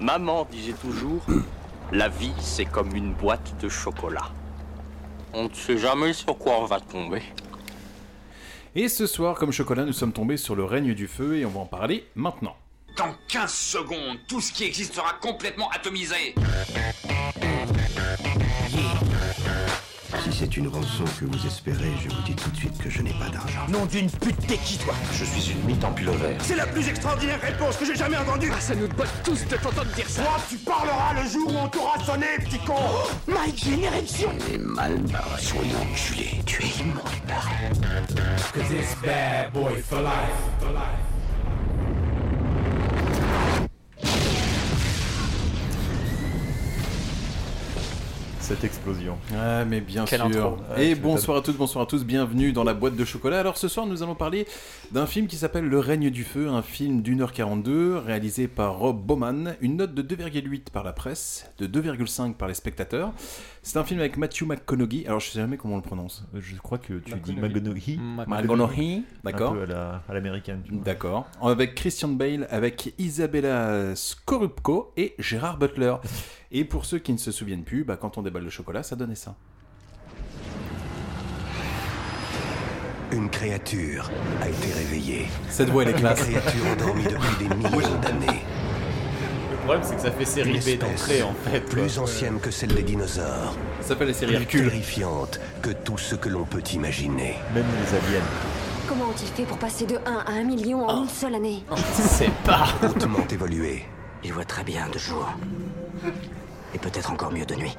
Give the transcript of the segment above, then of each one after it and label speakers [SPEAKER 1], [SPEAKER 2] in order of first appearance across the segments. [SPEAKER 1] Maman disait toujours, la vie c'est comme une boîte de chocolat. On ne sait jamais sur quoi on va tomber.
[SPEAKER 2] Et ce soir, comme chocolat, nous sommes tombés sur le règne du feu et on va en parler maintenant.
[SPEAKER 3] Dans 15 secondes, tout ce qui existe sera complètement atomisé.
[SPEAKER 4] Si c'est une rançon que vous espérez, je vous dis tout de suite que je n'ai pas d'argent.
[SPEAKER 5] Nom d'une pute, t'es qui toi
[SPEAKER 6] Je suis une mythe en vert.
[SPEAKER 5] C'est la plus extraordinaire réponse que j'ai jamais entendue
[SPEAKER 7] Ah, ça nous botte tous de t'entendre dire ça
[SPEAKER 5] Toi, tu parleras le jour où on t'aura sonné, petit con oh,
[SPEAKER 8] Mike, j'ai une érection
[SPEAKER 9] Elle est mal barrée. Soyons enculé, tu es immonde barré. Cause it's bad boy for life, for life.
[SPEAKER 10] cette explosion.
[SPEAKER 2] Ah, mais bien
[SPEAKER 11] Quelle
[SPEAKER 2] sûr. Ah,
[SPEAKER 11] intro.
[SPEAKER 2] Et bonsoir à toutes, bonsoir à tous, bienvenue dans la boîte de chocolat. Alors ce soir, nous allons parler d'un film qui s'appelle Le règne du feu, un film d'1h42 réalisé par Rob Bowman, une note de 2,8 par la presse, de 2,5 par les spectateurs. C'est un film avec Matthew McConaughey, alors je sais jamais comment on le prononce.
[SPEAKER 10] Euh, Je crois que tu dis
[SPEAKER 2] McConaughey.
[SPEAKER 10] Magonohi.
[SPEAKER 2] McConaughey,
[SPEAKER 10] Un
[SPEAKER 2] d'accord.
[SPEAKER 10] peu à la- à l'américaine. tu vois.
[SPEAKER 2] D'accord. Avec Christian Bale, avec Isabella Scorupco et Gérard Butler. Et pour ceux qui ne se souviennent plus, bah, quand on déballe le chocolat, ça donnait ça.
[SPEAKER 4] Une créature a été réveillée.
[SPEAKER 2] Cette voix, elle est
[SPEAKER 4] Une
[SPEAKER 2] classe.
[SPEAKER 4] créature endormie depuis des millions d'années.
[SPEAKER 11] Le problème, c'est que ça fait
[SPEAKER 4] Une
[SPEAKER 11] série B d'entrée, en fait. quoi.
[SPEAKER 4] plus ancienne que celle des dinosaures.
[SPEAKER 2] Ça s'appelle les séries
[SPEAKER 4] Plus
[SPEAKER 2] Hercule.
[SPEAKER 4] terrifiante que tout ce que l'on peut imaginer.
[SPEAKER 10] Même les aliens.
[SPEAKER 8] Comment ont-ils fait pour passer de 1 à 1 million en une seule année
[SPEAKER 11] C'est pas...
[SPEAKER 4] Hautement évoluée.
[SPEAKER 9] Il voit très bien de jour. Et peut-être encore mieux de nuit.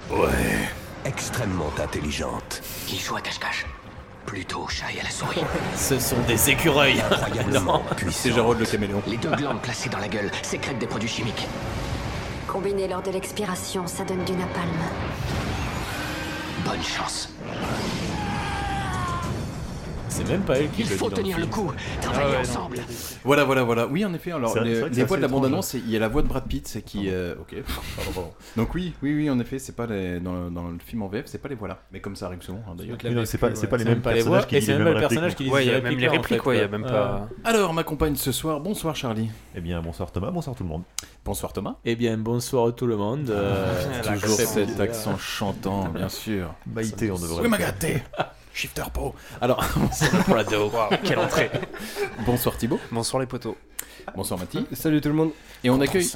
[SPEAKER 4] Extrêmement intelligente.
[SPEAKER 9] Il joue à cache-cache. Plutôt au chat et à la souris.
[SPEAKER 11] Ce sont des écureuils.
[SPEAKER 4] Incroyablement puissante.
[SPEAKER 2] C'est Jarod le caméléon.
[SPEAKER 9] Les deux glandes placées dans la gueule sécrètent des produits chimiques.
[SPEAKER 8] Combiné lors de l'expiration, ça donne du napalm.
[SPEAKER 9] Bonne chance.
[SPEAKER 11] C'est même pas elle qui
[SPEAKER 9] Il
[SPEAKER 11] le
[SPEAKER 9] faut
[SPEAKER 11] dit dans le
[SPEAKER 9] tenir le
[SPEAKER 11] film. Ah
[SPEAKER 9] coup, travailler ensemble.
[SPEAKER 2] Voilà, voilà, voilà. Oui, en effet. Alors,
[SPEAKER 10] C'est vrai-
[SPEAKER 2] les,
[SPEAKER 10] c'est vrai que
[SPEAKER 2] les
[SPEAKER 10] c'est
[SPEAKER 2] voix de la
[SPEAKER 10] assez étrange,
[SPEAKER 2] bande-annonce, il y a la voix de Brad Pitt c'est qui. euh, ok. Pardon, pardon. Donc oui, oui, oui, en effet, c'est pas les- dans, le, dans le film en VF, c'est pas les voilà. Mais comme ça arrive souvent, hein, d'ailleurs.
[SPEAKER 10] Oui, non, c'est pas, c'est pas les
[SPEAKER 11] C'est
[SPEAKER 10] mêmes
[SPEAKER 11] même pas les voix,
[SPEAKER 10] personnages qui
[SPEAKER 11] et
[SPEAKER 10] disent
[SPEAKER 11] c'est
[SPEAKER 10] les
[SPEAKER 11] même pas
[SPEAKER 10] mêmes
[SPEAKER 11] le personnage
[SPEAKER 10] répliques.
[SPEAKER 11] qui dit
[SPEAKER 12] Ouais, il y a même les répliques, ouais, il y a
[SPEAKER 11] euh,
[SPEAKER 12] même pas.
[SPEAKER 2] Alors, ma compagne ce soir. Bonsoir, Charlie.
[SPEAKER 10] Eh bien, bonsoir Thomas, bonsoir tout le monde.
[SPEAKER 2] Bonsoir, Thomas. Ah,
[SPEAKER 11] Eh bien, bonsoir à tout le monde. euh,
[SPEAKER 2] Toujours
[SPEAKER 11] l'accent
[SPEAKER 2] cet
[SPEAKER 11] bizarre.
[SPEAKER 2] accent chantant, bien sûr.
[SPEAKER 10] Maïté, on devrait.
[SPEAKER 2] Oui,
[SPEAKER 10] le
[SPEAKER 2] ma
[SPEAKER 10] faire.
[SPEAKER 2] gâtée. Shifter Pro. Alors,
[SPEAKER 12] Prado. Quelle entrée.
[SPEAKER 2] bonsoir Thibaut.
[SPEAKER 12] Bonsoir les poteaux.
[SPEAKER 2] Bonsoir Mathilde.
[SPEAKER 10] Euh,
[SPEAKER 12] Salut tout le monde.
[SPEAKER 2] Et on accueille.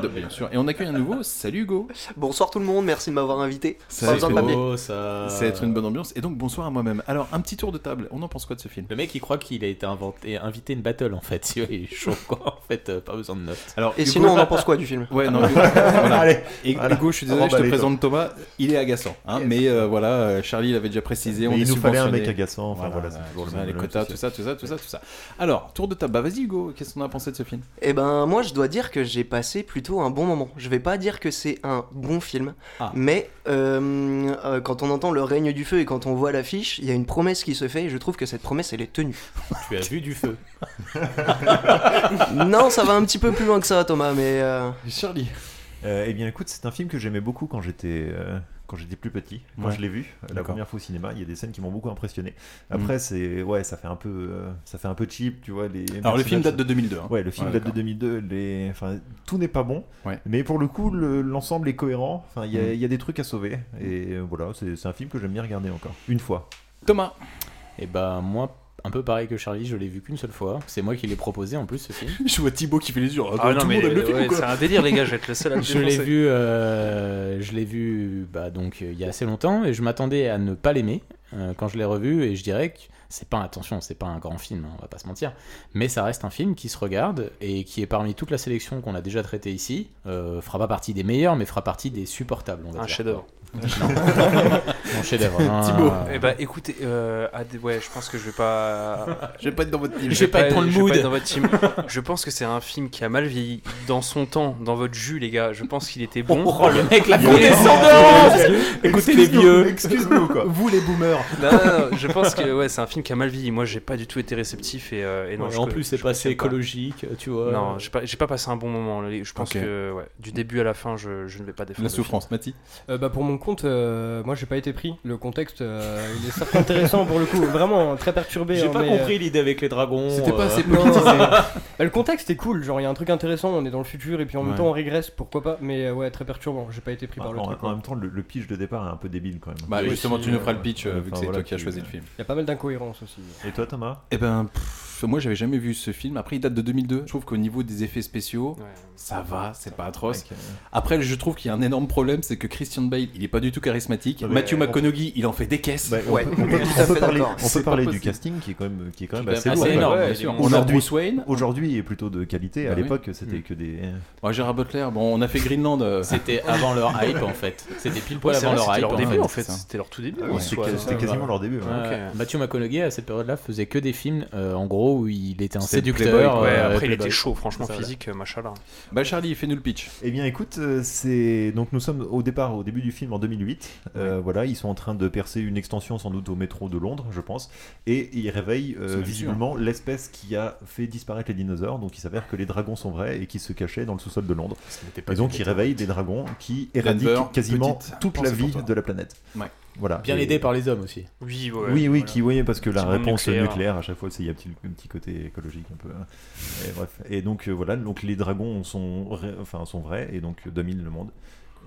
[SPEAKER 2] De- bien sûr. Et on accueille un nouveau. Salut Hugo.
[SPEAKER 13] Bonsoir tout le monde, merci de m'avoir invité.
[SPEAKER 2] Ça
[SPEAKER 13] Pas
[SPEAKER 2] va
[SPEAKER 13] besoin de
[SPEAKER 2] être
[SPEAKER 13] papier.
[SPEAKER 11] Oh,
[SPEAKER 12] Euh.
[SPEAKER 11] ça.
[SPEAKER 2] C'est être une bonne ambiance. Et donc bonsoir à moi-même. Alors un petit tour de table. On en pense quoi de ce film
[SPEAKER 11] Le mec, il croit qu'il a été inventé, invité une battle en fait. Il est chaud quoi. En fait, euh, pas besoin de notes.
[SPEAKER 2] Alors
[SPEAKER 13] Et
[SPEAKER 2] Hugo-
[SPEAKER 13] sinon, on en pense quoi du film
[SPEAKER 2] Ouais non. Hugo- voilà.
[SPEAKER 10] Allez,
[SPEAKER 2] Et
[SPEAKER 10] voilà. Ah, bah,
[SPEAKER 2] Hugo, je suis désolé, je te
[SPEAKER 10] Remballez,
[SPEAKER 2] présente Thomas. Il est agaçant. hein, mais euh, voilà, euh, Charlie l'avait déjà précisé.
[SPEAKER 10] Mais
[SPEAKER 2] on est
[SPEAKER 10] il nous fallait un
[SPEAKER 2] subventionné.
[SPEAKER 10] mec agaçant, enfin voilà, c'est
[SPEAKER 2] euh,
[SPEAKER 10] toujours le
[SPEAKER 2] tout
[SPEAKER 10] même.
[SPEAKER 2] ça, les
[SPEAKER 10] le même
[SPEAKER 2] quotas,
[SPEAKER 10] souci.
[SPEAKER 2] tout ça, tout ça, tout ça, tout ça. Alors, tour de table. Bah, vas-y, Hugo, qu'est-ce qu'on a pensé de ce film
[SPEAKER 13] Eh ben, moi, je dois dire que j'ai passé plutôt un bon moment. Je vais pas dire que c'est un bon film,
[SPEAKER 2] Ah.
[SPEAKER 13] mais euh, euh, quand on entend Le règne du feu et quand on voit l'affiche, il y a une promesse qui se fait et je trouve que cette promesse, elle est tenue.
[SPEAKER 11] Tu as vu du feu.
[SPEAKER 13] non, ça va un petit peu plus loin que ça, Thomas, mais. euh,
[SPEAKER 2] Charlie.
[SPEAKER 10] Euh, eh bien, écoute, c'est un film que j'aimais beaucoup quand j'étais euh, quand j'étais plus petit. Quand
[SPEAKER 2] Ouais.
[SPEAKER 10] je l'ai vu euh, la
[SPEAKER 2] D'accord. Mm.
[SPEAKER 10] première fois au cinéma, il y a des scènes qui m'ont beaucoup impressionné. Après, c'est ouais, ça fait un peu euh, ça fait un peu cheap, tu vois. Les
[SPEAKER 2] Alors le film
[SPEAKER 10] personnages,
[SPEAKER 2] date de 2002. hein.
[SPEAKER 10] Ouais, le film
[SPEAKER 2] Ouais,
[SPEAKER 10] date de 2002. Les... Enfin, tout n'est pas bon,
[SPEAKER 2] Ouais.
[SPEAKER 10] mais pour le coup, le- l'ensemble est cohérent. Enfin, il y, a- il y a des trucs à sauver, et euh, voilà, c'est c'est un film que j'aime bien regarder encore. Une fois.
[SPEAKER 2] Thomas.
[SPEAKER 11] Et bah, moi, un peu pareil que Charlie, je l'ai vu qu'une seule fois. C'est moi qui l'ai proposé en plus ce film.
[SPEAKER 2] Je vois Thibaut qui fait les yeux. Oh,
[SPEAKER 12] Ah non, mais
[SPEAKER 2] film
[SPEAKER 12] ouais, c'est un délire, les gars, je vais être le seul à le
[SPEAKER 11] Je l'ai
[SPEAKER 12] défoncer.
[SPEAKER 11] vu, euh, je l'ai vu bah, donc euh, il y a assez longtemps et je m'attendais à ne pas l'aimer euh, quand je l'ai revu et je dirais que c'est pas attention, c'est pas un grand film, hein, on va pas se mentir, mais ça reste un film qui se regarde et qui est parmi toute la sélection qu'on a déjà traitée ici, euh, fera pas partie des meilleurs mais fera partie des supportables. On va
[SPEAKER 12] Un
[SPEAKER 11] dire.
[SPEAKER 12] chef-d'œuvre.
[SPEAKER 11] Mon chef-d'œuvre. hein.
[SPEAKER 2] Thibaut.
[SPEAKER 12] Eh bah, écoutez, euh, ah, des- ouais, je pense que je vais pas. euh,
[SPEAKER 2] Je vais pas être dans votre film.
[SPEAKER 11] Je vais pas être dans le
[SPEAKER 12] je vais
[SPEAKER 11] mood.
[SPEAKER 12] pas être dans votre team. Je pense que c'est un film qui a mal vieilli dans son temps, dans votre jus, les gars. Je pense qu'il était bon.
[SPEAKER 11] Oh le mec la condescendance Écoutez les vieux
[SPEAKER 10] Excuse-nous quoi.
[SPEAKER 2] Vous les boomers.
[SPEAKER 12] Non, non, non, je pense que ouais, c'est un film qui a mal vieilli. Moi, j'ai pas du tout été réceptif et, euh, et non.
[SPEAKER 11] Ouais,
[SPEAKER 12] je-
[SPEAKER 11] en plus, c'est
[SPEAKER 12] je
[SPEAKER 11] pas
[SPEAKER 12] confirme
[SPEAKER 11] assez écologique, tu vois.
[SPEAKER 12] Non, j'ai pas, j'ai pas passé un bon moment. Les- Je pense
[SPEAKER 11] Ok.
[SPEAKER 12] que ouais, du début à la fin, je, je ne vais pas défendre. le film.
[SPEAKER 2] Mati
[SPEAKER 6] Euh, bah, Pour mon compte, euh, moi j'ai pas été pris. Le contexte, euh, il est certes intéressant pour le coup, vraiment très perturbé.
[SPEAKER 11] J'ai
[SPEAKER 6] hein,
[SPEAKER 11] pas
[SPEAKER 6] mais,
[SPEAKER 11] compris
[SPEAKER 6] euh,
[SPEAKER 11] l'idée avec les dragons.
[SPEAKER 6] C'était pas
[SPEAKER 11] euh.
[SPEAKER 6] assez politisé. Bah, le contexte est cool, genre il y a un truc intéressant, on est dans le futur et puis en même
[SPEAKER 10] Ouais.
[SPEAKER 6] temps on régresse, pourquoi pas, mais euh, ouais, très perturbant, j'ai pas été pris par le
[SPEAKER 10] en,
[SPEAKER 6] truc.
[SPEAKER 10] en même temps, le, le pitch de départ est un peu débile quand même.
[SPEAKER 2] Bah, Oui, justement, tu nous feras le pitch, euh, vu que c'est toi qui as choisi le film.
[SPEAKER 6] Il y a pas mal d'incohérences aussi.
[SPEAKER 10] Et toi, Thomas
[SPEAKER 2] Eh ben, pff, moi j'avais jamais vu ce film. Après, il date de 2002. Je trouve qu'au niveau des effets spéciaux, ça va, c'est pas
[SPEAKER 10] Bah,
[SPEAKER 2] atroce. Après, je trouve qu'il y a un énorme problème, c'est que Christian Bale, il est pas du tout charismatique.
[SPEAKER 10] Ouais,
[SPEAKER 2] Matthew
[SPEAKER 10] on Bah, peut-
[SPEAKER 2] McConaughey, il en fait des caisses.
[SPEAKER 10] Ouais, euh, on peut- on peut- on peut parler, on peut parler du casting qui est quand même, qui est quand même assez, lourd.
[SPEAKER 2] Ah, énorme.
[SPEAKER 10] Ouais,
[SPEAKER 2] bien sûr. On a
[SPEAKER 10] Aujourd'hui,
[SPEAKER 2] Bruce Wayne.
[SPEAKER 10] aujourd'hui, il est plutôt de qualité. À
[SPEAKER 2] Bah oui.
[SPEAKER 10] l'époque, c'était que des.
[SPEAKER 2] Ouais, Gérard Butler, bon, on a fait Greenland. euh.
[SPEAKER 11] C'était avant leur hype en fait. C'était pile poil
[SPEAKER 2] Ouais, c'est
[SPEAKER 11] avant
[SPEAKER 2] vrai,
[SPEAKER 11] leur
[SPEAKER 2] c'était
[SPEAKER 11] hype.
[SPEAKER 2] leur début, en fait.
[SPEAKER 11] c'est ça.
[SPEAKER 2] C'était leur tout début,
[SPEAKER 10] Ah oui, en c'était- soi, c'était hein. quasiment leur début, ouais.
[SPEAKER 11] Euh,
[SPEAKER 10] Ok.
[SPEAKER 11] Matthew McConaughey à cette période-là faisait que des films euh, en gros où il était un
[SPEAKER 12] C'était
[SPEAKER 11] séducteur.
[SPEAKER 12] Playboy, ouais,
[SPEAKER 11] euh,
[SPEAKER 12] après, il
[SPEAKER 11] Playboy.
[SPEAKER 12] était chaud, franchement,
[SPEAKER 11] C'est ça,
[SPEAKER 12] physique, euh, machallah.
[SPEAKER 2] Bah Charlie, fais-nous le pitch.
[SPEAKER 10] Eh bien, écoute, euh, c'est donc nous sommes au départ, au début du film en 2008. Euh, Voilà, ils sont en train de percer une extension sans doute au métro de Londres, je pense, et ils réveillent euh,
[SPEAKER 2] C'est même
[SPEAKER 10] visiblement l'espèce qui a fait disparaître les dinosaures. Donc, il s'avère que les dragons sont vrais et qu'ils se cachaient dans le sous-sol de Londres.
[SPEAKER 2] n'était pas
[SPEAKER 10] Et donc,
[SPEAKER 2] des
[SPEAKER 10] ils réveillent des dragons qui
[SPEAKER 2] Denver,
[SPEAKER 10] éradiquent quasiment
[SPEAKER 2] petite
[SPEAKER 10] toute la
[SPEAKER 2] pensée pour
[SPEAKER 10] vie
[SPEAKER 2] toi.
[SPEAKER 10] de la planète.
[SPEAKER 2] Ouais.
[SPEAKER 10] Voilà.
[SPEAKER 11] Bien
[SPEAKER 10] Et-
[SPEAKER 11] aidé par les hommes aussi.
[SPEAKER 12] Oui,
[SPEAKER 10] oui, oui, qui, oui, parce que la
[SPEAKER 11] Petit bombe
[SPEAKER 10] réponse
[SPEAKER 11] nucléaire.
[SPEAKER 10] nucléaire. à chaque fois, c'est- il y a un petit, un petit côté écologique un peu. hein. Et bref. Et donc euh, voilà, donc les dragons sont, ré- enfin, sont vrais et donc euh, dominent le monde.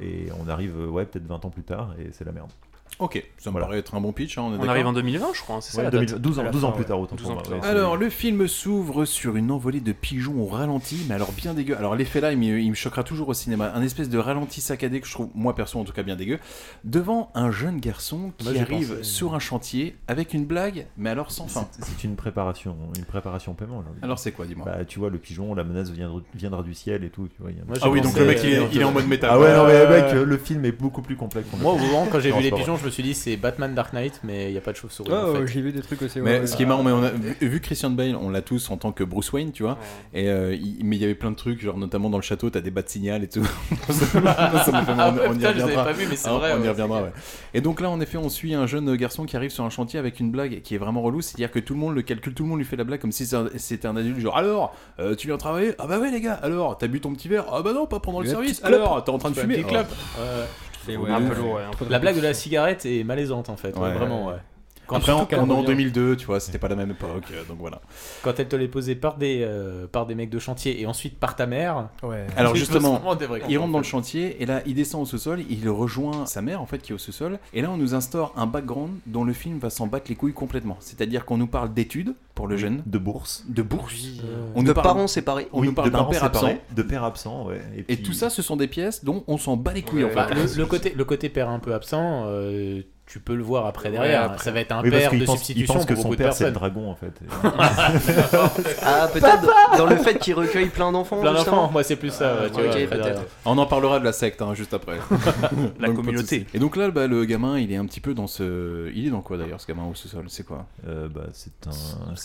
[SPEAKER 10] Et on arrive, euh, ouais, peut-être 20 ans plus tard et c'est la merde.
[SPEAKER 2] Ok, ça me
[SPEAKER 10] Voilà.
[SPEAKER 2] paraît être un bon pitch. hein, on est
[SPEAKER 12] On
[SPEAKER 2] d'accord
[SPEAKER 12] arrive en 2020, je crois, hein, c'est ça
[SPEAKER 10] Ouais,
[SPEAKER 12] la
[SPEAKER 10] 2000
[SPEAKER 12] date
[SPEAKER 10] 12 ans,
[SPEAKER 12] À la
[SPEAKER 10] 12 ans
[SPEAKER 12] fin,
[SPEAKER 10] plus
[SPEAKER 12] ouais.
[SPEAKER 10] tard, autant
[SPEAKER 12] 12
[SPEAKER 10] pour
[SPEAKER 12] ans
[SPEAKER 10] moi,
[SPEAKER 12] plus
[SPEAKER 10] ouais,
[SPEAKER 12] tard.
[SPEAKER 10] c'est-
[SPEAKER 2] Alors, le film s'ouvre sur une envolée de pigeons au ralenti, mais alors bien dégueu. Alors, l'effet là, il me, il me choquera toujours au cinéma. Un espèce de ralenti saccadé que je trouve, moi perso en tout cas, bien dégueu. Devant un jeune garçon qui
[SPEAKER 10] Moi, j'y
[SPEAKER 2] arrive
[SPEAKER 11] euh,
[SPEAKER 10] pensais.
[SPEAKER 2] sur un chantier avec une blague, mais alors sans fin.
[SPEAKER 10] C'est une préparation, une préparation au paiement. j'ai envie de
[SPEAKER 2] Alors,
[SPEAKER 10] dire.
[SPEAKER 2] c'est quoi, dis-moi
[SPEAKER 10] Bah, tu vois, le pigeon, la menace viendra, viendra du ciel et tout. tu vois, il y a-
[SPEAKER 11] Moi, j'ai Ah oui, pensé, donc le mec, il est- euh, il est en mode métal.
[SPEAKER 10] Ah ouais, non, mais
[SPEAKER 11] Euh,
[SPEAKER 10] mec, euh, le film est beaucoup plus complexe. qu'on le
[SPEAKER 11] Moi, au
[SPEAKER 10] pense.
[SPEAKER 11] moment, quand j'ai
[SPEAKER 10] Non,
[SPEAKER 11] vu
[SPEAKER 10] c'est
[SPEAKER 11] les
[SPEAKER 10] pas vrai.
[SPEAKER 11] pigeons, je me suis dit c'est Batman Dark Knight, mais il n'y a pas de chauve-souris.
[SPEAKER 6] Ah,
[SPEAKER 11] en fait.
[SPEAKER 6] ouais, j'ai vu des trucs aussi. ouais,
[SPEAKER 2] Mais
[SPEAKER 6] ouais.
[SPEAKER 2] ce qui est marrant, mais on a vu, vu Christian Bale, on l'a tous en tant que Bruce Wayne, tu vois. Et euh, il- mais il y avait plein de trucs, genre notamment dans le château, t'as des bas de signal et tout. Ça m'a fait marrer,
[SPEAKER 11] Ah ouais,
[SPEAKER 2] on y
[SPEAKER 11] putain, je les avais
[SPEAKER 2] reviendra.
[SPEAKER 11] pas vus, mais c'est
[SPEAKER 2] Ah,
[SPEAKER 11] vrai,
[SPEAKER 2] On y
[SPEAKER 11] ouais,
[SPEAKER 2] reviendra.
[SPEAKER 11] c'est
[SPEAKER 2] ouais. Et donc là, en effet, on suit un jeune garçon qui arrive sur un chantier avec une blague qui est vraiment relou, c'est-à-dire que tout le monde le calcule, tout le monde lui fait la blague comme si c'est un- c'était un adulte. Genre alors, euh, tu viens travailler Ah bah ouais les gars. Alors, t'as bu ton petit verre Ah bah non, pas pendant le
[SPEAKER 11] La
[SPEAKER 2] service.
[SPEAKER 11] petite clope.
[SPEAKER 2] Alors, t'es en train de
[SPEAKER 11] Tu fais
[SPEAKER 2] fumer
[SPEAKER 11] la petite
[SPEAKER 2] Ah.
[SPEAKER 11] clope. Ouais.
[SPEAKER 2] C'est un peu lourd, ouais, un peu
[SPEAKER 11] La
[SPEAKER 2] lourd.
[SPEAKER 11] blague de la cigarette est malaisante en fait,
[SPEAKER 2] Ouais.
[SPEAKER 11] vraiment ouais.
[SPEAKER 2] Après, on,
[SPEAKER 11] surtout
[SPEAKER 2] on est en
[SPEAKER 11] revient-
[SPEAKER 2] 2002, tu vois, c'était pas la même époque, euh, donc voilà.
[SPEAKER 11] Quand elle te l'est posée par des, euh, par des mecs de chantier et ensuite par ta mère.
[SPEAKER 2] Alors
[SPEAKER 11] Tu te
[SPEAKER 2] justement,
[SPEAKER 11] demandes des vrais
[SPEAKER 2] il
[SPEAKER 11] cons,
[SPEAKER 2] rentre
[SPEAKER 11] en
[SPEAKER 2] dans le
[SPEAKER 11] fait.
[SPEAKER 2] chantier et là il descend au sous-sol, il rejoint sa mère en fait qui est au sous-sol et là on nous instaure un background dont le film va s'en battre les couilles complètement. C'est-à-dire qu'on nous parle d'études pour le jeune,
[SPEAKER 10] de bourse,
[SPEAKER 2] de bourse,
[SPEAKER 11] Euh,
[SPEAKER 10] De
[SPEAKER 13] parents séparés.
[SPEAKER 2] on
[SPEAKER 10] Oui,
[SPEAKER 2] nous parle
[SPEAKER 10] de
[SPEAKER 2] d'un
[SPEAKER 10] parents
[SPEAKER 2] père
[SPEAKER 10] séparés,
[SPEAKER 2] absent,
[SPEAKER 10] de père absent, ouais. Et,
[SPEAKER 2] et
[SPEAKER 10] puis-
[SPEAKER 2] tout ça ce sont des pièces dont on s'en bat les couilles en
[SPEAKER 11] Bah,
[SPEAKER 2] fait.
[SPEAKER 11] le, le côté, le côté père un peu absent, euh, tu peux le voir après
[SPEAKER 10] Ouais,
[SPEAKER 11] derrière.
[SPEAKER 10] après.
[SPEAKER 11] Ça va être un
[SPEAKER 10] Oui, parce
[SPEAKER 11] père
[SPEAKER 10] qu'il
[SPEAKER 11] de
[SPEAKER 10] pense- il
[SPEAKER 11] substitution
[SPEAKER 10] pense que
[SPEAKER 11] pour
[SPEAKER 10] son
[SPEAKER 11] beaucoup de
[SPEAKER 10] père, c'est
[SPEAKER 11] personnes.
[SPEAKER 10] le dragon, en fait.
[SPEAKER 13] Ah, peut-être dans le fait qu'il recueille plein d'enfants.
[SPEAKER 11] Plein
[SPEAKER 13] justement.
[SPEAKER 11] d'enfants, moi c'est plus ça.
[SPEAKER 13] Ah,
[SPEAKER 11] ouais, tu
[SPEAKER 13] ok,
[SPEAKER 11] vois, après
[SPEAKER 13] peut-être.
[SPEAKER 11] derrière.
[SPEAKER 2] On en parlera de la secte hein, juste après.
[SPEAKER 12] La
[SPEAKER 2] Donc, pas de
[SPEAKER 12] communauté.
[SPEAKER 2] souci. Et donc là bah, le gamin il est un petit peu dans ce... Il est dans quoi d'ailleurs ce gamin au sous-sol C'est quoi
[SPEAKER 10] bah, C'est un-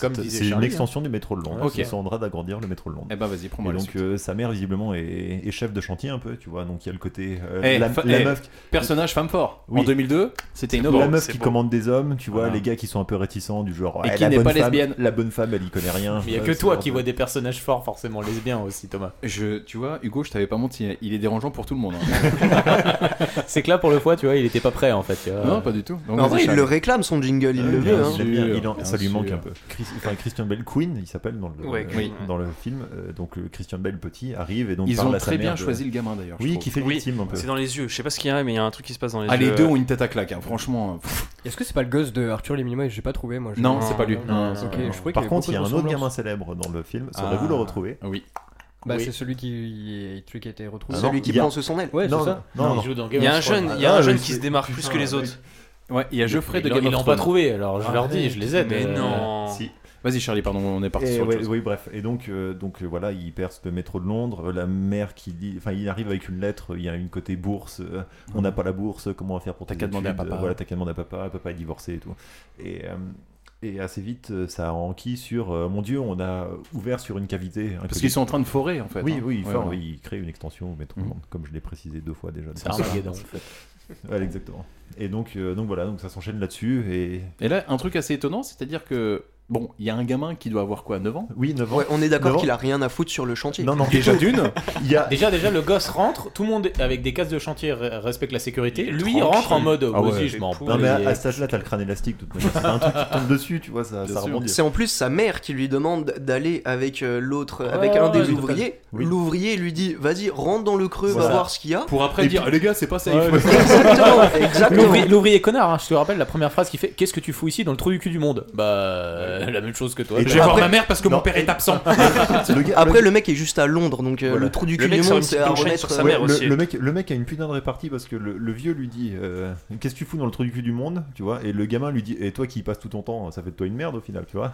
[SPEAKER 2] Comme
[SPEAKER 10] c'est-
[SPEAKER 2] disait
[SPEAKER 10] c'est une
[SPEAKER 2] Charlie,
[SPEAKER 10] extension
[SPEAKER 2] hein.
[SPEAKER 10] du métro de Londres.
[SPEAKER 2] Ok.
[SPEAKER 10] C'est son droit d'agrandir le métro de Londres.
[SPEAKER 2] Eh ben, vas-y, prends-moi
[SPEAKER 10] Et
[SPEAKER 2] la
[SPEAKER 10] donc
[SPEAKER 2] suite.
[SPEAKER 10] euh, sa mère visiblement est, est chef de chantier un peu, tu vois. Donc il y a le côté euh,
[SPEAKER 2] Eh,
[SPEAKER 10] la,
[SPEAKER 2] fa-
[SPEAKER 10] la
[SPEAKER 2] eh,
[SPEAKER 10] meuf. qui-
[SPEAKER 2] personnage femme fort. En
[SPEAKER 10] Oui.
[SPEAKER 2] 2002, c'était une
[SPEAKER 10] La
[SPEAKER 2] obra.
[SPEAKER 10] meuf
[SPEAKER 2] C'est
[SPEAKER 10] qui
[SPEAKER 2] beau.
[SPEAKER 10] commande des hommes, tu vois,
[SPEAKER 2] Voilà.
[SPEAKER 10] les gars qui sont un peu réticents du genre.
[SPEAKER 2] Et
[SPEAKER 10] ouais,
[SPEAKER 2] qui
[SPEAKER 10] la
[SPEAKER 2] n'est
[SPEAKER 10] bonne
[SPEAKER 2] pas
[SPEAKER 10] femme-
[SPEAKER 2] lesbienne.
[SPEAKER 10] La bonne femme, elle y connaît rien.
[SPEAKER 11] Mais il n'y a
[SPEAKER 10] Ouais,
[SPEAKER 11] que
[SPEAKER 10] ce
[SPEAKER 11] toi
[SPEAKER 10] genre
[SPEAKER 11] qui
[SPEAKER 10] de-
[SPEAKER 11] vois des personnages forts, forcément lesbiens aussi, Thomas.
[SPEAKER 2] Je, tu vois, Hugo, je t'avais pas menti, hein, il est dérangeant pour tout le monde. hein.
[SPEAKER 11] c'est que là, pour le fois, tu vois, il était pas prêt en fait. tu vois.
[SPEAKER 2] Euh, Non, pas du tout.
[SPEAKER 13] Mais en vrai, il le réclame son jingle, il le
[SPEAKER 10] Bien
[SPEAKER 13] veut. hein.
[SPEAKER 10] sûr, il en- ça lui manque un peu. Chris- enfin, Christian Bale Queen, il s'appelle dans le,
[SPEAKER 2] Ouais,
[SPEAKER 10] euh,
[SPEAKER 2] Queen,
[SPEAKER 10] dans le film. euh, Donc euh, Christian Bale petit arrive et donc
[SPEAKER 2] Ils
[SPEAKER 10] parle
[SPEAKER 2] ont
[SPEAKER 10] à sa
[SPEAKER 2] très
[SPEAKER 10] mère
[SPEAKER 2] bien
[SPEAKER 10] de-
[SPEAKER 2] choisi le gamin, d'ailleurs, je
[SPEAKER 10] Oui,
[SPEAKER 2] trouve.
[SPEAKER 10] qui fait
[SPEAKER 12] Oui,
[SPEAKER 10] victime un peu.
[SPEAKER 12] C'est dans les yeux. Je sais pas ce qu'il y a, mais il y a un truc qui se passe dans les
[SPEAKER 2] Ah,
[SPEAKER 12] yeux.
[SPEAKER 2] les deux ont une tête à claque, hein, franchement.
[SPEAKER 6] Est-ce que c'est pas le gosse de Arthur Liminois J'ai pas trouvé moi. je-
[SPEAKER 2] Non, c'est pas lui. Non,
[SPEAKER 6] ok,
[SPEAKER 2] c'est pas lui.
[SPEAKER 6] je croyais qu'il
[SPEAKER 10] Par
[SPEAKER 6] avait
[SPEAKER 10] contre,
[SPEAKER 6] beaucoup
[SPEAKER 10] il y a
[SPEAKER 6] de
[SPEAKER 10] un autre
[SPEAKER 6] ressemblances.
[SPEAKER 10] gamin célèbre dans le film. Saurez-vous
[SPEAKER 6] Ah.
[SPEAKER 10] le retrouver
[SPEAKER 2] Oui.
[SPEAKER 6] Bah,
[SPEAKER 10] Oui.
[SPEAKER 6] c'est celui qui, celui qui a été retrouvé.
[SPEAKER 10] Ah non, Celui qui il y a- prend sous
[SPEAKER 13] son aile.
[SPEAKER 6] Ouais,
[SPEAKER 10] Non,
[SPEAKER 6] c'est ça.
[SPEAKER 10] non, non.
[SPEAKER 12] Il y a un jeune, il y a un jeune qui se démarque plus que les autres.
[SPEAKER 2] Ouais, il y a Geoffrey de
[SPEAKER 11] Ils l'ont-
[SPEAKER 2] Game
[SPEAKER 11] ils
[SPEAKER 2] of
[SPEAKER 11] l'ont pas
[SPEAKER 2] Thrones.
[SPEAKER 11] trouvé, alors je leur dis,
[SPEAKER 2] Arrête.
[SPEAKER 11] je les aide.
[SPEAKER 2] Mais
[SPEAKER 11] euh,
[SPEAKER 2] non.
[SPEAKER 11] si.
[SPEAKER 2] Vas-y, Charlie, pardon, on est parti
[SPEAKER 10] Et
[SPEAKER 2] sur autre
[SPEAKER 10] ouais,
[SPEAKER 2] chose.
[SPEAKER 10] Oui, bref. Et donc, euh, donc euh, voilà, il perce le métro de Londres. euh, La mère qui dit, enfin, il arrive avec une lettre. euh, Il y a une côté bourse. euh, on n'a pas la bourse. Comment on va faire pour
[SPEAKER 2] T'as
[SPEAKER 10] tes
[SPEAKER 2] qu'à demander à
[SPEAKER 10] études, euh,
[SPEAKER 2] papa.
[SPEAKER 10] Voilà, t'as qu'à demander à papa. Papa est divorcé et tout. Et euh, Et assez vite, euh, ça a enquis sur euh, mon Dieu, on a ouvert sur une cavité. inconnu.
[SPEAKER 2] qu'ils sont en train de forer, en fait,
[SPEAKER 10] Oui,
[SPEAKER 2] hein.
[SPEAKER 10] oui, ils,
[SPEAKER 2] Ouais,
[SPEAKER 10] forent,
[SPEAKER 2] ouais.
[SPEAKER 10] ils créent une extension au métro, comme je l'ai précisé deux fois déjà.
[SPEAKER 11] C'est Armageddon, en fait.
[SPEAKER 10] Ouais, exactement. Et donc, euh, donc voilà, donc ça s'enchaîne là-dessus. Et...
[SPEAKER 2] Et là, un truc assez étonnant, c'est-à-dire que, bon, il y a un gamin qui doit avoir quoi, 9 ans
[SPEAKER 10] Oui, 9 ans.
[SPEAKER 13] Ouais, on est d'accord qu'il a rien à foutre sur le chantier.
[SPEAKER 2] Non, non. Déjà d'une, il y a-
[SPEAKER 11] Déjà, déjà, le gosse rentre, tout le monde est- avec des cases de chantier re- respecte la sécurité. Lui
[SPEAKER 10] Tranquille.
[SPEAKER 11] rentre en mode
[SPEAKER 10] Ah ouais.
[SPEAKER 11] vas-y, je m'en
[SPEAKER 10] Non,
[SPEAKER 11] bats
[SPEAKER 10] mais
[SPEAKER 11] les-
[SPEAKER 10] à, à cet âge-là, t'as le crâne élastique, de toute manière. C'est pas un truc qui te tombe dessus, tu vois, ça, ça rebondit.
[SPEAKER 13] C'est en plus sa mère qui lui demande d'aller avec euh, l'autre, euh, avec
[SPEAKER 10] Ouais,
[SPEAKER 13] un
[SPEAKER 10] ouais,
[SPEAKER 13] des
[SPEAKER 10] ouais,
[SPEAKER 13] ouvriers.
[SPEAKER 10] oui.
[SPEAKER 13] L'ouvrier lui dit Vas-y, rentre dans le creux, va
[SPEAKER 11] Voilà.
[SPEAKER 13] voir ce qu'il y a.
[SPEAKER 11] Et puis-
[SPEAKER 2] "Ah,
[SPEAKER 13] Et puis- Ouais,
[SPEAKER 11] Ouais,
[SPEAKER 13] exactement, exactement.
[SPEAKER 11] L'ouvrier- L'ouvrier connard, hein, je te rappelle la première phrase qu'il fait Qu'est-ce que tu fous ici dans le trou du cul du monde Bah, euh, la même chose que toi.
[SPEAKER 13] Et
[SPEAKER 11] Je vais
[SPEAKER 13] puis
[SPEAKER 11] voir
[SPEAKER 13] après-
[SPEAKER 11] ma mère parce que
[SPEAKER 13] Non.
[SPEAKER 11] mon père est absent.
[SPEAKER 13] Après, le mec est juste à Londres, donc euh,
[SPEAKER 10] Voilà.
[SPEAKER 13] le trou du cul du monde, c'est à remettre. euh,
[SPEAKER 10] Ouais, le, le mec, le mec a une putain de répartie parce que le, le vieux lui dit euh, Qu'est-ce que tu fous dans le trou du cul du monde Tu vois, et le gamin lui dit Et toi qui y passes tout ton temps, ça fait de toi une merde au final, tu vois.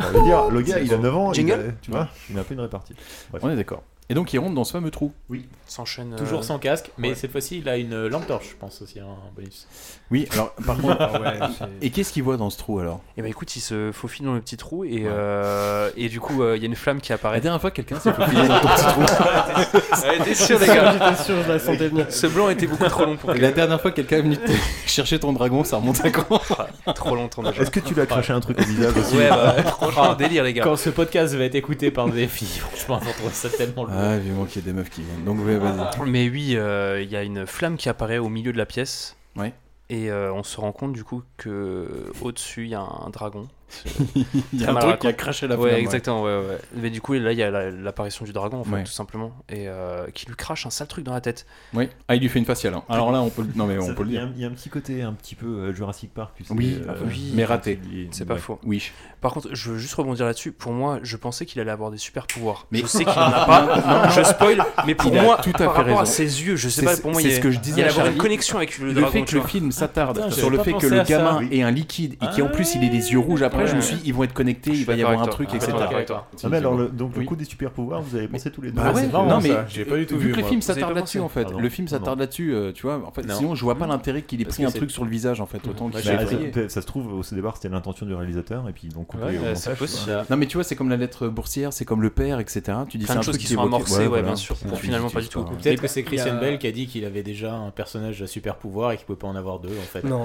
[SPEAKER 10] Ça veut dire, le gars, il a 9 ans, il a- tu vois, il a fait une répartie. Bref.
[SPEAKER 2] On est d'accord. Et donc, il rentre dans ce fameux trou.
[SPEAKER 10] Oui.
[SPEAKER 12] S'enchaîne. euh,
[SPEAKER 11] Toujours sans casque, mais cette fois-ci, il a une euh, lampe torche, je pense aussi, hein, un bonus.
[SPEAKER 2] Oui, alors, par contre.
[SPEAKER 12] Et
[SPEAKER 2] qu'est-ce qu'il voit dans ce trou alors
[SPEAKER 12] Et bah écoute, il se faufile dans le petit trou et, euh, et du coup, euh, il y a une flamme qui apparaît. La
[SPEAKER 2] dernière fois, quelqu'un s'est faufilé dans ton petit trou.
[SPEAKER 12] ouais, t'es sûr, les gars
[SPEAKER 2] J'étais sûr, je la sentais venir.
[SPEAKER 12] Ce blanc était beaucoup trop long pour
[SPEAKER 2] Et La dernière fois, quelqu'un est venu te- chercher ton dragon, ça remonte à quand
[SPEAKER 12] Trop longtemps
[SPEAKER 10] Est-ce que tu lui as craché un truc au visage aussi
[SPEAKER 12] Ouais, bah, franchement, délire, les gars.
[SPEAKER 11] Quand ce podcast va être écouté par des filles, franchement, on trouve ça tellement lourd.
[SPEAKER 2] Ah, vivement qu'il y a des meufs qui viennent. Donc, ouais, vas-y.
[SPEAKER 12] Mais oui, euh, il y a une flamme qui apparaît au milieu de la pièce.
[SPEAKER 2] Ouais.
[SPEAKER 12] Et euh, on se rend compte du coup que au-dessus il y a un dragon.
[SPEAKER 2] Il y a
[SPEAKER 12] Très
[SPEAKER 2] un
[SPEAKER 12] mal
[SPEAKER 2] truc qui a
[SPEAKER 12] raconté.
[SPEAKER 2] craché la
[SPEAKER 12] Ah, bah, ouais,
[SPEAKER 2] flamme, ouais.
[SPEAKER 12] Exactement, ouais, ouais. Mais du coup là il y a la- l'apparition du dragon en fait,
[SPEAKER 2] Ouais.
[SPEAKER 12] tout simplement et euh, qui lui crache un sale truc dans la tête.
[SPEAKER 2] Oui. Ah, il lui fait une faciale. hein. Alors là, on peut, le- non, mais on
[SPEAKER 10] Ça-
[SPEAKER 2] peut le
[SPEAKER 10] il y a
[SPEAKER 2] dire.
[SPEAKER 10] un- Il y a un petit côté un petit peu euh, Jurassic Park, tu sais,
[SPEAKER 2] Oui,
[SPEAKER 10] euh,
[SPEAKER 2] oui. mais raté.
[SPEAKER 12] C'est pas
[SPEAKER 2] Ouais.
[SPEAKER 12] faux.
[SPEAKER 2] Oui.
[SPEAKER 12] Par contre, je veux juste rebondir là-dessus. Pour moi, je pensais qu'il allait avoir des super pouvoirs.
[SPEAKER 2] Mais-
[SPEAKER 12] je sais qu'il en a pas.
[SPEAKER 2] Non, non,
[SPEAKER 12] je
[SPEAKER 2] non.
[SPEAKER 12] spoil. Mais pour
[SPEAKER 2] Il a
[SPEAKER 12] moi,
[SPEAKER 2] tout à
[SPEAKER 12] par
[SPEAKER 2] fait
[SPEAKER 12] rapport à
[SPEAKER 2] raison.
[SPEAKER 12] ses yeux, je sais
[SPEAKER 2] C'est-
[SPEAKER 12] pas. Pour moi,
[SPEAKER 2] c'est
[SPEAKER 12] il
[SPEAKER 2] ce
[SPEAKER 12] est-
[SPEAKER 2] que je disais à
[SPEAKER 12] il allait avoir une
[SPEAKER 2] Charlie.
[SPEAKER 12] connexion avec le,
[SPEAKER 2] Le
[SPEAKER 12] dragon.
[SPEAKER 2] fait que
[SPEAKER 12] tu
[SPEAKER 2] le
[SPEAKER 12] vois.
[SPEAKER 2] film s'attarde
[SPEAKER 12] Putain,
[SPEAKER 2] sur
[SPEAKER 12] j'avais
[SPEAKER 2] le
[SPEAKER 12] pas
[SPEAKER 2] fait que
[SPEAKER 12] pensé
[SPEAKER 2] le
[SPEAKER 12] à ça.
[SPEAKER 2] gamin
[SPEAKER 12] Oui.
[SPEAKER 2] ait un liquide et qui en plus il ait des yeux rouges après, je me suis dit, ils vont être connectés, il va y avoir un truc, etc.
[SPEAKER 10] Ah, mais alors, le- donc le coup des super pouvoirs, vous avez pensé tous les deux.
[SPEAKER 11] Ah
[SPEAKER 10] hein.
[SPEAKER 2] Bah ouais, non mais vu que le
[SPEAKER 10] moi.
[SPEAKER 2] film s'attarde là-dessus en fait.
[SPEAKER 10] Ah non,
[SPEAKER 2] le film s'attarde là-dessus, euh, tu vois. En fait,
[SPEAKER 10] Non.
[SPEAKER 2] sinon je vois pas l'intérêt qu'il ait
[SPEAKER 10] Parce
[SPEAKER 2] pris
[SPEAKER 10] que
[SPEAKER 2] un
[SPEAKER 10] c'est-
[SPEAKER 2] truc sur le visage en fait autant
[SPEAKER 10] Bah,
[SPEAKER 2] qu'il
[SPEAKER 10] ça-
[SPEAKER 2] ait brillé.
[SPEAKER 10] ça, se trouve, au départ, c'était l'intention du réalisateur, et puis ils l'ont coupé.
[SPEAKER 2] Ouais,
[SPEAKER 10] au
[SPEAKER 2] euh,
[SPEAKER 10] montage,
[SPEAKER 2] c'est
[SPEAKER 10] quoi.
[SPEAKER 2] possible. Non mais tu vois, c'est comme la lettre boursière, c'est comme le père, etc. Tu dis c'est
[SPEAKER 12] Plein de
[SPEAKER 2] un
[SPEAKER 12] choses
[SPEAKER 2] truc
[SPEAKER 12] qui sont
[SPEAKER 2] évoqué.
[SPEAKER 12] amorcées, ouais,
[SPEAKER 2] voilà.
[SPEAKER 12] bien sûr, pour
[SPEAKER 2] Ouais.
[SPEAKER 12] finalement pas du tout.
[SPEAKER 2] Ouais.
[SPEAKER 11] Peut-être que c'est Christian
[SPEAKER 12] Il y a-
[SPEAKER 11] Bell qui a dit qu'il avait déjà un personnage à super pouvoir et qu'il pouvait pas en avoir deux en fait.
[SPEAKER 6] Non.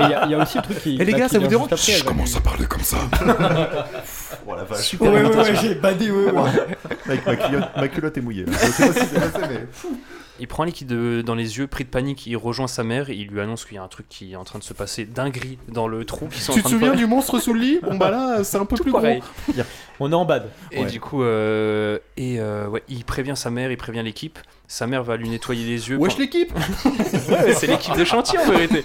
[SPEAKER 6] Mais il y a- il y a aussi le truc qui- Et les bah, gars, qui ça vous vient dérange juste après, Chut, elle va- commence à parler comme ça.
[SPEAKER 10] Oh la vache.
[SPEAKER 6] Super Ouais, ouais, imitation. ouais, j'ai badé, ouais, ouais.
[SPEAKER 10] Mec, ma culotte, ma culotte est mouillée. là. Je sais pas si c'est passé, mais-
[SPEAKER 12] Il prend un liquide euh, dans les yeux, pris de panique, il rejoint sa mère, et il lui annonce qu'il y a un truc qui est en train de se passer dinguerie dans le trou qui sont en
[SPEAKER 2] Tu te
[SPEAKER 12] train de
[SPEAKER 2] souviens
[SPEAKER 12] faire.
[SPEAKER 2] du monstre sous le lit Bon bah là, c'est un peu plus gros.
[SPEAKER 12] pareil.
[SPEAKER 11] On est en bad.
[SPEAKER 12] Et
[SPEAKER 11] Ouais.
[SPEAKER 12] du coup, euh, et euh, ouais, il prévient sa mère, il prévient l'équipe. Sa mère va lui nettoyer les yeux.
[SPEAKER 2] Wesh
[SPEAKER 12] pendant-
[SPEAKER 2] l'équipe
[SPEAKER 12] Ouais, mais c'est l'équipe de chantier en vérité.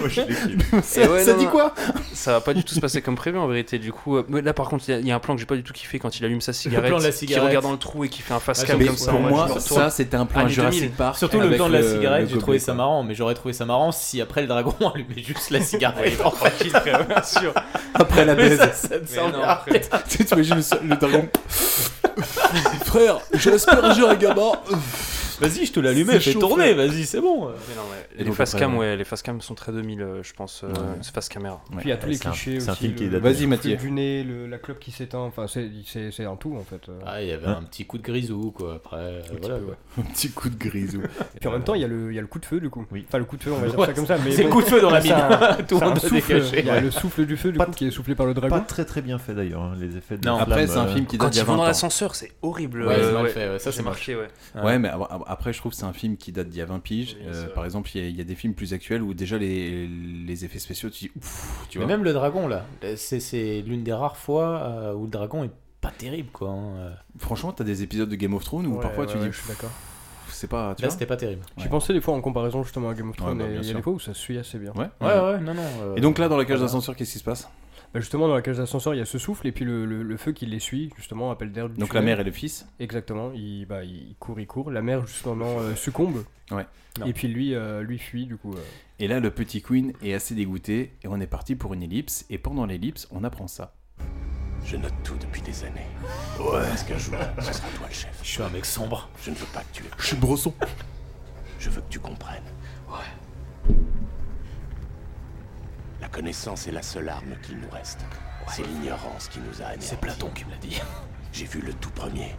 [SPEAKER 10] Wesh l'équipe.
[SPEAKER 12] Et
[SPEAKER 2] Ça- ça dit quoi
[SPEAKER 12] Ça va pas du tout se passer comme prévu en vérité. Du coup, euh, mais là par contre, il y a- il y, a un plan que j'ai pas du tout kiffé quand il allume sa cigarette,
[SPEAKER 11] plan de la
[SPEAKER 12] qui
[SPEAKER 11] cigarette.
[SPEAKER 12] regarde dans le trou et qui fait un face
[SPEAKER 11] Ah,
[SPEAKER 12] cam
[SPEAKER 11] mais
[SPEAKER 12] comme ça.
[SPEAKER 11] pour
[SPEAKER 12] en mode,
[SPEAKER 11] moi,
[SPEAKER 12] je me retourne.
[SPEAKER 2] ça, c'était un plan
[SPEAKER 12] Année
[SPEAKER 2] Jurassic
[SPEAKER 12] 2000.
[SPEAKER 2] Park.
[SPEAKER 11] Surtout le
[SPEAKER 2] Avec
[SPEAKER 11] plan de la
[SPEAKER 2] le-
[SPEAKER 11] cigarette,
[SPEAKER 2] le
[SPEAKER 11] j'ai trouvé
[SPEAKER 2] gobelet,
[SPEAKER 11] ça marrant, mais j'aurais trouvé ça marrant si après le dragon on allumait juste la cigarette. en fait.
[SPEAKER 12] tranquille, frère, bien sûr.
[SPEAKER 2] Après la
[SPEAKER 11] Mais
[SPEAKER 2] baise.
[SPEAKER 11] ça, ça ne
[SPEAKER 12] Mais
[SPEAKER 11] sert
[SPEAKER 12] non,
[SPEAKER 11] à rien.
[SPEAKER 2] Tu sais, t'imagines le, le dragon. Frère, j'espère j'ai un gamin.
[SPEAKER 11] Vas-y, je te l'allumais,
[SPEAKER 12] C'est
[SPEAKER 11] fais
[SPEAKER 12] chaud,
[SPEAKER 11] tourner,
[SPEAKER 12] frère.
[SPEAKER 11] vas-y, c'est bon.
[SPEAKER 12] Mais non, ouais,
[SPEAKER 11] Et
[SPEAKER 12] les
[SPEAKER 11] donc,
[SPEAKER 12] face
[SPEAKER 11] après,
[SPEAKER 12] cam,
[SPEAKER 11] ouais.
[SPEAKER 12] ouais, les face cam sont très 2000, euh, je pense, euh,
[SPEAKER 11] Ouais.
[SPEAKER 12] c'est face caméra.
[SPEAKER 6] Puis il y a tous les clichés aussi. le-
[SPEAKER 2] Vas-y,
[SPEAKER 6] le
[SPEAKER 2] Mathieu.
[SPEAKER 6] flux Du nez, le- la clope qui s'éteint, enfin c'est- c'est c'est un tout en fait.
[SPEAKER 11] Ah, il y avait
[SPEAKER 2] Hein
[SPEAKER 11] un petit coup de grisou, quoi. Après, euh, voilà. quoi.
[SPEAKER 2] Un petit coup de grisou.
[SPEAKER 6] Puis euh, en même temps, il y, a le, il y a le coup de feu du coup. Enfin, le coup de feu, on va dire
[SPEAKER 11] Ouais,
[SPEAKER 6] ça comme ça. mais
[SPEAKER 11] c'est le
[SPEAKER 6] bon,
[SPEAKER 11] coup de feu dans la
[SPEAKER 6] c'est un-
[SPEAKER 11] mine. Tout le
[SPEAKER 6] c'est un
[SPEAKER 11] monde a
[SPEAKER 6] souffle,
[SPEAKER 11] dégagé.
[SPEAKER 6] Il y a
[SPEAKER 11] Ouais.
[SPEAKER 6] le souffle du feu du coup qui est soufflé par le dragon.
[SPEAKER 10] Pas très très bien fait d'ailleurs, hein, les effets de
[SPEAKER 11] Non.
[SPEAKER 10] la
[SPEAKER 2] Après,
[SPEAKER 10] flamme,
[SPEAKER 2] c'est un
[SPEAKER 10] euh,
[SPEAKER 2] film qui
[SPEAKER 12] Quand
[SPEAKER 2] date d'il y
[SPEAKER 12] ils
[SPEAKER 2] a
[SPEAKER 12] vont
[SPEAKER 2] 20
[SPEAKER 12] dans
[SPEAKER 2] ans.
[SPEAKER 12] l'ascenseur, c'est horrible.
[SPEAKER 11] Ouais,
[SPEAKER 12] euh,
[SPEAKER 11] c'est mal fait, ouais, ça,
[SPEAKER 12] j'ai
[SPEAKER 11] c'est
[SPEAKER 12] marqué, ouais.
[SPEAKER 2] Ouais, mais av- av- après, je trouve que c'est un film qui date d'il y a 20 piges. Euh, par exemple, il y, a- il y a des films plus actuels où déjà les, les effets spéciaux, tu dis ouf, tu
[SPEAKER 11] Mais
[SPEAKER 2] vois.
[SPEAKER 11] même le dragon, là, c'est- c'est l'une des rares fois euh, où le dragon est pas terrible, quoi. hein, euh.
[SPEAKER 2] Franchement, t'as des épisodes de Game of Thrones où
[SPEAKER 6] Ouais,
[SPEAKER 2] parfois tu
[SPEAKER 6] ouais,
[SPEAKER 2] dis.
[SPEAKER 6] ouais, je suis d'accord.
[SPEAKER 2] pff, C'est pas. tu
[SPEAKER 11] Là,
[SPEAKER 2] vois
[SPEAKER 11] c'était pas terrible.
[SPEAKER 6] J'y pensais des fois en comparaison justement à Game of Thrones,
[SPEAKER 2] bah,
[SPEAKER 6] et
[SPEAKER 2] bien
[SPEAKER 6] il y a
[SPEAKER 2] sûr.
[SPEAKER 6] des fois où ça se suit assez bien.
[SPEAKER 2] Ouais.
[SPEAKER 11] Ouais, ouais, non, non, euh,
[SPEAKER 2] Et donc là, dans la cage
[SPEAKER 6] voilà.
[SPEAKER 2] d'ascenseur, qu'est-ce qui se passe
[SPEAKER 6] Bah, justement, dans la cage d'ascenseur, il y a ce souffle et puis le, le- le feu qui les suit, justement, appelle d'air du
[SPEAKER 2] Donc
[SPEAKER 6] tunnel.
[SPEAKER 2] la mère et le fils
[SPEAKER 6] Exactement, il, bah, il court, il court. La mère, justement, euh, succombe.
[SPEAKER 2] Ouais.
[SPEAKER 6] Et puis lui, euh, lui fuit, du coup. euh.
[SPEAKER 2] Et là, le petit Queen est assez dégoûté et on est parti pour une ellipse. Et pendant l'ellipse, on apprend ça.
[SPEAKER 9] Je note tout depuis des années.
[SPEAKER 2] Ouais.
[SPEAKER 9] Parce qu'un jour, ce sera toi le chef.
[SPEAKER 11] Je suis un mec sombre.
[SPEAKER 9] Je ne veux pas que tu le
[SPEAKER 2] Je suis brosson.
[SPEAKER 9] Je veux que tu comprennes. Ouais. La
[SPEAKER 14] connaissance est la seule arme qu'il nous reste. C'est l'ignorance qui nous a anéantis. C'est Platon qui me l'a dit. J'ai vu le tout premier,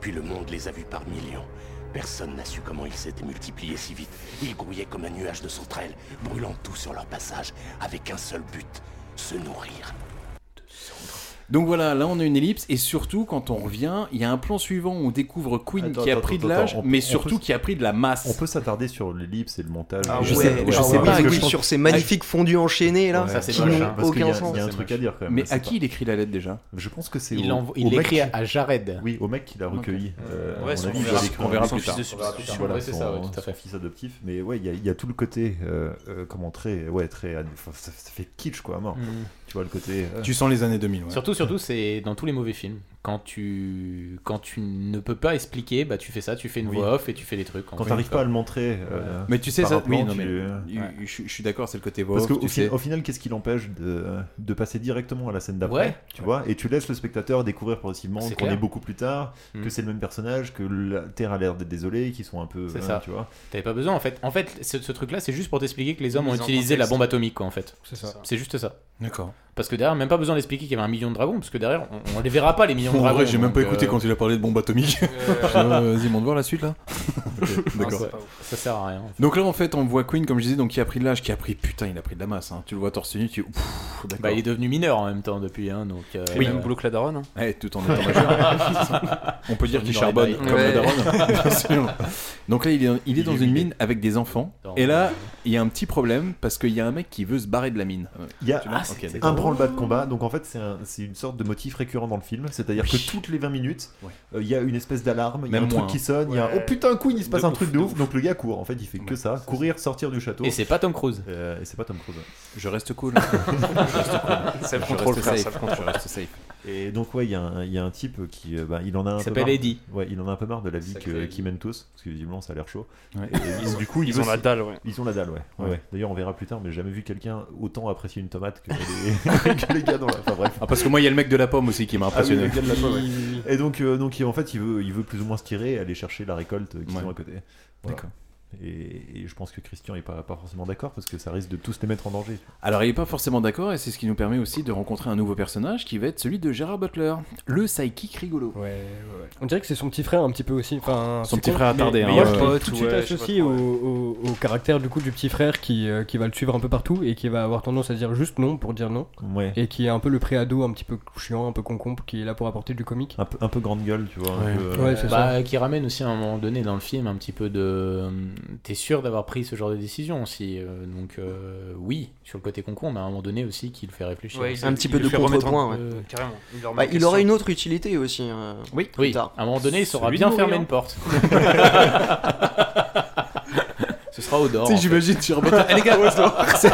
[SPEAKER 14] puis le monde les a vus par millions. Personne n'a su comment ils s'étaient multipliés si vite. Ils grouillaient comme un nuage de sauterelles, brûlant tout sur leur passage, avec un seul but, se nourrir.
[SPEAKER 2] Donc voilà, là on a une ellipse et surtout quand on revient, il y a un plan suivant où on découvre Queen
[SPEAKER 10] Attends,
[SPEAKER 2] qui a
[SPEAKER 10] attends,
[SPEAKER 2] pris de
[SPEAKER 10] attends,
[SPEAKER 2] l'âge,
[SPEAKER 10] on-
[SPEAKER 2] mais
[SPEAKER 10] on
[SPEAKER 2] surtout
[SPEAKER 10] peut-
[SPEAKER 2] qui a pris de la masse.
[SPEAKER 10] On peut s'attarder sur l'ellipse et le montage.
[SPEAKER 2] Ah
[SPEAKER 10] Je
[SPEAKER 2] ouais,
[SPEAKER 10] sais-
[SPEAKER 2] ouais,
[SPEAKER 10] je
[SPEAKER 2] ouais,
[SPEAKER 10] sais
[SPEAKER 2] ouais.
[SPEAKER 10] pas, parce
[SPEAKER 2] Oui,
[SPEAKER 10] que je
[SPEAKER 2] sur
[SPEAKER 10] pense-
[SPEAKER 13] Ces magnifiques fondus enchaînés là,
[SPEAKER 10] Ouais, ça, c'est
[SPEAKER 13] qui
[SPEAKER 10] moche, hein,
[SPEAKER 13] n'ont
[SPEAKER 10] parce qu'il y
[SPEAKER 13] aucun
[SPEAKER 10] a-
[SPEAKER 13] sens.
[SPEAKER 10] Il y a un truc à dire quand même.
[SPEAKER 2] Mais
[SPEAKER 10] c'est
[SPEAKER 2] à
[SPEAKER 10] pas-
[SPEAKER 2] qui il écrit la lettre déjà
[SPEAKER 10] Je pense que c'est
[SPEAKER 11] Il
[SPEAKER 10] au-
[SPEAKER 11] l'envoie-
[SPEAKER 10] au
[SPEAKER 11] il
[SPEAKER 10] mec
[SPEAKER 11] l'écrit
[SPEAKER 10] qui-
[SPEAKER 11] à Jared.
[SPEAKER 10] Oui, au mec qui l'a recueilli. euh,
[SPEAKER 11] Ouais,
[SPEAKER 10] à
[SPEAKER 11] son
[SPEAKER 10] mon avis,
[SPEAKER 11] fils
[SPEAKER 10] il va
[SPEAKER 11] de-
[SPEAKER 10] l'écrire.
[SPEAKER 11] on verra
[SPEAKER 10] Son
[SPEAKER 11] plus tard.
[SPEAKER 10] fils de
[SPEAKER 11] On verra plus tard.
[SPEAKER 10] Voilà,
[SPEAKER 11] Ouais, c'est ça, ouais,
[SPEAKER 10] son-
[SPEAKER 11] tout à fait.
[SPEAKER 10] son fils adoptif. Mais ouais, il y, a- il y a tout le côté, euh, euh, comment très, ouais, très, enfin, ça, ça fait kitsch quoi, à mort.
[SPEAKER 11] Mm.
[SPEAKER 10] Tu vois le côté. euh,
[SPEAKER 11] Surtout, surtout, c'est dans tous les mauvais films. Quand tu, quand tu ne peux pas expliquer, bah tu fais ça, tu fais une
[SPEAKER 10] Oui.
[SPEAKER 11] voix off et tu fais des trucs. en
[SPEAKER 10] Quand
[SPEAKER 11] fait.
[SPEAKER 10] t'arrives pas à le montrer, euh,
[SPEAKER 2] Mais tu sais
[SPEAKER 10] par
[SPEAKER 2] ça,
[SPEAKER 10] un plan,
[SPEAKER 2] oui, non
[SPEAKER 10] tu-
[SPEAKER 2] mais
[SPEAKER 10] euh,
[SPEAKER 2] je- je je suis d'accord, c'est le côté voix.
[SPEAKER 10] Parce
[SPEAKER 2] off,
[SPEAKER 10] qu'au
[SPEAKER 2] tu sais.
[SPEAKER 10] final, qu'est-ce qui l'empêche de, de passer directement à la scène d'après
[SPEAKER 11] Ouais.
[SPEAKER 10] Tu vois Et tu laisses le spectateur découvrir progressivement
[SPEAKER 11] C'est
[SPEAKER 10] qu'on
[SPEAKER 11] clair.
[SPEAKER 10] est beaucoup plus tard,
[SPEAKER 11] Mm.
[SPEAKER 10] que c'est le même personnage, que la Terre a l'air d'être désolée, qu'ils sont un peu.
[SPEAKER 11] C'est
[SPEAKER 10] hein,
[SPEAKER 11] ça.
[SPEAKER 10] Tu vois
[SPEAKER 11] T'avais pas besoin en fait. En fait, ce, ce truc-là, c'est juste pour t'expliquer que les hommes ont
[SPEAKER 10] Ils ont
[SPEAKER 11] utilisé la
[SPEAKER 10] contexte.
[SPEAKER 11] bombe atomique, quoi, en fait.
[SPEAKER 10] C'est ça.
[SPEAKER 11] C'est juste ça.
[SPEAKER 2] D'accord.
[SPEAKER 11] Parce que derrière, même pas besoin d'expliquer qu'il y avait un million de dragons, parce que derrière, on, on les verra pas les millions de
[SPEAKER 2] En
[SPEAKER 11] dragons.
[SPEAKER 2] vrai, j'ai même pas
[SPEAKER 11] donc,
[SPEAKER 2] écouté
[SPEAKER 11] euh,
[SPEAKER 2] quand il a parlé de bombe atomique. Euh, Vas-y, mon devoir la suite là.
[SPEAKER 11] non,
[SPEAKER 2] D'accord.
[SPEAKER 11] ça, ça sert à rien. en fait.
[SPEAKER 2] Donc là, en fait, on voit Queen, comme je disais, donc qui a pris de l'âge, qui a pris putain, il a pris de la masse. hein. Tu le vois torse nu, tu. Ouf, d'accord.
[SPEAKER 11] Bah, il est devenu mineur en même temps depuis, hein, donc. euh,
[SPEAKER 12] Oui,
[SPEAKER 11] euh,
[SPEAKER 12] même boulot que la daronne. hein.
[SPEAKER 2] Ouais, Eh, tout en étant majeur. On peut dire qu'il charbonne comme la daronne. bien sûr. Donc là, il est, il est dans une mine avec des enfants.
[SPEAKER 10] Dans-
[SPEAKER 2] Et là, il y a un petit problème parce qu'il y a un mec qui veut se barrer de la mine.
[SPEAKER 10] Il y a
[SPEAKER 2] Tu l'as
[SPEAKER 10] ah,
[SPEAKER 2] Ok,
[SPEAKER 10] c'est-
[SPEAKER 2] d'accord.
[SPEAKER 10] un branle-bas de combat, donc en fait c'est un- c'est une sorte de motif récurrent dans le film, c'est-à-dire que toutes les 20 minutes, euh, il y a une espèce d'alarme, il y a
[SPEAKER 2] Même
[SPEAKER 10] un
[SPEAKER 2] moins,
[SPEAKER 10] truc qui
[SPEAKER 2] hein.
[SPEAKER 10] sonne, il y a un-
[SPEAKER 2] Ouais.
[SPEAKER 10] oh putain Queen, il se passe
[SPEAKER 2] De
[SPEAKER 10] un
[SPEAKER 2] ouf,
[SPEAKER 10] truc
[SPEAKER 2] de
[SPEAKER 10] de ouf, donc le gars court, en fait il fait que ça, courir, sortir du château.
[SPEAKER 11] Et c'est pas Tom Cruise.
[SPEAKER 10] Euh, et c'est pas Tom Cruise.
[SPEAKER 2] Je reste cool. Je reste cool.
[SPEAKER 10] Ça
[SPEAKER 2] Je
[SPEAKER 10] contrôle,
[SPEAKER 2] reste
[SPEAKER 10] frère,
[SPEAKER 2] safe.
[SPEAKER 10] ça contrôle.
[SPEAKER 2] Je reste safe.
[SPEAKER 10] Et donc ouais, il y, a un- il y a un type qui, euh, bah, il en a un peu
[SPEAKER 11] s'appelle
[SPEAKER 10] marre-
[SPEAKER 11] Eddie.
[SPEAKER 10] Ouais, il en a un peu marre de la vie que- qu'ils mènent tous, parce que visiblement ça a l'air chaud.
[SPEAKER 2] Ouais.
[SPEAKER 10] Et donc,
[SPEAKER 12] Ils ont-
[SPEAKER 10] du coup, il
[SPEAKER 12] ils
[SPEAKER 10] veut
[SPEAKER 12] ont la
[SPEAKER 10] se-
[SPEAKER 12] dalle, ouais.
[SPEAKER 10] Ils ont la dalle, ouais. Ouais,
[SPEAKER 12] Ouais.
[SPEAKER 10] ouais. D'ailleurs, on verra plus tard, mais j'ai jamais vu quelqu'un autant apprécier une tomate que les, que les gars dans la. Enfin bref.
[SPEAKER 2] Ah, parce que moi, il y a le mec de la pomme aussi qui m'a
[SPEAKER 10] Ah oui,
[SPEAKER 2] impressionné.
[SPEAKER 10] le gars de la pomme, ouais. Et donc, euh, donc il- en fait, il veut, il veut plus ou moins se tirer et aller chercher la récolte qu'ils
[SPEAKER 2] Ouais.
[SPEAKER 10] ont à côté. Voilà.
[SPEAKER 2] D'accord.
[SPEAKER 10] Et, et je pense que Christian n'est pas, pas forcément d'accord parce que ça risque de tous les mettre en danger.
[SPEAKER 2] Alors, il est pas forcément d'accord, et c'est ce qui nous permet aussi de rencontrer un nouveau personnage qui va être celui de Gérard Butler, le psychic rigolo.
[SPEAKER 6] On dirait que c'est son petit frère un petit peu aussi. Enfin,
[SPEAKER 2] Son
[SPEAKER 6] c'est
[SPEAKER 2] petit
[SPEAKER 6] con,
[SPEAKER 2] frère
[SPEAKER 6] mais-
[SPEAKER 2] attardé,
[SPEAKER 6] mais
[SPEAKER 2] hein,
[SPEAKER 6] moi,
[SPEAKER 2] ouais.
[SPEAKER 6] je l'ai tout
[SPEAKER 2] Pote,
[SPEAKER 6] de suite
[SPEAKER 2] ouais,
[SPEAKER 6] associé au, au- au caractère du coup du petit frère qui, euh, qui va le suivre un peu partout et qui va avoir tendance à dire juste non pour dire non.
[SPEAKER 10] Ouais.
[SPEAKER 6] Et qui est un peu le pré-ado un petit peu chiant, un peu concombre, qui est là pour apporter du comique.
[SPEAKER 10] Un peu, un peu grande gueule, tu vois. un peu, euh,
[SPEAKER 6] Ouais, c'est
[SPEAKER 11] Bah,
[SPEAKER 6] ça.
[SPEAKER 11] Qui ramène aussi à un moment donné dans le film un petit peu de. hum, T'es sûr d'avoir pris ce genre de décision aussi euh, Donc, euh, oui, sur le côté concours, mais à un moment donné aussi qui le fait réfléchir.
[SPEAKER 12] Ouais, il-
[SPEAKER 13] Un petit peu
[SPEAKER 12] le
[SPEAKER 13] de
[SPEAKER 12] fait remettre en-
[SPEAKER 13] contrepoint, ouais.
[SPEAKER 12] euh, carrément. Il leur
[SPEAKER 13] Bah,
[SPEAKER 12] met en
[SPEAKER 13] il aura
[SPEAKER 12] question.
[SPEAKER 13] une autre utilité aussi. euh,
[SPEAKER 11] Oui,
[SPEAKER 13] plus
[SPEAKER 11] oui.
[SPEAKER 13] tard.
[SPEAKER 11] À un moment donné, il saura
[SPEAKER 13] Celui
[SPEAKER 11] bien
[SPEAKER 13] de
[SPEAKER 11] fermer
[SPEAKER 13] mourir.
[SPEAKER 11] une porte. Ce sera au dehors.
[SPEAKER 2] Tu sais,
[SPEAKER 11] en fait.
[SPEAKER 2] j'imagine, tu remontes. Eh, les gars, au dehors. C'est-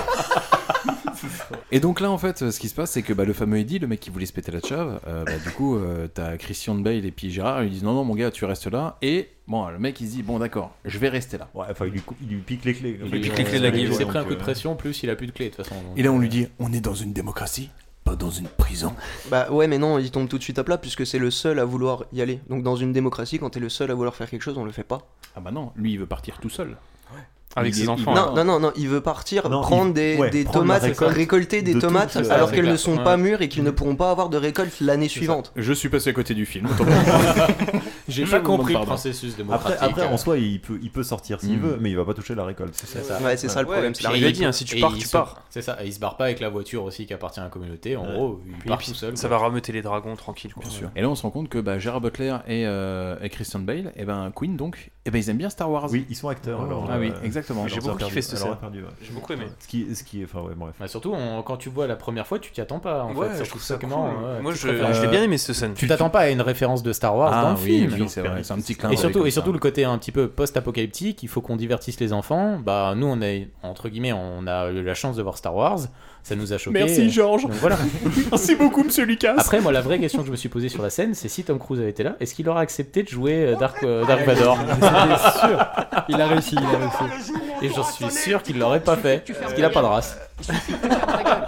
[SPEAKER 2] Et donc là, en fait, euh, ce qui se passe, c'est que bah, le fameux Eddie, le mec qui voulait se péter la chave, euh, bah, du coup, euh, t'as Christian Bale et puis Gérard, ils lui disent non, non, mon gars, tu restes là. Et bon, le mec, il se dit bon, d'accord, je vais rester là.
[SPEAKER 10] Ouais, enfin, il lui, cou- il lui pique les clés. euh,
[SPEAKER 11] Il lui pique les clés de la gueule. Il s'est pris un coup de pression, en plus il a plus de clés de toute façon. donc,
[SPEAKER 2] Et là, on
[SPEAKER 11] euh,
[SPEAKER 2] lui dit on est dans une démocratie, pas dans une prison.
[SPEAKER 13] Bah ouais, mais non, il tombe tout de suite à plat puisque c'est le seul à vouloir y aller. Donc dans une démocratie, quand t'es le seul à vouloir faire quelque chose, on le fait pas.
[SPEAKER 2] Ah bah non, lui, il veut partir tout seul.
[SPEAKER 12] Avec
[SPEAKER 2] Il
[SPEAKER 12] ses
[SPEAKER 2] est-
[SPEAKER 12] enfants.
[SPEAKER 13] Non, non, non, non, il veut partir
[SPEAKER 10] Non,
[SPEAKER 13] prendre
[SPEAKER 10] il-
[SPEAKER 13] des,
[SPEAKER 10] ouais,
[SPEAKER 13] des
[SPEAKER 10] prendre
[SPEAKER 13] tomates,
[SPEAKER 10] la récolte
[SPEAKER 13] récolter des
[SPEAKER 10] de tout
[SPEAKER 13] tomates
[SPEAKER 10] seul.
[SPEAKER 13] alors
[SPEAKER 10] C'est
[SPEAKER 13] qu'elles
[SPEAKER 10] clair.
[SPEAKER 13] ne sont
[SPEAKER 10] Ouais.
[SPEAKER 13] pas mûres et qu'ils ne pourront pas avoir de récolte l'année suivante.
[SPEAKER 2] Je suis passé à côté du film.
[SPEAKER 11] J'ai
[SPEAKER 2] Je
[SPEAKER 11] pas
[SPEAKER 2] vous demande
[SPEAKER 11] compris le
[SPEAKER 2] pardon.
[SPEAKER 11] processus
[SPEAKER 10] Après,
[SPEAKER 11] démocratique. euh,
[SPEAKER 10] après, en soi, il peut, il peut sortir s'il
[SPEAKER 11] Mm.
[SPEAKER 10] veut, mais il va pas toucher la récolte.
[SPEAKER 11] C'est ça.
[SPEAKER 13] Ouais, c'est ça le problème, c'est la
[SPEAKER 11] puis
[SPEAKER 13] réalité,
[SPEAKER 11] il-
[SPEAKER 13] hein, si tu
[SPEAKER 11] et
[SPEAKER 13] pars,
[SPEAKER 11] il
[SPEAKER 13] tu
[SPEAKER 11] se-
[SPEAKER 13] pars.
[SPEAKER 11] C'est ça, et il se barre pas avec la voiture aussi qui appartient à la communauté. En gros, il
[SPEAKER 12] Puis-
[SPEAKER 11] part
[SPEAKER 12] puis
[SPEAKER 11] tout seul.
[SPEAKER 12] Ça va rameuter les dragons tranquille. Quoi.
[SPEAKER 2] Bien sûr. Et là, on se rend compte que bah, Gérard Butler et, euh, et Christian Bale, et ben Queen donc, et ben ils aiment bien Star Wars.
[SPEAKER 10] Euh, Oui, ils sont acteurs. alors,
[SPEAKER 2] ah oui,
[SPEAKER 10] euh,
[SPEAKER 2] exactement.
[SPEAKER 10] alors, on a perdu- alors, on a perdu, ouais.
[SPEAKER 12] J'ai beaucoup aimé.
[SPEAKER 10] Ce qui, ce qui est, enfin, ouais, bref.
[SPEAKER 11] Bah, surtout on- quand tu vois la première fois, tu t'y attends pas. En
[SPEAKER 12] Ouais,
[SPEAKER 11] fait.
[SPEAKER 12] je
[SPEAKER 11] C'est
[SPEAKER 12] trouve
[SPEAKER 11] tout
[SPEAKER 12] ça cool.
[SPEAKER 2] hein
[SPEAKER 11] simplement, ouais,
[SPEAKER 12] Moi,
[SPEAKER 11] tu
[SPEAKER 12] je-
[SPEAKER 11] préfères-
[SPEAKER 12] je l'ai bien aimé, cette scène.
[SPEAKER 11] Tu t'attends pas à une référence de Star Wars
[SPEAKER 2] Ah,
[SPEAKER 11] dans le
[SPEAKER 2] oui,
[SPEAKER 11] film.
[SPEAKER 2] oui, c'est vrai, c'est un petit clin
[SPEAKER 11] Et
[SPEAKER 2] d'œil
[SPEAKER 11] surtout,
[SPEAKER 2] comme
[SPEAKER 11] et
[SPEAKER 2] ça.
[SPEAKER 11] surtout le côté un petit peu post-apocalyptique, il faut qu'on divertisse les enfants. Bah nous on est entre guillemets, on a eu la chance de voir Star Wars, ça nous a choqué.
[SPEAKER 2] Merci, Georges.
[SPEAKER 11] voilà.
[SPEAKER 2] Merci beaucoup, Monsieur Lucas.
[SPEAKER 11] Après moi la vraie question que je me suis posée sur la scène, c'est si Tom Cruise avait été là, est-ce qu'il aurait accepté de jouer euh, Dark, euh, Dark Vador
[SPEAKER 6] C'était sûr. Il a réussi, il a
[SPEAKER 7] Ah,
[SPEAKER 6] réussi.
[SPEAKER 11] Et j'en suis sûr qu'il l'aurait pas fait, parce qu'il a pas de race.